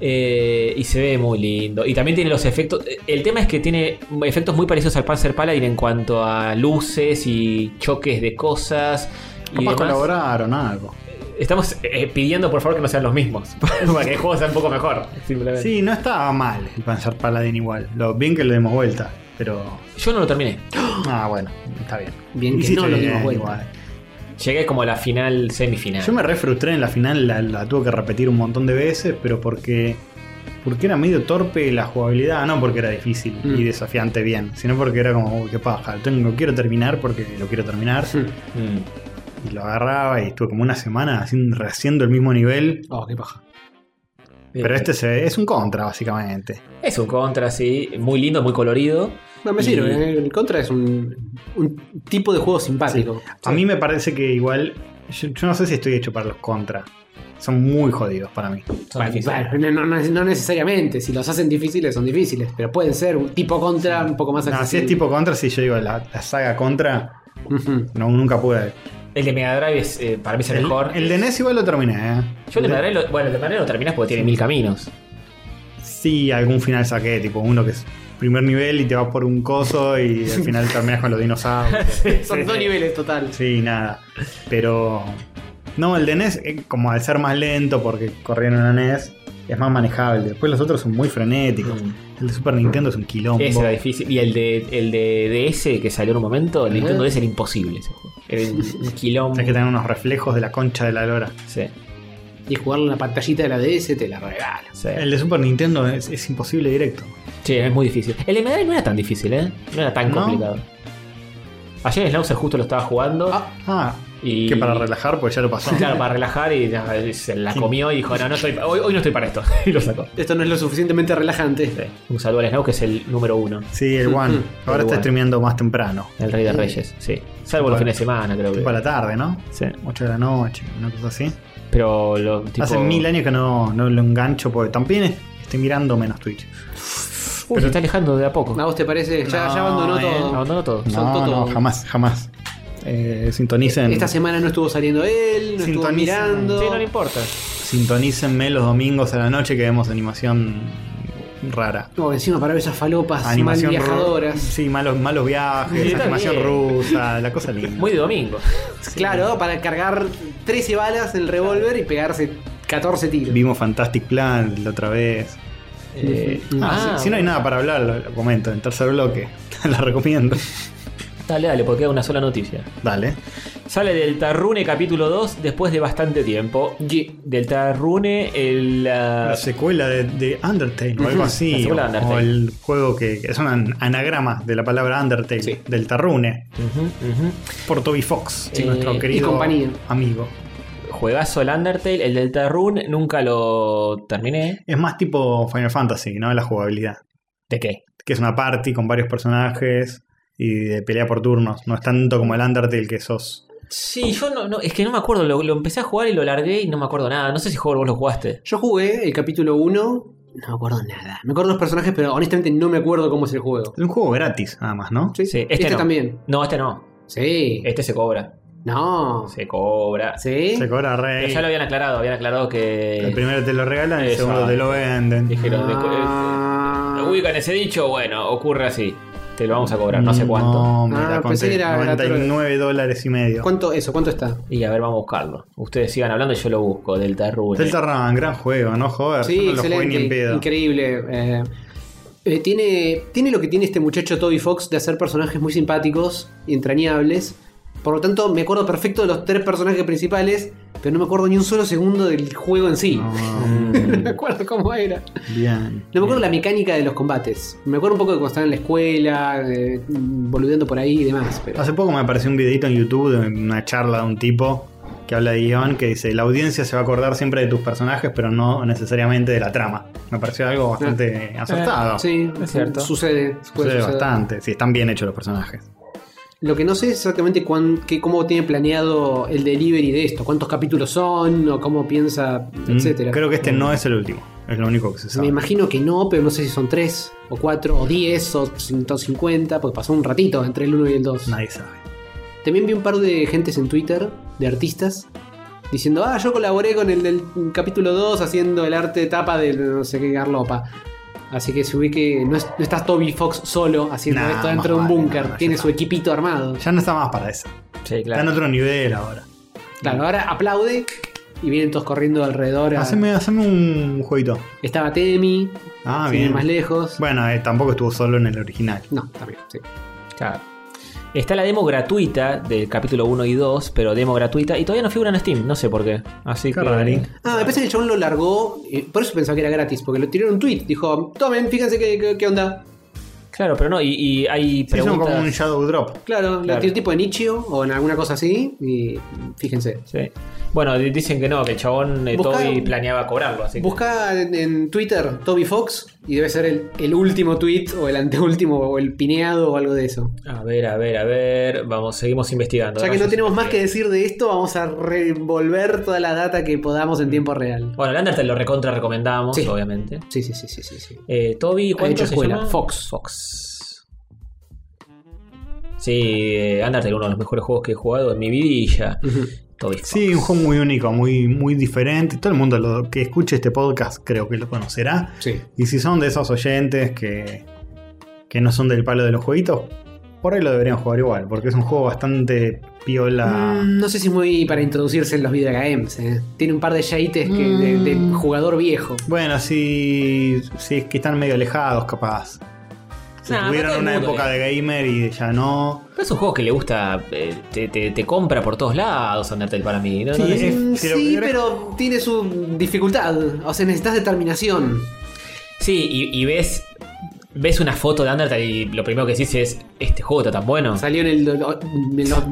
S3: Eh, y se ve muy lindo. Y también tiene los efectos. El tema es que tiene efectos muy parecidos al Panzer Paladin en cuanto a luces y choques de cosas. Y
S2: Capaz
S3: demás.
S2: colaboraron algo.
S3: Estamos eh, pidiendo por favor que no sean los mismos. <laughs> para que el juego sea un poco mejor. simplemente.
S2: Sí, no estaba mal el Panzer Paladin igual. Lo bien que le demos vuelta,
S1: <gasps>
S2: pero.
S3: Yo no lo terminé.
S2: Ah, bueno, está bien.
S1: Bien que
S2: Hiciste
S1: no lo dimos
S2: bien
S1: vuelta.
S2: igual.
S3: Llegué como a la final, semifinal.
S2: Yo me re frustré en la final, la, la tuve que repetir un montón de veces, pero porque. Porque era medio torpe la jugabilidad, no porque era difícil
S1: Mm.
S2: y desafiante bien, sino porque era como, "Uy, qué paja, tengo, quiero terminar porque lo quiero terminar.
S1: Hmm.
S3: Mm.
S2: Y lo agarraba y estuve como una semana haciendo, haciendo el mismo nivel.
S1: Oh, qué paja.
S2: Pero este se- es un contra, básicamente.
S3: Eh, Es un contra, sí. Muy lindo, muy colorido.
S1: No me
S3: Y-
S1: sirve. ¿eh? El Contra es un, un tipo de juego simpático.
S2: A mí me parece que igual. Yo, yo no sé si estoy hecho para los contra. Son muy jodidos para mí.
S3: Son difíciles.
S1: Bueno, no, no- no necesariamente. Si los hacen difíciles, son difíciles. Pero pueden ser un tipo contra un poco más
S2: No, si es tipo contra, si yo digo la, la saga contra,
S1: Ujú.
S2: <laughs> no, nunca pude.
S3: El de Mega Drive es, eh, para mí es el,
S2: El,
S3: mejor.
S2: el de NES igual lo terminé, ¿eh?
S3: Yo el de Mega Drive, lo, bueno, el de Mega Drive lo terminas porque tiene mil caminos.
S2: Sí, algún final saqué, tipo uno que es primer nivel y te vas por un coso y
S3: <laughs>
S2: al final terminas con los dinosaurios.
S1: Son dos niveles total.
S2: Sí, nada. Pero. No, el de NES, eh, como al ser más lento porque corrían una NES, E es más manejable. Después los otros son muy frenéticos. El de Super Nintendo es un quilombo.
S3: Mm. Ese era difícil. Y el de, el de DS que salió en un momento, el Nintendo DS era imposible ese juego. Era un un quilombo.
S2: Tienes que tener unos reflejos de la concha de la lora.
S3: Sí,
S1: Y jugarlo en la pantallita de la DS te la regala.
S3: sí.
S2: El de Super Nintendo es, es imposible directo.
S3: Sí, es muy difícil. El de Mega Drive no era tan difícil, ¿eh? No era tan
S2: eh. ¿No?
S3: complicado. Ayer Snauzer justo lo estaba jugando.
S2: Ah,
S3: y...
S2: que para relajar, pues ya lo pasó.
S3: <laughs> Claro, para relajar y ya eh, se la comió y dijo, no, no estoy, hoy, hoy no estoy para esto. <laughs> Y lo sacó.
S1: Esto no es lo suficientemente relajante.
S3: Sí. Un saludo al Snow, que es el número uno,
S2: Sí, el
S3: <laughs>
S2: One. Ahora
S3: One.
S2: está streameando más temprano.
S3: el rey de reyes, sí. Salvo
S2: Bueno.
S3: los fines de semana, creo
S2: Tipo a
S3: que.
S2: la tarde, ¿no?
S3: Sí.
S2: 8 de la noche, una cosa así.
S3: Pero lo, tipo...
S2: Hace mil años que no, no lo engancho porque también estoy mirando menos Twitch.
S3: Uy, se está alejando de a poco.
S1: ¿A vos te parece? Ya,
S2: No,
S1: ya abandonó
S2: eh,
S1: todo.
S3: Abandonó todo.
S1: Son
S2: No,
S1: todo-
S2: no, jamás, jamás. Eh, sintonicen,
S1: Esta semana no estuvo saliendo él, no estuvo
S2: Sintonizan.
S1: mirando.
S3: Sí, no le importa.
S2: sintonícenme los domingos a la noche que vemos animación rara.
S1: No, encima para ver esas falopas mal
S2: Animación ru-
S1: viajadoras.
S2: Sí, malos, malos viajes,
S3: Sí,
S2: animación
S3: también.
S2: rusa, la
S3: <laughs>
S2: cosa linda.
S3: Muy de domingo.
S1: Claro, para cargar 13 balas en el revólver y pegarse 14 tiros.
S2: Vimos Fantastic Plan la otra vez.
S3: Eh,
S2: Ah, si, si no hay nada para hablar, lo, lo comento en tercer bloque. <laughs> la recomiendo.
S3: Dale, dale, porque queda una sola noticia.
S2: Dale.
S3: Sale del Tarrune capítulo 2 después de bastante tiempo. Del Tarrune, el. ah,
S2: La secuela de, de Undertale o algo así.
S3: la secuela de
S2: o- O
S3: Undertale.
S2: el juego que es un an- anagrama de la palabra Undertale,
S1: Sí.
S2: del Tarrune,
S3: ujú, ujú.
S2: por Toby Fox,
S3: Sí.
S2: nuestro
S3: Eh, Y
S2: querido
S1: compañía.
S2: amigo.
S3: juegazo el Undertale, el Delta Rune, nunca lo terminé.
S2: Es más tipo Final Fantasy, ¿no? La jugabilidad.
S3: ¿De qué?
S2: Que es una party con varios personajes y de pelea por turnos. No es tanto como el Undertale que sos.
S3: Sí, yo no, no- es que no me acuerdo, lo, lo empecé a jugar y lo largué y no me acuerdo nada. No sé si juego vos lo jugaste.
S4: Yo jugué el capítulo 1, no me acuerdo nada. Me acuerdo los personajes, pero honestamente no me acuerdo cómo es el juego.
S2: Es un juego gratis, nada más, ¿no?
S4: Sí,
S3: Sí, este
S4: este
S3: no.
S4: también.
S3: No, este no.
S4: Sí.
S3: Este se cobra.
S4: No.
S3: Se cobra.
S4: Sí.
S2: Se cobra
S3: Pero
S2: rey.
S3: ya lo habían aclarado, habían aclarado
S2: El
S3: que.
S2: primero te lo regalan, el
S3: Exacto.
S2: segundo te lo venden.
S3: Dijeron,
S4: Ah.
S3: "Descu- eh, ubican ese dicho, bueno, ocurre así. Te lo vamos a cobrar, no sé cuánto.
S2: No, me
S4: Ah,
S2: la
S4: pensé
S2: conté.
S4: que era gratuito.
S2: 99 dólares y medio.
S4: ¿Cuánto eso? ¿Cuánto está?
S3: Y a ver, vamos a buscarlo. Ustedes sigan hablando y yo lo busco, Delta Rune.
S2: Delta Run, gran juego, no joder. yo
S4: Sí,
S2: no lo jugué ni en
S4: excelente.
S2: pedo.
S4: Increíble. Eh, eh, tiene, tiene lo que tiene este muchacho Toby Fox de hacer personajes muy simpáticos y entrañables. Por lo tanto, me acuerdo perfecto de los tres personajes principales, pero no me acuerdo ni un solo segundo del juego en sí.
S2: No,
S4: <laughs> No
S3: Mm,
S4: me acuerdo cómo era.
S2: bien.
S4: No me acuerdo la mecánica de los combates. Me acuerdo un poco de cuando estaba en la escuela, eh, boludeando por ahí y demás. Pero...
S2: Hace poco me apareció un videito en YouTube de una charla de un tipo que habla de guión que dice la audiencia se va a acordar siempre de tus personajes pero no necesariamente de la trama. Me pareció algo bastante acertado.
S4: Eh, Sí,
S3: Es cierto.
S4: Sucede. puede
S2: Sucede
S4: suceder.
S2: bastante, sí, están bien hechos los personajes.
S4: Lo que no sé es exactamente cuán- qué- cómo tiene planeado el delivery de esto, cuántos capítulos son o cómo piensa, etcétera.
S2: Creo que este no es el último, es lo único que se
S4: Me
S2: sabe.
S4: imagino que no, pero no sé si son 3 o 4 o 10 o 150, porque pasó un ratito entre el 1 y el 2.
S2: Nadie sabe.
S4: También vi un par de gentes en Twitter, de artistas, diciendo, ah, yo colaboré con el del capítulo 2 haciendo el arte de tapa de no sé qué garlopa. Así que subí que no, es- no estás Toby Fox solo haciendo
S2: Nah,
S4: esto
S2: más
S4: dentro de un
S2: vale,
S4: búnker,
S2: no, no,
S4: tiene
S2: ya
S4: su
S2: está.
S4: equipito armado.
S2: Ya no está más para eso. Está
S3: Sí,
S2: en
S3: claro.
S2: otro nivel ahora.
S4: Claro, ahora aplaude y vienen todos corriendo alrededor. a-
S2: Haceme, haceme un jueguito.
S4: Estaba Temi,
S2: Ah,
S4: sin ir
S2: bien.
S4: más lejos.
S2: Bueno, eh, tampoco estuvo solo en el original.
S4: No, también, sí.
S3: Claro. Está la demo gratuita del capítulo 1 y 2, pero demo gratuita, y todavía no figura en Steam, no sé por qué. Así
S2: Qué
S3: que.
S2: rarín.
S4: Ah, me parece que el chabón lo largó, eh, por eso pensaba que era gratis, porque lo tiró en un tweet. Dijo, tomen, fíjense qué, qué- qué onda.
S3: Claro, pero no, y, y hay
S2: Sí, son
S3: preguntas.
S2: como un Shadow Drop.
S4: Claro, lo
S3: Claro.
S4: tiró tipo en Ichio o en alguna cosa así, y fíjense.
S3: Sí. Bueno, di- dicen que no, que el chabón eh,
S4: Busca-
S3: Toby planeaba cobrarlo, así que-
S4: Busca en, en Twitter Toby Fox y debe ser el, el último tweet o el anteúltimo o el pineado o algo de eso.
S3: A ver, a ver, a ver. Vamos, seguimos investigando.
S4: Ya que no
S3: Rayos
S4: tenemos más que
S3: investigando.
S4: decir de esto, vamos a revolver toda la data que podamos en tiempo real.
S3: Bueno, el Undertale lo recontra recomendamos,
S4: Sí.
S3: obviamente.
S4: Sí, sí, sí, sí, sí. sí.
S3: Eh, Toby,
S4: Ha hecho
S3: ¿cuánto se
S4: escuela.
S3: llama?
S4: Fox.
S3: Fox. Sí, eh, Undertale, uno de los mejores juegos que he jugado en mi vidilla. Toby Fox.
S2: Sí, un juego muy único, muy, muy diferente. Todo el mundo lo que escuche este podcast creo que lo conocerá.
S4: Sí.
S2: Y si son de esos oyentes que, que no son del palo de los jueguitos, por ahí lo deberían jugar igual, porque es un juego bastante piola.
S4: Mm, no sé si es muy para introducirse en los videogames. eh. Tiene un par de yates que de, de jugador viejo.
S2: Bueno, si, si es que están medio alejados, capaz. Si
S3: Nah, pero todo
S2: tuvieron
S3: el
S2: una
S3: mundo
S2: época de gamer y ya no.
S3: Pero es un juego que le gusta, eh, te, te- te compra por todos lados Undertale para mí. ¿no?
S2: Sí,
S3: No, no,
S2: es-
S3: no.
S4: Mm,
S2: si lo
S4: sí,
S2: querés-
S4: pero tiene su dificultad. O sea, necesitas determinación.
S3: Sí, y, y ves ves una foto de Undertale y lo primero que decís es, este juego está tan bueno.
S4: Salió en el, do- en los-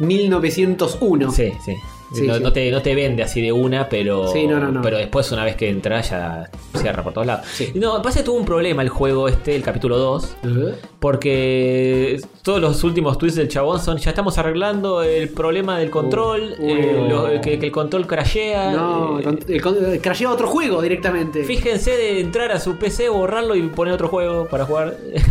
S4: 1901.
S3: Sí, sí.
S4: Sí,
S3: no,
S4: sí.
S3: no te, no te vende así de una, pero,
S4: Sí, no, no, no.
S3: pero después una vez que entras ya cierra por todos lados.
S4: Sí.
S3: No, pasa que tuvo un problema el juego este, el capítulo 2,
S4: ¿Eh?
S3: porque todos los últimos tweets del chabón son, ya estamos arreglando el problema del control,
S4: Uh, uh.
S3: eh, lo- que, que el control crashea.
S4: No,
S3: eh,
S4: el con- el con- crasheaba otro juego directamente.
S3: Fíjense de entrar a su PC, borrarlo y poner otro juego para jugar. <laughs>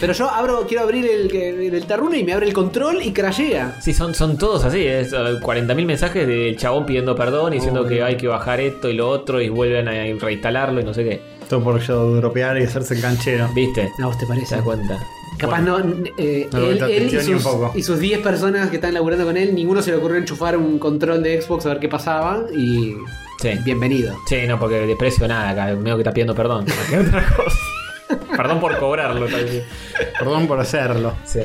S4: Pero yo abro, quiero abrir el, el, el Tarruna y me abre el control y crashea.
S3: Sí, son, son todos así, es eh, 40.000 mensajes del chabón pidiendo perdón y diciendo que hay que bajar esto y lo otro y vuelven a reinstalarlo y no sé qué.
S2: Todo por yo dropear y hacerse el canchero.
S3: ¿Viste?
S4: ¿A vos te
S3: ¿Te
S4: parece?
S3: das cuenta?
S4: Capaz no. eh,
S2: No lo
S4: él,
S2: voy a
S4: él y,
S2: testear ni un
S4: sus,
S2: poco.
S4: y sus 10 personas que están laburando con él, ninguno se le ocurrió enchufar un control de Xbox a ver qué pasaba. Y.
S3: Sí.
S4: Bienvenido.
S3: Sí, no, porque de precio nada, acá, medio que está pidiendo perdón. <laughs> Más que otra
S4: <laughs>
S3: cosa. perdón por cobrarlo, tal vez.
S2: Perdón por hacerlo.
S3: Sí.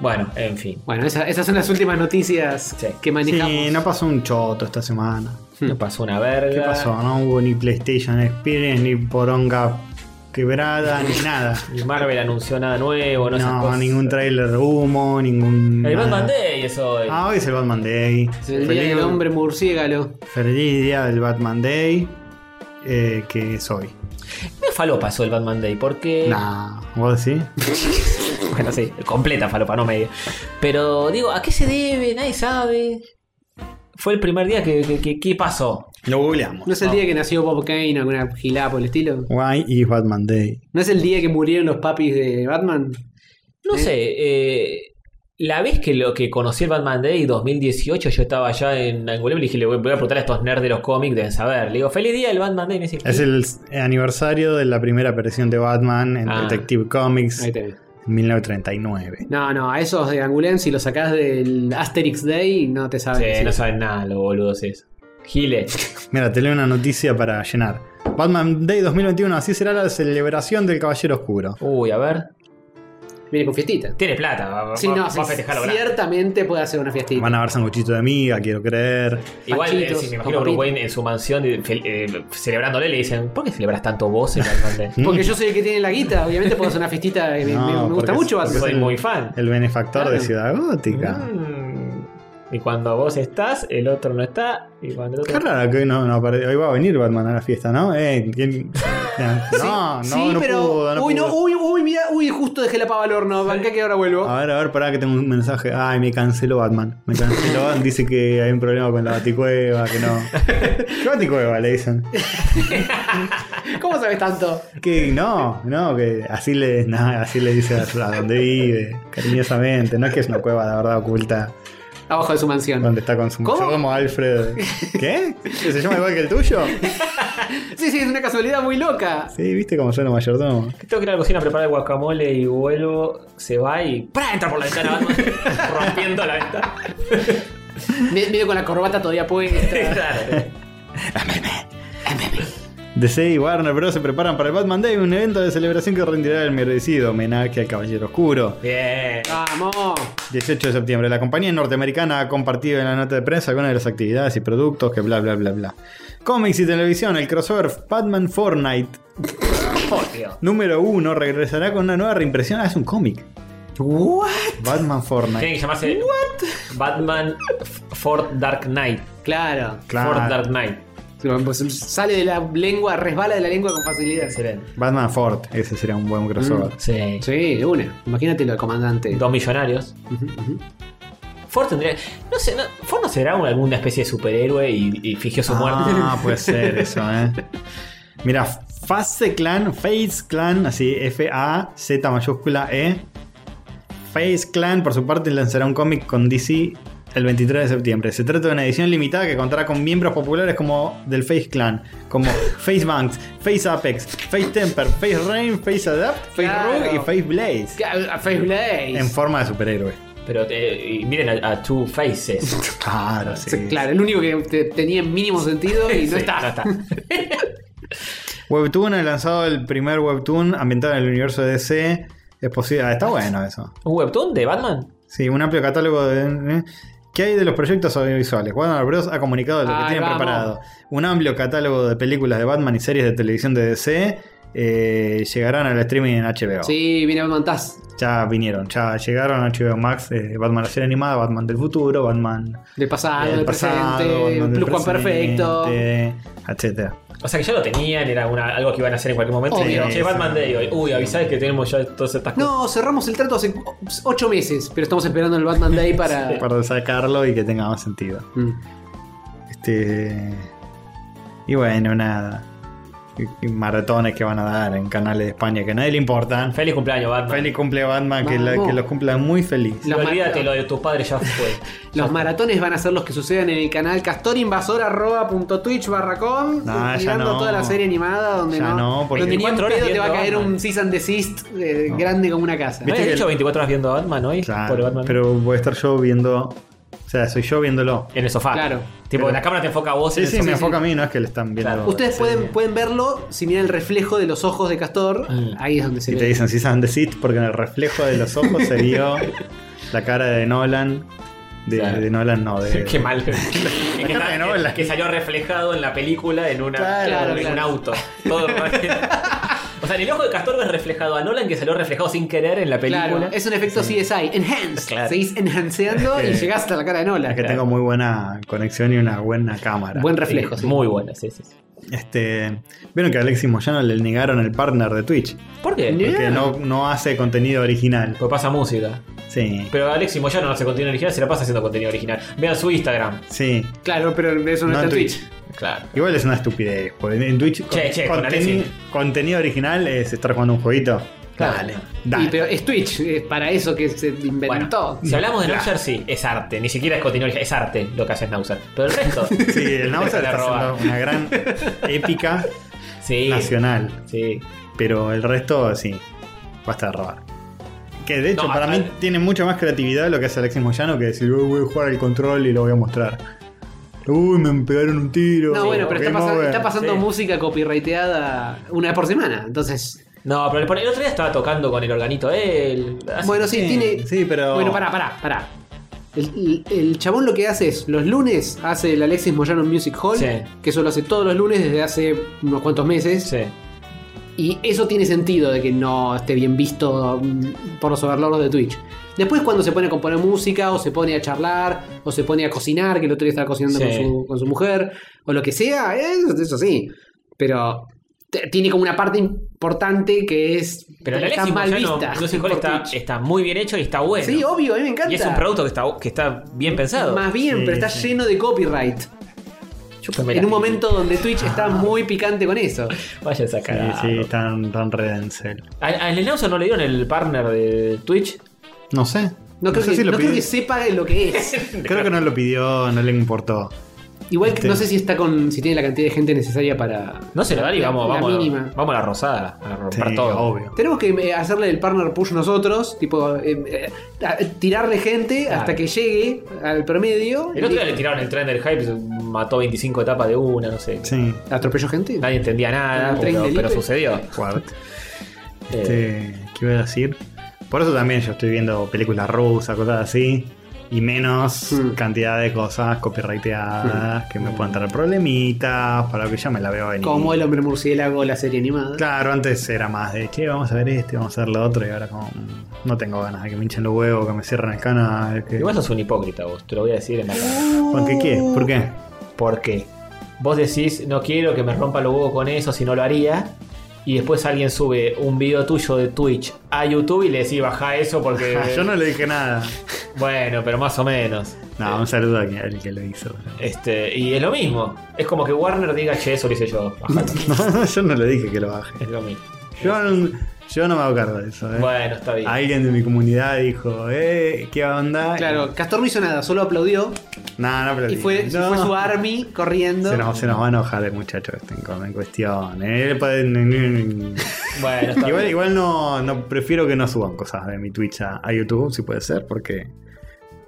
S3: Bueno, en fin.
S4: Bueno, esa- esas son las últimas noticias
S3: Sí.
S4: que manejamos.
S2: Sí, no pasó un choto esta semana.
S3: No pasó una verga.
S2: ¿Qué pasó? No hubo ni PlayStation Experience ni poronga quebrada, ni nada.
S3: Ni Marvel anunció nada nuevo, no, esas
S2: No,
S3: cosas.
S2: ningún trailer humo, ningún.
S3: El
S2: nada.
S3: Batman Day es hoy.
S2: Ah, hoy es el Batman Day.
S4: El día del hombre murciélago.
S2: Feliz día del Batman Day. eh, que es hoy.
S3: Una falopa pasó el Batman Day, porque.
S2: Nah, vos decís.
S3: Bueno, sí, completa falopa, no media. Pero digo, ¿a qué se debe? Nadie sabe. Fue el primer día que, que, que- ¿qué pasó.
S2: Lo googleamos.
S4: ¿No es el día que nació Bob Kane o alguna gilada por el estilo?
S2: Why is Batman Day?
S4: ¿No es el día que murieron los papis de Batman?
S3: No sé, eh, la vez que lo que conocí el Batman Day 2018, yo estaba allá en Angulem y le dije, le voy, voy a preguntar a estos nerds de los cómics, deben saber. Le digo, feliz día del Batman Day. Y Me dice,
S2: Es el s- aniversario de la primera aparición de Batman en
S3: Ah.
S2: Detective Comics
S4: Ahí tenés.
S2: 1939.
S4: No, no, a esos de Angulén, si los sacás del Asterix Day, no te
S3: Sí,
S4: sabes.
S3: no saben nada, los boludos es.
S2: <laughs>
S3: Gile.
S2: Mira, te leo una noticia para llenar. Batman Day 2021, así será la celebración del Caballero Oscuro.
S3: Uy, a ver.
S4: Viene con fiestita.
S3: Tiene plata, va, va-
S4: Sí, no,
S3: va
S4: sí,
S3: a festejarlo. grande.
S4: ciertamente puede hacer una fiestita.
S2: Van a ver sanguchito de miga, quiero creer.
S3: Igual, eh,
S4: Panchitos,
S3: si me
S4: con
S3: imagino a Bruce
S4: papita.
S3: Wayne en su mansión eh, fel- eh, celebrándole, le dicen, ¿por qué celebras tanto vos eh, el Batman
S2: <laughs>
S3: Day?
S4: Porque
S2: Mm.
S4: yo soy el que tiene la guita, obviamente puedo hacer una fiestita.
S3: <laughs>
S4: Me, me-
S2: No,
S4: me gusta
S2: porque- porque
S4: mucho Batman.
S3: Soy
S2: el-
S3: muy fan.
S2: El benefactor
S4: Claro.
S2: de Ciudad Gótica.
S3: Mm. Y cuando vos estás, el otro no está. Y cuando el
S2: Qué
S3: otro.
S2: raro que hoy no, no apare- Hoy va a venir Batman a la fiesta, ¿no? Eh,
S4: <laughs>
S2: ¿quién- No, no,
S4: Sí,
S2: no
S4: pero.
S2: pudo, no
S4: uy, no,
S2: pudo.
S4: uy, uy, mira, uy, justo dejé la pava al horno. Banca que ahora vuelvo.
S2: A ver, a ver, pará que tengo un mensaje. Ay, me canceló Batman. Me canceló
S4: <laughs>
S2: Batman. Dice que hay un problema con la baticueva, que no. ¿Qué baticueva? Le dicen.
S4: ¿Cómo sabes tanto?
S2: Que no, no, que así le, nada, así le dice a, a donde vive, cariñosamente. No es que es una cueva de verdad oculta
S4: Abajo de su mansión.
S2: donde está con su
S4: ¿Cómo?
S2: Yo como Alfred. <laughs> ¿Qué? ¿Que ¿Se llama igual que el tuyo?
S4: Sí, sí, es una casualidad muy loca.
S2: Sí, viste cómo suena mayordomo.
S3: Tengo que ir a la cocina a preparar el guacamole y vuelvo, se va y ¡pra! entra por la ventana Batman,
S4: <laughs>
S3: rompiendo la ventana.
S4: Me- Medio con la corbata
S3: <laughs>
S4: todavía puesta.
S3: Claro.
S2: DC y Warner Bros. se preparan para el Batman Day, un evento de celebración que rendirá el merecido homenaje al Caballero Oscuro.
S3: Bien.
S4: Ah, Vamos.
S2: 18 de septiembre. La compañía norteamericana ha compartido en la nota de prensa algunas de las actividades y productos que bla bla bla bla. Cómics y televisión, el crossover Batman Fortnite
S3: Odio.
S2: número 1 regresará con una nueva reimpresión. Ah, es un cómic.
S4: What?
S2: Batman
S3: Tiene
S2: Fortnite.
S3: que llamarse Batman Ford Dark Knight.
S4: Claro.
S3: Ford
S2: Claro.
S3: Dark Knight.
S4: Pues sale de la lengua, resbala de la lengua con facilidad.
S3: Excelente.
S2: Batman Ford, ese sería un buen crossover.
S3: Sí.
S4: Sí, de una. Imagínate lo de comandante.
S3: Dos millonarios.
S4: Ujú, ujú.
S3: Ford tendría. No sé, no- Ford no será una- alguna especie de superhéroe y, y fingió su muerte.
S2: Ah, puede ser eso, eh. Mira, Face Clan, Face Clan, así F-A-Z mayúscula E. Face Clan, por su parte, lanzará un cómic con DC el 23 de septiembre. Se trata de una edición limitada que contará con miembros populares como del Face Clan, como Face Banks, Face Apex, Face Temper, Face Rain, Face Adapt, Face
S4: Claro.
S2: Rogue y Face Blaze.
S4: A- a Face Blaze.
S2: En forma de superhéroe.
S3: <laughs> Pero eh, y miren a, a Two Faces.
S2: Claro, <laughs> sí.
S4: Claro, el único que te- tenía mínimo sentido y
S3: Sí,
S4: no está.
S2: Webtoon ha lanzado el primer webtoon ambientado en el universo de DC. Es posible. Ah, está bueno eso.
S3: ¿Un webtoon de Batman?
S2: Sí, un amplio catálogo de. eh, ¿Qué hay de los proyectos audiovisuales? Warner Bros. ha comunicado lo que
S4: Ahí
S2: tienen
S4: Ah, vamos.
S2: preparado. Un amplio catálogo de películas de Batman y series de televisión de DC eh, llegarán al streaming en HBO.
S4: Sí, viene Batman Taz.
S2: Ya vinieron, ya llegaron a HBO Max, eh, Batman la serie animada, Batman del futuro, Batman
S4: Del pasado,
S2: del
S4: del
S2: pasado,
S4: presente,
S2: Batman
S4: un
S2: del
S4: Plus Juan Perfecto.
S2: presente, etcétera.
S3: O sea que ya lo tenían, era una- algo que iban a hacer en cualquier momento.
S4: Obvio.
S3: Dijeron, Che, Batman Day hoy. Uy, avisad que tenemos ya todas estas cosas.
S4: No, cerramos el trato hace o- ocho meses, pero estamos esperando el Batman Day para.
S2: Para sacarlo y que tenga más sentido.
S4: Mm.
S2: Este. Y bueno, nada. Y- y Maratones que van a dar en canales de España que a nadie le importan.
S3: Feliz cumpleaños, Batman.
S2: Feliz cumple Batman, que, la-
S4: Vamos.
S2: que los cumpla muy feliz.
S3: Y
S4: Los
S3: olvídate,
S4: mar-
S3: lo de tus padres
S2: <laughs>
S3: ya fue.
S4: Los maratones van a ser los que sucedan en el canal castorinvasor.twitch barracón.
S2: No, ya
S4: mirando
S2: no.
S4: toda la serie animada donde
S2: Ya
S4: no.
S2: no, porque-
S4: donde ni en
S3: 24 horas
S4: pedo te va a
S3: viendo
S4: caer
S3: Batman.
S4: un cease and desist eh,
S2: No.
S4: grande como una casa.
S3: ¿Me
S2: Viste
S3: habías
S2: que-
S3: dicho 24 horas viendo a Batman hoy?
S2: Claro,
S3: Pobre Batman.
S2: pero voy a estar yo viendo. O sea, soy yo viéndolo.
S3: En el sofá.
S4: Claro.
S3: Tipo,
S2: Pero-
S3: la cámara te enfoca a vos.
S2: Sí,
S3: en el
S2: sí,
S3: sofá.
S2: me enfoca a mí, no es que le están viendo.
S3: Claro.
S4: Ustedes
S2: Sí.
S4: pueden, pueden verlo si miran el reflejo de los ojos de Castor.
S3: Mm.
S4: Ahí es donde se
S2: Y
S4: ve.
S2: te dicen, si and the Seat, porque en el reflejo de los ojos se vio la cara de Nolan. De,
S3: Claro.
S2: de Nolan, no, de.
S3: <laughs> Qué mal. Eh, que,
S2: cara de Nolan.
S3: que salió reflejado en la película en, una,
S2: Claro,
S3: en
S4: claro. <laughs>
S3: un auto. Todo o sea, en el ojo de Castor ves reflejado a Nolan que salió reflejado sin querer en la película.
S4: Claro, es un efecto CSI. Enhanced.
S3: Claro.
S4: Seguís enhanceando
S2: <laughs>
S4: y
S2: Eh,
S4: llegás hasta la cara de Nola.
S2: Es que tengo muy buena conexión y una buena cámara.
S4: Buen
S3: Sí,
S4: reflejo, sí.
S3: Muy buena, sí, sí. sí.
S2: Este, Vieron que a Alexis Moyano le negaron el partner de Twitch.
S3: ¿Por qué?
S4: Ni-
S2: Porque
S4: Bien.
S2: no, no hace contenido original.
S3: Porque pasa música.
S2: Sí,
S3: Pero Alexis Moyano no hace contenido original, se la pasa haciendo contenido original. Vean su Instagram.
S2: sí.
S4: Claro, pero eso no,
S2: No
S4: está en
S2: en
S4: Twitch.
S3: Claro.
S2: Igual es una estupidez. porque En Twitch
S3: Che, che, con
S2: conteni-
S3: Alexis.
S2: contenido original es estar jugando un jueguito.
S3: Dale.
S2: Dale.
S4: Y, pero es Twitch, es para eso que se inventó.
S3: Bueno, si hablamos de Nauser, sí, es arte. Ni siquiera es contenido original, es arte lo que hace Nauser. Pero el resto.
S2: Sí, el Nauser
S3: La
S2: está
S3: roba.
S2: haciendo una
S3: <laughs>
S2: gran épica
S3: sí.
S2: nacional.
S3: Sí.
S2: Pero el resto, sí, basta de robar. Que de hecho,
S3: No,
S2: para
S3: a-
S2: mí
S3: a-
S2: tiene mucha más creatividad lo que hace Alexis Moyano que decir, "Uy, voy a jugar al control y lo voy a mostrar. Uy, me pegaron un tiro.
S4: No, bueno, pero está,
S2: Game
S4: pasa-
S2: over.
S4: está pasando
S3: Sí.
S4: música copyrighteada una vez por semana. Entonces,
S3: No, pero el, el otro día estaba tocando con el organito él. Hace-
S4: bueno, sí,
S2: sí,
S4: tiene.
S2: sí, pero-
S4: Bueno, pará, pará, pará. El, el- el chabón lo que hace es, los lunes hace el Alexis Moyano Music Hall,
S3: Sí.
S4: que eso lo hace todos los lunes desde hace unos cuantos meses.
S3: Sí.
S4: Y eso tiene sentido de que no esté bien visto mm, por los overlords de Twitch. Después cuando se pone a componer música, o se pone a charlar, o se pone a cocinar, que el otro día estaba cocinando
S3: Sí.
S4: con, su, con su mujer, o lo que sea, eso, eso sí. Pero t- tiene como una parte importante que es...
S3: Pero el
S4: que
S3: Alexis Moyano Music Hall
S4: por
S3: está,
S4: Twitch.
S3: está muy bien hecho y está bueno.
S4: Sí, obvio, a mí me encanta.
S3: Y es un producto que está, que está bien pensado.
S4: Más bien,
S2: Sí,
S4: pero está
S2: sí.
S4: lleno de copyright.
S3: Chúpame la
S4: en un
S3: pija.
S4: momento donde Twitch
S3: <laughs>
S4: está muy picante con eso.
S3: Vaya a
S2: Sí,
S3: sacar.
S2: sí, están tan redensel.
S3: ¿A Lenauser no le dieron el partner de Twitch?
S2: No sé.
S4: No creo,
S2: sé
S4: que,
S2: si lo
S4: no creo
S2: pidió.
S4: que sepa lo que
S3: <laughs>
S4: es.
S2: Creo que no lo pidió, no le importó.
S4: Igual que
S2: Sí.
S4: no sé si está con. si tiene la cantidad de gente necesaria para.
S3: No se lo dan y
S4: La-
S3: vamos,
S4: la
S3: vamos,
S4: mínima.
S3: vamos a la rosada. A
S2: Sí,
S3: romper todo.
S2: obvio.
S4: Tenemos que eh, hacerle el partner push nosotros, tipo, eh, eh, a- tirarle gente
S3: Claro.
S4: hasta que llegue al promedio.
S3: El otro día
S4: Y-
S3: le tiraron el tren del hype, se mató 25 etapas de una, no sé.
S2: Sí,
S4: ¿Atropelló gente?
S3: Nadie entendía nada,
S4: Un tren
S3: pero,
S4: del
S3: pero
S4: hype.
S3: sucedió.
S2: fuerte.
S3: Eh,
S2: Este, ¿Qué iba a decir? Por eso también yo estoy viendo películas rusas, cosas así. Y menos
S4: Mm.
S2: cantidad de cosas copyrighteadas
S4: Hmm.
S2: que me puedan traer problemitas, para lo que ya me la veo venir.
S4: Como el hombre murciélago, la serie animada.
S2: Claro, antes era más de, che, vamos a ver este, vamos a ver lo otro, y ahora como, mm, no tengo ganas de que me hinchen los huevos, que me cierren el canal. Que...
S3: Igual sos un hipócrita vos, te lo voy a decir en la cara.
S2: ¿Por qué qué? ¿Por qué?
S4: Eh.
S3: ¿Por qué? Vos decís, no quiero que me rompa los huevos con eso si no lo haría. Y después alguien sube un video tuyo de Twitch a YouTube y le decís, baja eso porque.
S2: <laughs> yo no le dije nada.
S3: Bueno, pero más o menos.
S2: No, un saludo a quien- al que lo hizo. <laughs>
S3: Este, y es lo mismo. Es como que Warner diga, che, eso lo hice yo.
S2: <laughs>
S3: Bajalo.
S2: No, yo no le dije que lo baje.
S3: es lo mismo.
S2: Yo no, yo no me hago cargo de eso. ¿eh?
S3: Bueno, está bien.
S2: Alguien de mi comunidad dijo, eh, ¿qué onda?
S4: Claro, Castor no hizo nada, solo aplaudió.
S2: No, no, pero
S4: Y fue,
S2: no.
S4: fue su army corriendo.
S2: Se nos, se nos va a enojar el muchacho este en, con- en cuestión. ¿eh? Puede-
S4: <laughs>
S3: Bueno, está
S2: igual
S3: bien.
S2: igual no, no prefiero que no suban cosas de mi Twitch a, a YouTube, si puede ser, porque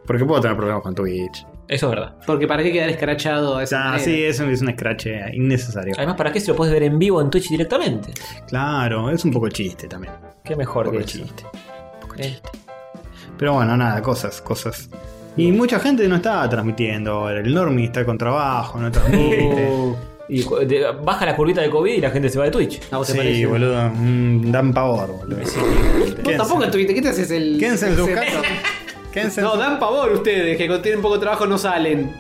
S2: porque puedo tener problemas con Twitch.
S3: Eso es verdad.
S4: Porque para qué quedar escrachado a esa
S2: Ah,
S4: manera.
S2: sí, es un, es un scratch innecesario.
S3: Además, ¿para qué se lo puedes ver en vivo en Twitch directamente?
S2: Claro, es un poco chiste también.
S3: Qué
S2: Un
S3: mejor que
S2: poco
S3: eso.
S2: chiste.
S3: Eh,
S2: Pero bueno, nada, cosas, cosas. Y mucha gente no está transmitiendo ahora. El Normi está con trabajo,
S4: <laughs>
S2: no transmite.
S4: Uh,
S3: y cu- de- baja la curvita de COVID y la gente se va de Twitch.
S4: ¿A vos te
S2: sí,
S4: parece?
S2: boludo, mm, dan pavor, boludo.
S4: Vos
S2: Quédense-
S4: tampoco estuviste, ¿qué te haces el.
S2: Quédense en sus
S4: el-
S2: casas. Quédense en
S4: No,
S2: sus-
S4: dan pavor ustedes, que contienen poco trabajo no salen.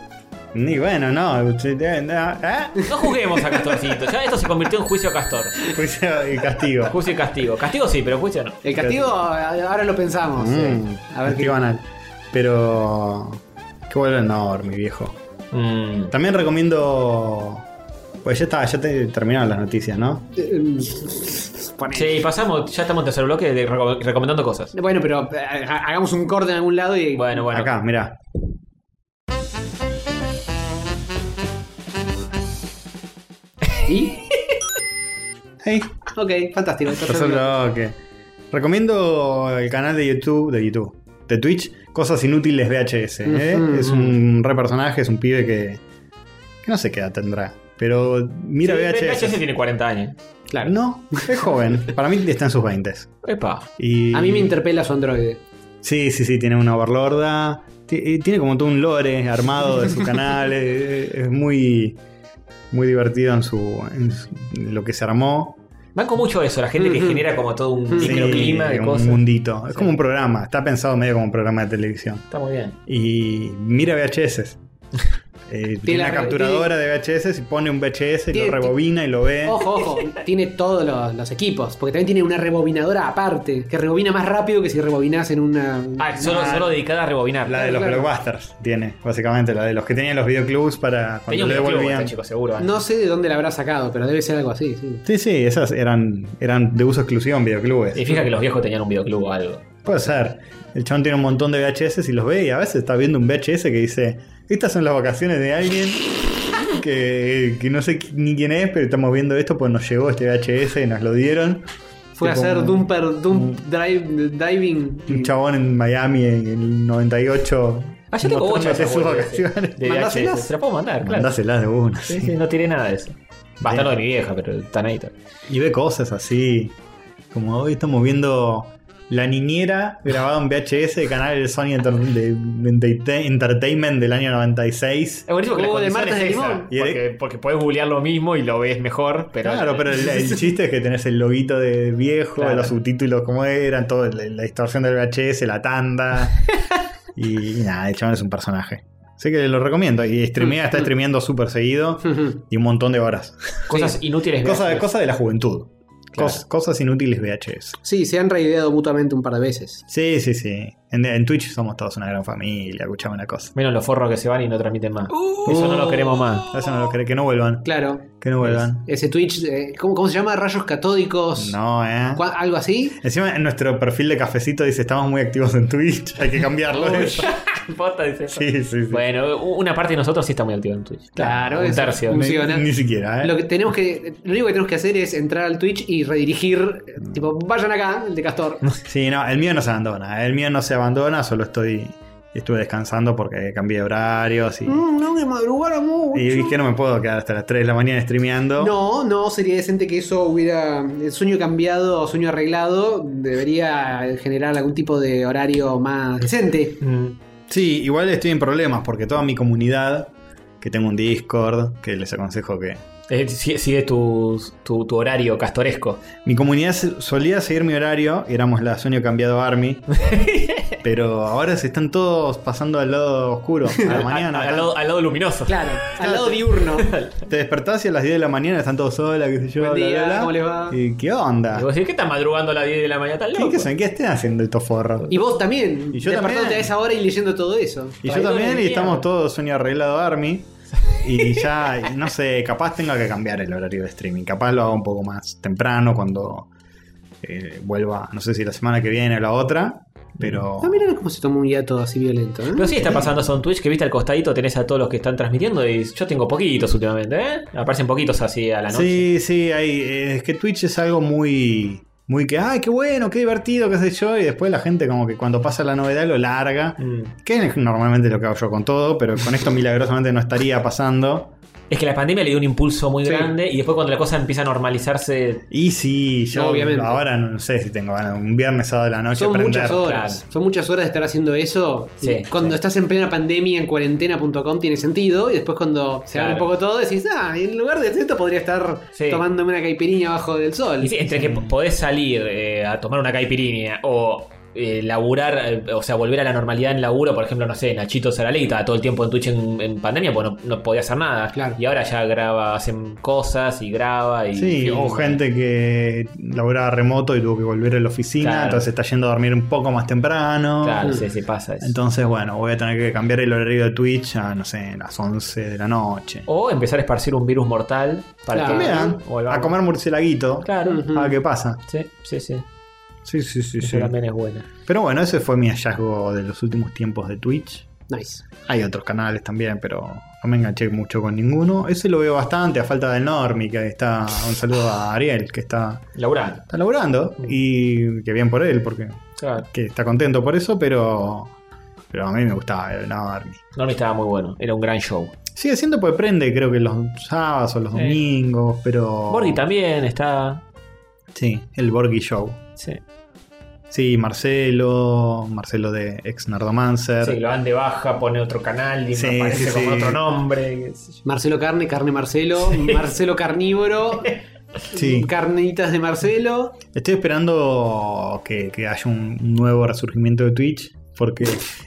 S2: Ni bueno, no. usted- eh, no, ¿eh?
S3: No juguemos a Castorcito. Ya esto se convirtió en juicio a Castor.
S2: Juicio y
S4: <laughs>
S2: castigo.
S3: Juicio y castigo. Castigo sí, pero juicio no.
S4: El castigo a- ahora lo pensamos.
S2: Mm,
S4: a ver qué
S2: castigo anal. Pero. Que vuelve Normi, viejo.
S3: Mm.
S2: También recomiendo. Pues ya está, ya te terminaron las noticias, ¿no?
S4: Eh,
S3: Sí, pasamos, ya estamos en tercer bloque de reco- recomendando cosas.
S4: Bueno, pero eh, ha- hagamos un corte en algún lado y.
S3: Bueno, bueno.
S2: Acá, mirá.
S4: ¿Y?
S2: Ahí.
S4: Ok, fantástico. tercer
S2: Tercer
S4: bloque.
S2: bloque. Recomiendo el canal de YouTube, de YouTube, de Twitch, Cosas Inútiles VHS. ¿eh?
S4: Ujú,
S2: Es un re personaje, es un pibe que, que no sé qué edad tendrá. Pero mira
S3: Sí,
S2: VHS.
S3: VHS tiene 40 años.
S4: Claro.
S2: No, es joven. Para mí está en sus 20.
S3: Epa.
S2: Y...
S4: A mí me interpela su androide.
S2: Sí, sí, sí, tiene una overlorda. Ti- Tiene como todo un lore armado de su canal. <laughs> eh, eh, es muy, muy divertido en, su, en su- en lo que se armó.
S3: Banco mucho eso, la gente que
S4: Ujú.
S3: genera como todo un
S4: Sí,
S3: microclima de
S2: un
S3: cosas.
S2: mundito. Es como un programa, está pensado medio como un programa de televisión.
S3: Está muy bien.
S2: Y mira VHS. Eh, tiene
S4: la-
S2: una capturadora de VHS y pone un VHS y
S4: Tiene-
S2: lo rebobina y lo ve.
S4: Ojo, ojo, tiene todos los, los equipos, porque también tiene una rebobinadora aparte, que rebobina más rápido que si rebobinas en una...
S3: Ah, solo, solo dedicada a rebobinar.
S2: La de los
S4: Claro.
S2: blockbusters tiene, básicamente, la de los que tenían los videoclubs para
S3: Tenía
S2: cuando
S3: un
S2: le
S3: videoclub
S2: devolvían.
S3: este chico, seguro. eh.
S4: No sé de dónde la habrá sacado, pero debe ser algo así, sí.
S2: Sí, sí, esas eran, eran de uso exclusivo en videoclubes.
S3: Y fija que los viejos tenían un videoclub o algo.
S2: Puede ser. El chabón tiene un montón de VHS y los ve y a veces está viendo un VHS que dice, estas son las vacaciones de alguien que, que no sé qui- ni quién es, pero estamos viendo esto pues nos llegó este VHS y nos lo dieron.
S4: Fue a
S2: Tipo,
S4: hacer
S2: un-
S4: Dumper, Dump Drive, Diving.
S2: Un chabón en Miami en el 98.
S3: Ah, yo tengo bocha
S2: mostrándote
S3: de esas
S2: sus
S3: bolsas, sí.
S2: vacaciones.
S3: De VHS.
S4: Mandáselas.
S3: Se la puedo mandar, claro.
S2: Mandáselas de una.
S3: Sí,
S2: sí.
S3: sí, no tiene nada de eso. Va a estar lo de mi vieja, pero están ahí. todavía.
S2: Y ve cosas así. Como hoy estamos viendo La Niñera grabada en VHS de canal del Sony Enter- de- de- de- Entertainment del año 96.
S3: Es buenísimo que la
S4: Juego de
S3: condición
S4: Martes
S3: es
S4: de
S3: esa,
S4: Limón.
S2: Y el-
S3: Porque, porque puedes googlear lo mismo y lo ves mejor, pero. eh,
S2: Claro, pero el,
S3: <laughs>
S2: el chiste es que tenés el loguito de viejo,
S3: Claro.
S2: los subtítulos como eran, todo, la, la distorsión del VHS, la tanda.
S3: <laughs>
S2: y, y nada, el chabón es un personaje. Así que lo recomiendo. Y streamea,
S3: Mm.
S2: está streameando súper seguido
S4: <laughs>
S2: y un montón de horas.
S3: Cosas inútiles.
S2: Cosa,
S3: Mm. gracias.
S2: cosa de la juventud.
S3: Claro.
S2: Cos- cosas inútiles VHS.
S4: Sí, se han reideado mutuamente un par de veces.
S2: Sí, sí, sí. En, en Twitch somos todos una gran familia, escuchamos una cosa.
S3: Menos los forros que se van y no transmiten más. Eso no lo queremos más.
S2: Eso no lo cre- que no vuelvan.
S4: Claro.
S2: Que no vuelvan.
S4: Ese Twitch, eh, ¿cómo, cómo se llama? Rayos catódicos.
S2: No, eh.
S4: ¿Cuá- ¿Algo así?
S2: Encima en nuestro perfil de cafecito dice estamos muy activos en Twitch, hay que cambiarlo. eso.
S3: <laughs> Posta, dice eso.
S2: sí, sí, sí.
S3: Bueno, u- una parte de nosotros sí está muy activa en Twitch.
S4: Claro,
S3: un
S4: eso.
S3: tercio.
S4: Me-
S2: Ni-
S4: funciona.
S2: Ni, siquiera, ¿eh?
S4: Lo, que tenemos que, lo único que tenemos que hacer es entrar al Twitch y redirigir, eh, tipo, vayan acá, el de Castor.
S2: Mm. <laughs> Sí, no, el mío no se abandona. ¿eh? El mío no se abandona, solo estoy. Estuve descansando porque cambié de horarios y.
S4: Mm, no me madrugara mucho.
S2: Y dije no me puedo quedar hasta las 3 de la mañana streameando.
S4: No, no, sería decente que eso hubiera. El sueño cambiado o sueño arreglado debería generar algún tipo de horario más decente.
S3: Mm,
S2: Sí, igual estoy en problemas porque toda mi comunidad, que tengo un Discord, que les aconsejo que.
S3: Eh, si- Sigue tu, tu, tu horario castoresco.
S2: Mi comunidad se- solía seguir mi horario, éramos la sueño cambiado
S4: <laughs>
S2: Army. pero ahora se están todos pasando al lado oscuro, a
S4: <laughs>
S2: la mañana.
S3: Al, al lado, al lado luminoso.
S4: Claro, al lado
S2: <laughs>
S4: diurno.
S2: Te despertás y a las 10 de la mañana están todos sola, qué sé yo,
S4: Buen
S2: bla,
S4: día,
S2: bla, bla.
S4: ¿cómo les va?
S2: ¿Y qué onda?
S3: Y vos decís, ¿qué estás madrugando a las 10 de la mañana tan
S2: ¿Qué,
S3: loco?
S2: qué son? ¿Qué estén haciendo estos forros?
S4: Y vos también.
S2: Y yo
S4: despertándote
S2: también.
S4: a esa hora y leyendo todo eso.
S2: Y yo
S3: traidores
S2: también,
S3: de
S2: y
S3: mierda.
S2: estamos todos sueño arreglado Army. Y ya, no sé, capaz tenga que cambiar el horario de streaming. Capaz lo hago un poco más temprano cuando eh, vuelva, no sé si la semana que viene o la otra. Pero.
S4: No, mirá cómo se tomó un hiato así violento, ¿eh?
S3: Pero sí está pasando eso en Twitch, que viste al costadito tenés a todos los que están transmitiendo y yo tengo poquitos últimamente, ¿eh? Aparecen poquitos así a la noche.
S2: Sí, sí, hay, eh, es que Twitch es algo muy. Muy que, ay, qué bueno, qué divertido, qué sé yo. Y después la gente, como que cuando pasa la novedad, lo larga.
S3: Mm.
S2: Que es normalmente lo que hago yo con todo, pero con esto milagrosamente no estaría pasando.
S3: Es que la pandemia le dio un impulso muy
S4: Sí.
S3: grande y después cuando la cosa empieza a normalizarse...
S2: Y sí, yo
S4: No, obviamente.
S2: ahora no sé si tengo ganas, un viernes sábado de la noche
S4: Son
S2: prender.
S4: muchas horas.
S3: claro.
S4: Son muchas horas de estar haciendo eso.
S3: Sí,
S4: Y cuando
S3: sí.
S4: estás en plena pandemia en cuarentena.com tiene sentido. Y después cuando se abre
S3: Claro.
S4: un poco todo, decís, ah, en lugar de hacer esto podría estar
S3: Sí.
S4: tomándome una caipirinha abajo del sol.
S3: y sí, entre que p- podés salir eh, a tomar una caipirinha o eh, laburar, eh, o sea, volver a la normalidad en laburo, por ejemplo, no sé, Nachito Saraley estaba todo el tiempo en Twitch en, en pandemia, pues no, no podía hacer nada.
S4: Claro.
S3: Y ahora ya graba, hacen cosas y graba y...
S2: Sí,
S3: y-
S2: o gente que laboraba remoto y tuvo que volver a la oficina,
S3: Claro.
S2: entonces está yendo a dormir un poco más temprano.
S3: Claro, sí, sí, pasa eso.
S2: Entonces, bueno, voy a tener que cambiar el horario de Twitch a, no sé, las 11 de la noche.
S3: O empezar a esparcir un virus mortal para
S4: Claro.
S3: que
S2: También, ¿eh?
S3: volvamos.
S2: a comer murcielaguito.
S3: Claro.
S4: Ujú.
S2: A ver qué pasa.
S3: Sí, sí, sí.
S2: Sí, sí, sí,
S3: Eso
S2: sí.
S3: también es buena.
S2: Pero bueno, ese fue mi hallazgo de los últimos tiempos de Twitch.
S4: Nice.
S2: Hay otros canales también, pero no me enganché mucho con ninguno. Ese lo veo bastante, a falta del Normi, que está. Un saludo a Ariel, que está,
S3: Laura,
S2: está laburando. Y que bien por él, porque
S3: claro.
S2: que está contento por eso, pero. Pero a mí me gustaba el Normi.
S3: Normi estaba muy bueno. Era un gran show.
S2: Sigue siendo pues prende, creo que los sábados o los
S3: Sí.
S2: domingos, pero.
S3: Borghi también está.
S2: Sí, el Borgi Show.
S3: Sí.
S2: Sí, Marcelo, Marcelo de ex Nardomancer.
S3: Sí, lo dan de baja, pone otro canal y
S2: Sí,
S3: aparece
S2: sí,
S3: con
S2: sí.
S3: otro nombre. qué sé yo.
S4: Marcelo Carne, Carne Marcelo, Marcelo Carnívoro,
S2: Sí.
S4: Carnitas de Marcelo.
S2: Estoy esperando que, que haya un un nuevo resurgimiento de Twitch, porque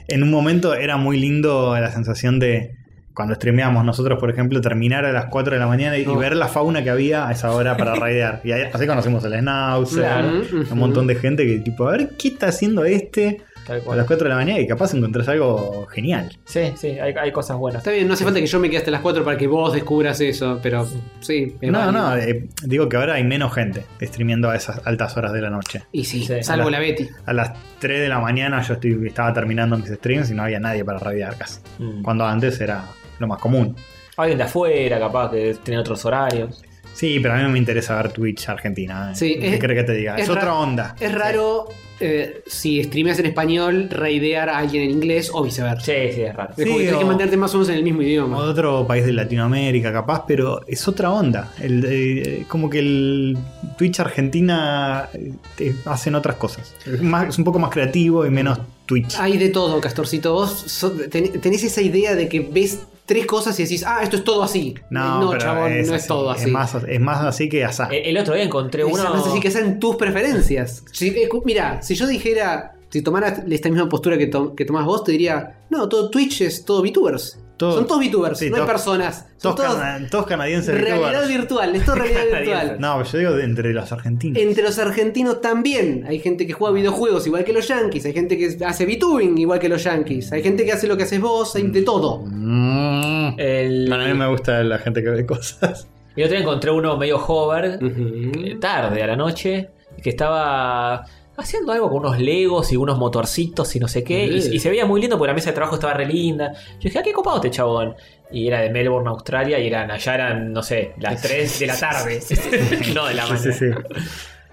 S2: en un momento era muy lindo la sensación de cuando streameamos nosotros, por ejemplo, terminar a las 4 de la mañana y, y
S4: No.
S2: ver la fauna que había a esa hora para raidear. Y ahí- así conocimos al Schnauzer,
S3: Claro.
S4: Mm,
S2: un montón de gente que tipo, a ver qué está haciendo este
S8: Tal
S2: a las
S8: cual.
S2: 4 de la mañana y capaz encontrás algo genial.
S8: Sí, sí, hay, hay cosas buenas.
S4: Está bien, no hace falta que yo me quede hasta las 4 para que vos descubras eso, pero sí. es
S2: No,
S4: válido.
S2: no, eh, digo que ahora hay menos gente streameando a esas altas horas de la noche.
S4: Y sí,
S8: Sí,
S4: salvo
S2: la-
S4: la Betty.
S2: A las 3 de la mañana yo estoy- estaba terminando mis streams y no había nadie para radiar casi.
S3: Mm.
S2: Cuando antes era lo más común.
S3: Alguien de afuera, capaz, que tiene otros horarios.
S2: Sí, pero a mí no me interesa ver Twitch Argentina. ¿eh?
S4: Sí,
S2: ¿Qué
S4: es-
S2: crees que te diga?
S4: es
S2: Es, otra
S4: ra-
S2: onda.
S4: Es raro eh, si streameas en español, raidear a alguien en inglés o viceversa.
S3: Sí, sí, es raro.
S4: Es como que
S2: Sí,
S4: tenés que
S2: o-
S4: mantenerte más o menos en el mismo
S2: Como
S4: idioma.
S2: de otro país de Latinoamérica, capaz, pero es otra onda. El, eh, como que el Twitch Argentina eh, te- hacen otras cosas. Es, más- es un poco más creativo y menos Twitch.
S4: Hay de todo, Castorcito. Vos so- ten- tenés esa idea de que ves tres cosas y decís, ah, esto es todo así.
S2: pero
S4: chabón, no es
S2: así.
S4: todo así. Eh,
S2: Es más, es más así que asá.
S3: El, el otro día encontré
S4: Esa-
S3: uno.
S4: vas a decir que sean tus preferencias. Si, eh, cu- mira, si yo dijera, si tomara esta misma postura que, to- que tomás vos, te diría, no, todo Twitch es todo VTubers.
S2: Todo-
S4: Son todos VTubers,
S2: sí,
S4: no hay
S2: todos-
S4: personas. Son
S2: todos,
S4: todos
S2: cana- todos canadienses.
S4: realidad
S2: youtubers.
S4: virtual,
S2: <laughs>
S4: es todo realidad virtual.
S2: No, yo digo de entre los argentinos.
S4: Entre los argentinos también. Hay gente que juega
S2: Ah.
S4: videojuegos igual que los yankees. Hay gente que hace VTubing igual que los yankees. Hay gente que hace lo que haces vos. Hay de todo.
S2: Mm.
S3: el-
S2: Bueno, a mí me gusta la gente que ve cosas.
S3: el otro día encontré uno medio hover, eh, tarde a la noche, que estaba haciendo algo con unos legos y unos motorcitos y no sé qué. y-
S4: Eh.
S3: Y, se veía muy lindo porque la mesa de trabajo estaba re linda. Yo dije, ah, qué copado este chabón. Y era de Melbourne, Australia, y eran allá eran, no sé, las 3 de
S2: <laughs>
S3: la tarde. <laughs> no de la mañana.
S2: Sí, sí, sí.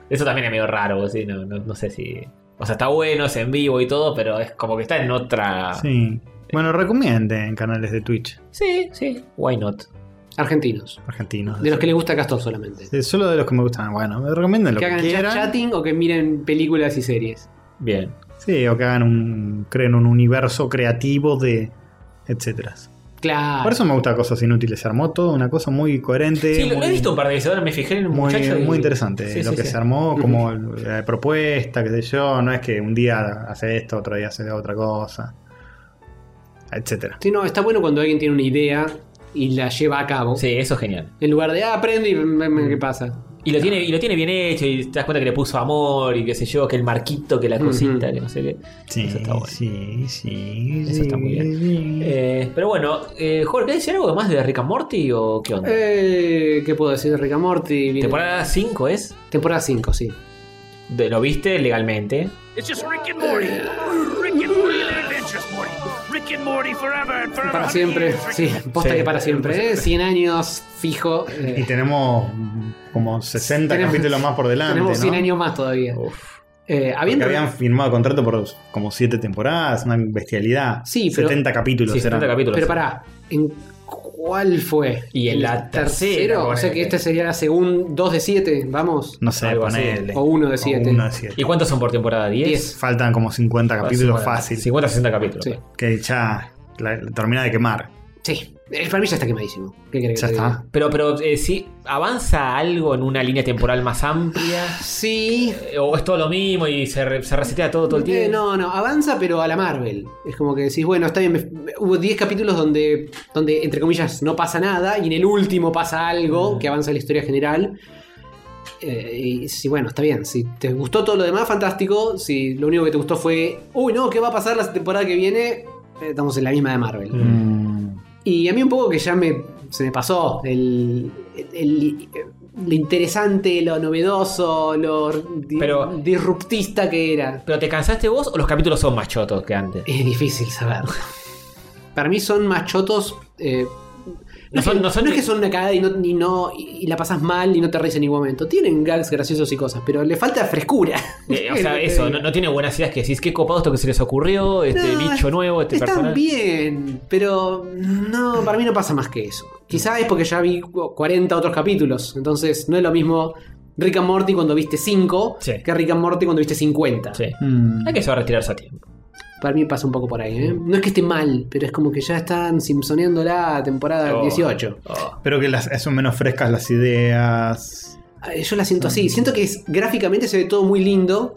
S3: Eso también es medio raro, ¿sí? no, no, no sé si. O sea, está bueno, es en vivo y todo, pero es como que está en otra.
S2: Ah. Sí. Bueno, recomienden canales de Twitch
S3: sí, sí. Why not?
S4: Argentinos.
S2: argentinos.
S4: De los que le gusta a Castor solamente.
S2: Eh, Solo de los que me gustan. Bueno, me recomienden lo
S4: Que
S2: que,
S4: hagan chat-
S2: quieran.
S4: chatting o que miren películas y series.
S3: Bien.
S2: Sí, o que hagan un. creen un universo creativo de. etcétera.
S4: Claro.
S2: Por eso me gusta cosas inútiles. Se armó todo una cosa muy coherente.
S3: Sí, lo, lo
S2: muy-
S3: he visto un par de veces, ahora me fijé en un
S2: muy,
S3: muchacho. y-
S2: muy interesante
S3: Sí,
S2: lo
S3: sí,
S2: que
S3: sí.
S2: se armó, como la propuesta, qué sé yo, no es que un día hace esto, otro día hace otra cosa, etcétera.
S4: Sí, no, está bueno cuando alguien tiene una idea y la lleva a cabo.
S3: Sí, eso es genial.
S4: En lugar de, ah, aprende y ve- ve
S2: Mm.
S4: qué pasa.
S3: Y lo, tiene, y lo tiene bien hecho, y te das cuenta que le puso amor, y qué sé yo, que el marquito, que la
S4: Ujú.
S3: cosita, que no sé qué.
S2: Sí,
S3: Eso está bueno.
S2: sí, sí,
S3: Eso está muy bien.
S2: sí.
S3: Eh, pero bueno, eh, Jorge, ¿querés decir algo más de Rick and Morty o qué onda?
S4: Eh, ¿Qué puedo decir de Rick and Morty? Viene-
S3: Temporada 5 es.
S4: temporada 5, sí.
S3: De- lo viste legalmente.
S9: It's just Rick and Morty. Rick and Morty and Adventures Morty. Rick and Morty forever and forever.
S4: Para siempre, sí, posta
S3: Sí.
S4: que para siempre, ¿eh? 100 años fijo. eh,
S2: Y tenemos mm, como 60
S4: Tenemos-
S2: capítulos más por delante,
S4: tenemos 100
S2: ¿no?
S4: años más todavía.
S2: Uf,
S4: Eh,
S2: porque
S4: habiendo-
S2: habían firmado contrato por como 7 temporadas, una bestialidad.
S4: Sí, pero-
S2: 70 capítulos
S3: Sí,
S2: eran.
S3: 70 capítulos.
S4: Pero pará, ¿en cuál fue?
S3: Y en
S4: ¿El
S3: la tercera,
S4: tercero? O sea
S3: ponele.
S4: que esta sería la segunda, 2 de 7, vamos.
S2: No sé,
S3: Algo así.
S2: ponele.
S4: O uno de
S2: O
S4: siete.
S2: uno de siete.
S3: ¿Y cuántos son por temporada? ¿10?
S4: Diez.
S2: Faltan como 50 capítulos fácil.
S3: 50 60 capítulos.
S4: Sí.
S2: Que ya la, la termina de quemar.
S4: Sí, eh, para mí ya está quemadísimo. ¿Qué querés
S2: Ya
S4: que te
S2: está.
S4: diga?
S3: Pero, pero eh, si avanza algo en una línea temporal más amplia,
S4: Sí.
S3: eh, o es todo lo mismo y se, re- se resetea todo todo el
S4: Eh,
S3: tiempo.
S4: no, no, avanza pero a la Marvel. Es como que decís, bueno, está bien, me- me- hubo 10 capítulos donde, donde, entre comillas, no pasa nada y en el último pasa algo que avanza la historia general. Eh, y sí, bueno, está bien, si te gustó todo lo demás, fantástico. Si lo único que te gustó fue, uy, no, ¿qué va a pasar la temporada que viene? Eh, Estamos en la misma de Marvel.
S2: Mm,
S4: Y a mí un poco que ya me, se me pasó el, el- lo interesante, lo novedoso, lo di-
S3: Pero-
S4: disruptista que era.
S3: ¿Pero te cansaste vos o los capítulos son más chotos que antes?
S4: Es difícil saber. Para mí son machotos. eh, no,
S3: No
S4: es
S3: son-
S4: que-
S3: no son-
S4: no es que son una cagada y no, y no- y la pasas mal y no te reís en ningún momento. Tienen gags graciosos y cosas, pero le falta frescura. <laughs>
S3: Eh, o sea, eso, no, no tiene buenas ideas que decís, qué copado esto que se les ocurrió, este
S4: No,
S3: bicho nuevo, este
S4: Están
S3: personaje.
S4: bien, pero no, para mí no pasa más que eso. Quizá es porque ya vi 40 otros capítulos, entonces no es lo mismo Rick and Morty cuando viste 5
S3: Sí.
S4: que Rick and Morty cuando viste 50.
S3: Sí.
S2: mm.
S3: Hay que saber retirarse a tiempo.
S4: Para mí pasa un poco por ahí. ¿eh? No es que esté mal, pero es como que ya están
S2: Ah,
S4: simpsoneando la temporada
S3: Oh.
S4: 18.
S3: Oh.
S2: Pero que las, son menos frescas las ideas.
S4: eh, yo la siento
S2: Mm.
S4: así. Siento que es- gráficamente se ve todo muy lindo.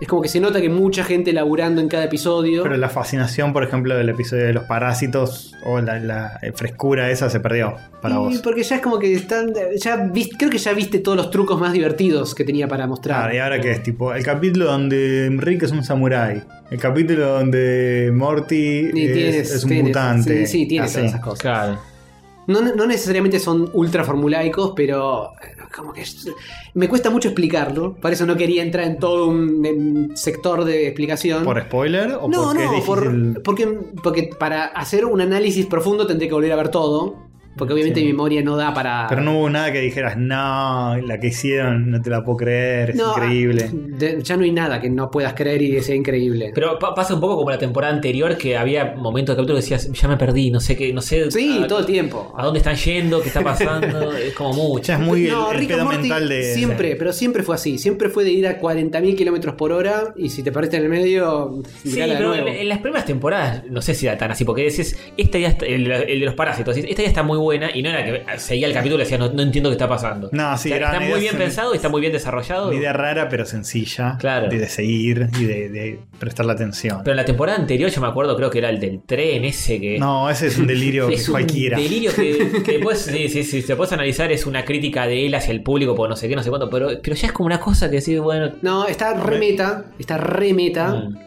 S4: Es como que se nota que mucha gente laburando en cada episodio.
S2: Pero la fascinación, por ejemplo, del episodio de los parásitos o la, la, eh, frescura esa se perdió para
S4: Y
S2: vos.
S4: Porque ya es como que están. Ya vis- creo que ya viste todos los trucos más divertidos que tenía para mostrar.
S2: Claro, Ah, y ahora que es tipo el capítulo donde Enrique es un samurái, el capítulo donde Morty
S4: Y
S2: es,
S4: tienes-
S2: es un
S4: tienes-
S2: mutante. Ah,
S4: Sí, sí, tienes
S2: así.
S4: todas esas cosas.
S3: oh, Claro.
S4: No, no necesariamente son ultra formulaicos, pero eh, como que es- me cuesta mucho explicarlo. Por eso no quería entrar en todo un em, sector de explicación.
S2: ¿Por spoiler o
S4: no,
S2: porque es
S4: no, por-
S2: difícil?
S4: porque, porque para hacer un análisis profundo tendré que volver a ver todo. Porque obviamente
S2: Sí.
S4: mi memoria no da para.
S2: Pero no hubo nada que dijeras, no, la que hicieron, no te la puedo creer, es
S4: No, ah,
S2: increíble.
S4: de- ya no hay nada que no puedas creer y que sea increíble.
S3: Pero pa- pasa un poco como la temporada anterior que había momentos de capítulo que decías, ya me perdí, no sé qué, no sé.
S4: sí,
S3: a,
S4: todo el tiempo.
S3: ¿A dónde están yendo? ¿Qué está
S2: <laughs>
S3: pasando? es como mucho.
S2: Ya es muy el-
S4: no,
S2: el,
S4: Rick and
S2: pedo
S4: Morty
S2: mental de.
S4: siempre, pero siempre fue así. Siempre fue de ir a 40.000 kilómetros por hora y si te perdiste en el medio,
S3: Sí,
S4: mirala de
S3: pero en,
S4: nuevo.
S3: en las primeras temporadas no sé si era tan así, porque decís, esta idea, está- el, el de los parásitos, decís, esta idea está muy buena y no era que seguía el capítulo y decías, no, no entiendo qué está pasando.
S2: No, sí,
S3: O sea,
S2: eran
S3: está muy
S2: ideas
S3: bien
S2: en-
S3: pensado y está muy bien desarrollado.
S2: Una idea rara pero sencilla.
S3: Claro.
S2: De, de seguir y de, de prestarle atención.
S3: Pero en la temporada anterior yo me acuerdo, creo que era el del tren ese que...
S2: no, ese es un delirio
S3: <laughs> Es
S2: que
S3: un
S2: cualquiera.
S3: delirio
S2: <laughs>
S3: que, que después, sí, sí, sí, si te puedes analizar, es una crítica de él hacia el público por no sé qué, no sé cuánto, pero, pero ya es como una cosa que decís, bueno,
S4: No, está re meta, está re
S2: ¿Ah?
S4: meta.
S3: mm,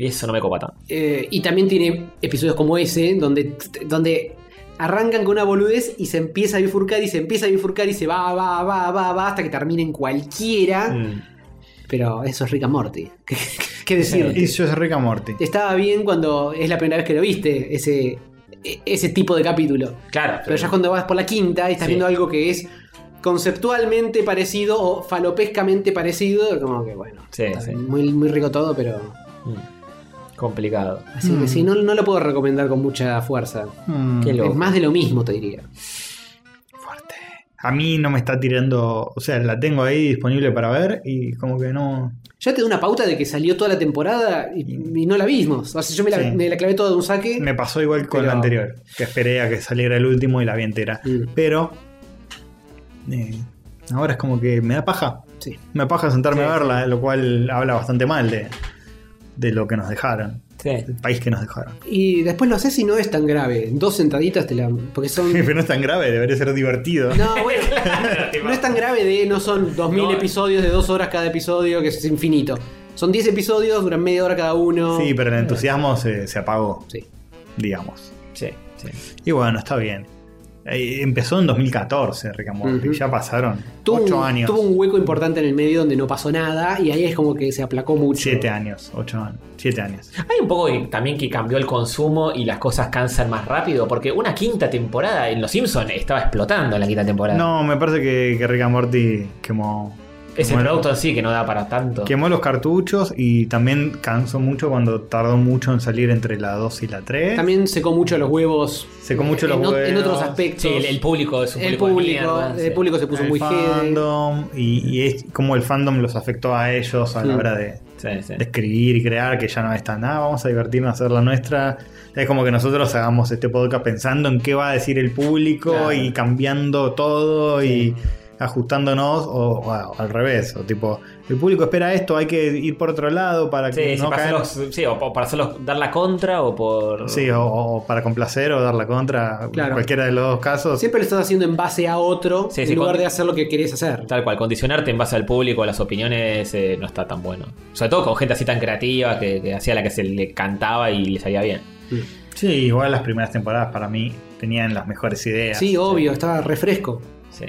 S3: y eso no me copa tanto.
S4: Eh, y también tiene episodios como ese, donde, donde arrancan con una boludez y se empieza a bifurcar y se empieza a bifurcar y se va, va, va, va, va, hasta que termina en
S2: ¿Ah?
S4: cualquiera.
S3: Mm.
S4: Pero eso es Rick and Morty. <laughs> ¿Qué, qué decir?
S2: Y eso es Rick and Morty.
S4: Estaba bien cuando es la primera vez que lo viste, ese, e- ese tipo de capítulo.
S3: Claro,
S4: Pero ya es cuando vas por la quinta y estás
S3: Sí.
S4: viendo algo que es conceptualmente parecido o falopescamente parecido, como que bueno.
S3: Sí,
S4: está
S3: sí. mm,
S4: Muy, muy rico todo, pero.
S2: Mm.
S3: complicado.
S4: Así que sí, no, no lo puedo recomendar con mucha fuerza.
S2: Mm.
S3: Qué loco.
S4: Es más de lo mismo, te diría.
S2: A mí no me está tirando. O sea, la tengo ahí disponible para ver y como que no.
S4: Yo te doy una pauta de que salió toda la temporada y, y no la vimos. O sea, yo me la,
S2: Sí.
S4: me la clavé toda de un saque.
S2: Me pasó igual con
S4: Pero-
S2: la anterior. Que esperé a que saliera el último y la vi entera.
S4: Mm.
S2: Pero. eh, ahora es como que me da paja.
S4: Sí.
S2: Me da paja sentarme
S3: Sí,
S2: a verla, lo cual habla bastante mal de, de lo que nos dejaron.
S3: Sí.
S2: El país que nos dejaron. <laughs>
S4: Y después lo haces y no es tan grave. En Dos sentaditas te la. Porque son.
S2: Pero no es tan grave, debería ser divertido.
S4: No, bueno. no es tan grave de no son 2000
S3: No.
S4: episodios de dos horas cada episodio, que es infinito. Son 10 episodios, duran media hora cada uno.
S2: Sí, pero el entusiasmo se, se apagó,
S4: Sí.
S2: digamos.
S3: Sí, sí.
S2: Y bueno, está bien. Eh, Empezó en 2014, Rick and Morty.
S4: Ujú.
S2: Ya pasaron
S4: Tuvo,
S2: 8
S4: un,
S2: años.
S4: tuvo un hueco importante en el medio donde no pasó nada y ahí es como que se aplacó mucho.
S2: 7 años, 8 años, 7 años.
S3: Hay un poco de- también que cambió el consumo y las cosas cansan más rápido, porque una quinta temporada en Los Simpsons estaba explotando la quinta temporada.
S2: No, me parece que, que Rick and Morty quemó.
S3: es el
S2: bueno.
S3: producto en sí que no da para tanto.
S2: Quemó los cartuchos y también cansó mucho cuando tardó mucho en salir entre la 2 y la 3.
S4: También secó mucho los huevos.
S2: Secó mucho los
S4: Eh, en, o- En
S2: huevos.
S4: otros aspectos.
S3: Sí, el, el público es un
S4: El
S3: público. de
S4: público,
S3: mierda, sí.
S4: el público se puso
S2: el
S4: muy jede.
S2: fandom y, y es como el fandom los afectó a ellos a la
S4: Mm.
S2: hora de,
S3: Sí, sí.
S2: de escribir y crear, que ya no es tan nada, vamos a divertirnos a hacer la nuestra. Es como que nosotros hagamos este podcast pensando en qué va a decir el público
S3: Claro.
S2: y cambiando todo y ajustándonos o, o al revés, o tipo, el público espera esto, hay que ir por otro lado para
S3: Sí,
S2: que
S3: sí,
S2: no
S3: para
S2: caer.
S3: hacerlos- sí, o o para hacerlos dar la contra o por.
S2: Sí, o, o para complacer o dar la contra,
S4: Claro.
S2: cualquiera de los dos casos.
S4: Siempre lo estás haciendo en base a otro
S3: Sí,
S4: en
S3: sí,
S4: lugar
S3: cuando-
S4: de hacer lo que querés hacer.
S3: Tal cual, condicionarte en base al público, a las opiniones, eh, no está tan bueno. Sobre todo con gente así tan creativa que, que hacía la que se le cantaba y le salía bien.
S2: Sí, igual las primeras temporadas para mí tenían las mejores ideas.
S4: Sí, obvio, estaba refresco.
S3: Sí.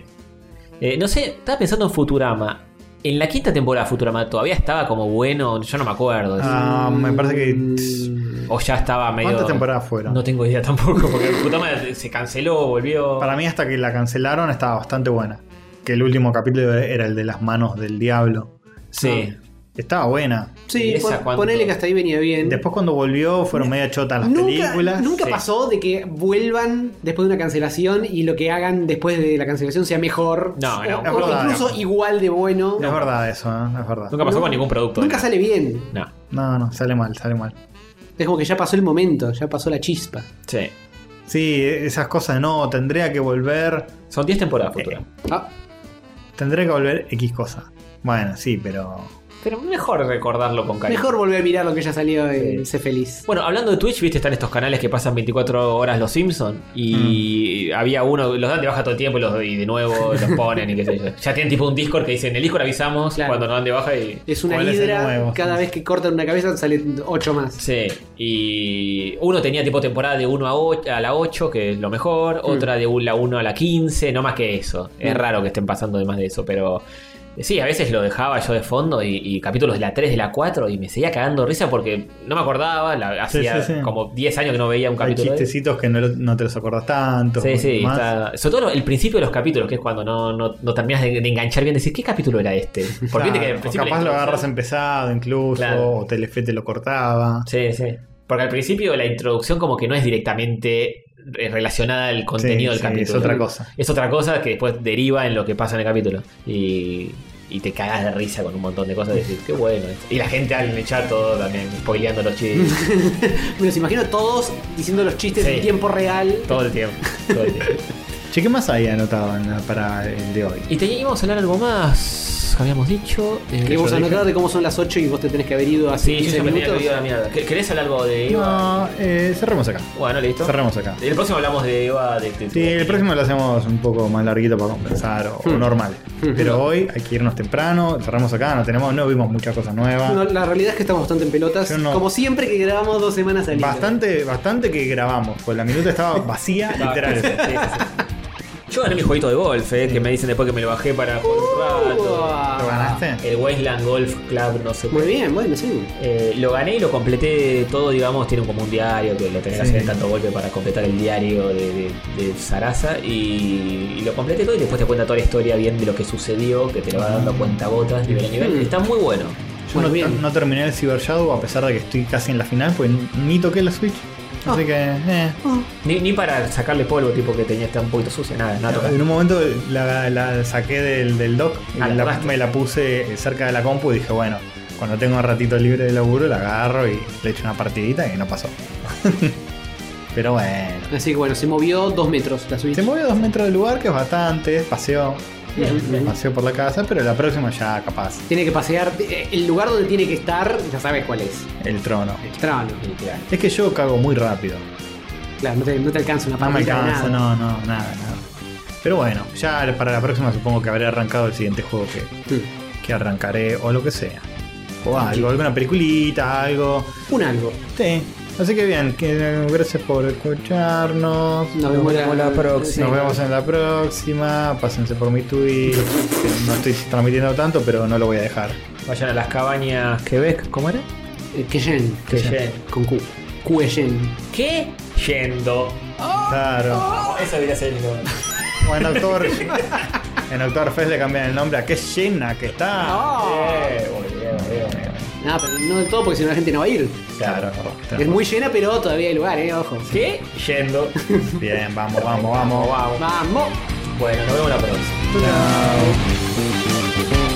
S3: Eh, no sé, estaba pensando en Futurama. En la quinta temporada de Futurama todavía estaba como bueno, yo no me acuerdo.
S2: Ah, me parece que...
S4: Mm,
S3: O ya estaba Mm. medio.
S2: ¿Cuántas temporadas fueron?
S3: No tengo idea tampoco,
S2: <laughs>
S3: porque Futurama se canceló, volvió.
S2: Para mí hasta que la cancelaron estaba bastante buena. Que el último capítulo era el de las manos del diablo. Ah,
S3: Sí.
S2: Estaba buena.
S4: Sí,
S3: ¿Y esa
S4: pon-
S3: cuánto?
S4: ponele que hasta ahí venía bien.
S2: Después cuando volvió fueron media chotas las
S4: nunca
S2: películas.
S4: nunca
S2: Sí.
S4: pasó de que vuelvan después de una cancelación y lo que hagan después de la cancelación sea mejor.
S3: No, no.
S4: O-
S2: Es
S4: o
S2: verdad,
S4: incluso
S2: no.
S4: igual de bueno.
S2: Es verdad eso, ¿eh? es verdad.
S3: Nunca pasó
S4: No.
S3: con ningún producto.
S4: Nunca
S3: ¿no?
S4: sale bien.
S3: No.
S2: No, no, sale mal, sale mal.
S4: Es como que ya pasó el momento, ya pasó la chispa.
S3: Sí.
S2: Sí, esas cosas no, tendría que volver.
S3: Eh, Son 10 temporadas Futurama.
S4: Ah,
S2: Tendré que volver X cosa. Bueno, sí, pero.
S3: Pero mejor recordarlo con cariño.
S1: Mejor volver a mirar lo que ya salió y sé feliz.
S3: Bueno, hablando de Twitch, viste, están estos canales que pasan 24 horas los Simpsons. Y había uno, los dan de baja todo el tiempo y, los, y de nuevo los ponen y qué sé <laughs> yo. Ya tienen tipo un Discord que dicen, en el Discord avisamos
S1: Claro.
S3: cuando nos dan de baja y.
S1: Es una
S2: ¿Cuál es el
S1: hidra,
S2: nuevo?
S1: cada vez que cortan una cabeza salen ocho más.
S3: Sí, y uno tenía tipo temporada de 1 a, ocho- a la 8, que es lo mejor,
S2: Mm.
S3: otra de la 1 a la 15, no más que eso. Es raro que estén pasando de más de eso, pero eh, sí, a veces lo dejaba yo de fondo y, y capítulos de la 3, de la 4 y me seguía cagando risa porque no me acordaba, la-
S2: Sí,
S3: hacía
S2: sí, sí.
S3: como 10 años que no veía un
S2: Hay
S3: capítulo. de-
S2: chistecitos que no, lo- no te los acordás tanto.
S3: Sí, sí,
S2: más.
S3: está- sobre todo el principio de los capítulos, que es cuando no, no, no terminas de, de enganchar bien, decir, ¿qué capítulo era
S2: <laughs>
S3: este? Porque viste que
S2: Claro,
S3: al
S2: o
S3: principio la
S2: capaz lo
S3: introducción-
S2: agarras empezado incluso,
S3: Claro.
S2: o Telefe te lo cortaba.
S3: Sí, sí. Porque al principio la introducción como que no es directamente eh, relacionada al contenido
S2: Sí,
S3: del
S2: sí,
S3: capítulo.
S2: Es otra cosa.
S3: Es otra cosa que después deriva en lo que pasa en el capítulo. Y, y te cagas de risa con un montón de cosas. Decir, qué bueno. esto". Y la gente en el chat todo también spoileando los chistes <laughs>
S1: Me los imagino todos diciendo los chistes
S3: Sí.
S1: en tiempo real.
S3: todo el tiempo. todo el tiempo.
S2: Che, ¿qué más había anotado en la- para el de hoy?
S3: Y teníamos que hablar algo más que habíamos dicho. Eh,
S1: Queremos
S2: yo
S1: anotar de cómo son las 8 y vos te tenés que haber ido hace
S3: sí, yo
S1: 15
S3: ya me tenía que
S1: minutos.
S3: ir a la mierda. ¿Qué- ¿Querés hablar algo de Eva?
S2: No, eh, cerremos acá.
S3: Bueno, listo.
S2: Cerramos acá.
S3: El próximo hablamos de Eva. De, de-
S2: Sí, el próximo lo hacemos un poco más larguito para conversar o, o
S1: Hmm.
S2: normal. Pero hoy hay que irnos temprano, cerramos acá, no tenemos, no vimos muchas cosas
S1: No,
S2: nuevas.
S1: la realidad es que estamos bastante en pelotas.
S2: Yo no.
S1: Como siempre que grabamos dos semanas al hilo.
S2: Bastante, bastante que grabamos, pues la
S1: <laughs>
S2: minuta estaba vacía,
S3: Ah,
S2: literal.
S3: Yo gané mi jueguito de golf, eh, que me dicen después que me lo bajé para jugar un rato.
S2: ¿Lo
S1: Uah.
S2: ganaste?
S3: El Wasteland Golf Club, no sé.
S1: Muy bien, bueno, sí.
S3: Eh, lo gané y lo completé todo, digamos, tiene como un diario que lo tenés que
S2: Sí.
S3: hacer en tanto golpe para completar el diario de, de, de Sarasa y, y lo completé todo y después te cuenta toda la historia bien de lo que sucedió, que te lo va dando cuenta gotas, nivel a nivel.
S1: Mm.
S3: Está muy bueno.
S2: Yo
S1: Bueno,
S2: no,
S1: bien.
S2: no terminé el Cyber Shadow a pesar de que estoy casi en la final, pues ni toqué la Switch.
S1: Ah.
S2: Así que, eh.
S3: Ni, ni para sacarle polvo, tipo que tenía está un poquito sucia, nada,
S1: Ah,
S3: nada. tocar.
S2: En un momento la, la saqué del, del dock, y
S3: Ah, la
S2: la-
S3: agarraste.
S2: me la puse cerca de la compu y dije, bueno, cuando tengo un ratito libre de laburo la agarro y le echo una partidita y no pasó. <laughs> Pero bueno.
S1: Así que bueno, se movió dos metros la Switch.
S2: Se movió dos metros del lugar, que es bastante, paseó,
S1: Bien, bien.
S2: paseó por la casa, pero la próxima ya capaz,
S1: Tiene que pasear. eh, El lugar donde tiene que estar, ya sabes cuál es.
S2: el trono.
S1: El trono.
S2: Es que yo cago muy rápido.
S1: Claro, no te, no te alcanza una
S2: No me
S1: partida de
S2: alcanza,
S1: nada.
S2: no, no, nada, nada. Pero bueno, ya para la próxima supongo que habré arrancado el siguiente juego que,
S1: Mm.
S2: que arrancaré o lo que sea. O algo, alguna peliculita, algo.
S1: Un algo.
S2: Sí. Así que bien, que- gracias por escucharnos.
S1: Nos vemos la-
S2: Nos
S1: sí.
S2: vemos en la próxima. Pásense por mi tweet. que no estoy transmitiendo tanto, pero no lo voy a dejar.
S3: Vayan a las cabañas Quebec, ¿cómo era?
S1: Eh, Keyen.
S3: Keyen.
S1: Con Q. Cueyen.
S3: ¿Qué? Yendo.
S2: Claro.
S3: Eso debería ser el
S2: O en Doctor. en Doctor Fest le cambian el nombre a qué llena que está.
S1: No, Ah, pero no del todo porque si no la gente no va a ir.
S2: Claro.
S1: Es muy llena, pero todavía hay lugar, eh, ojo.
S3: ¿Qué? Yendo.
S2: Bien, vamos, vamos, vamos.
S3: Wow.
S1: Vamos.
S3: Bueno, nos vemos la próxima.
S2: Chao.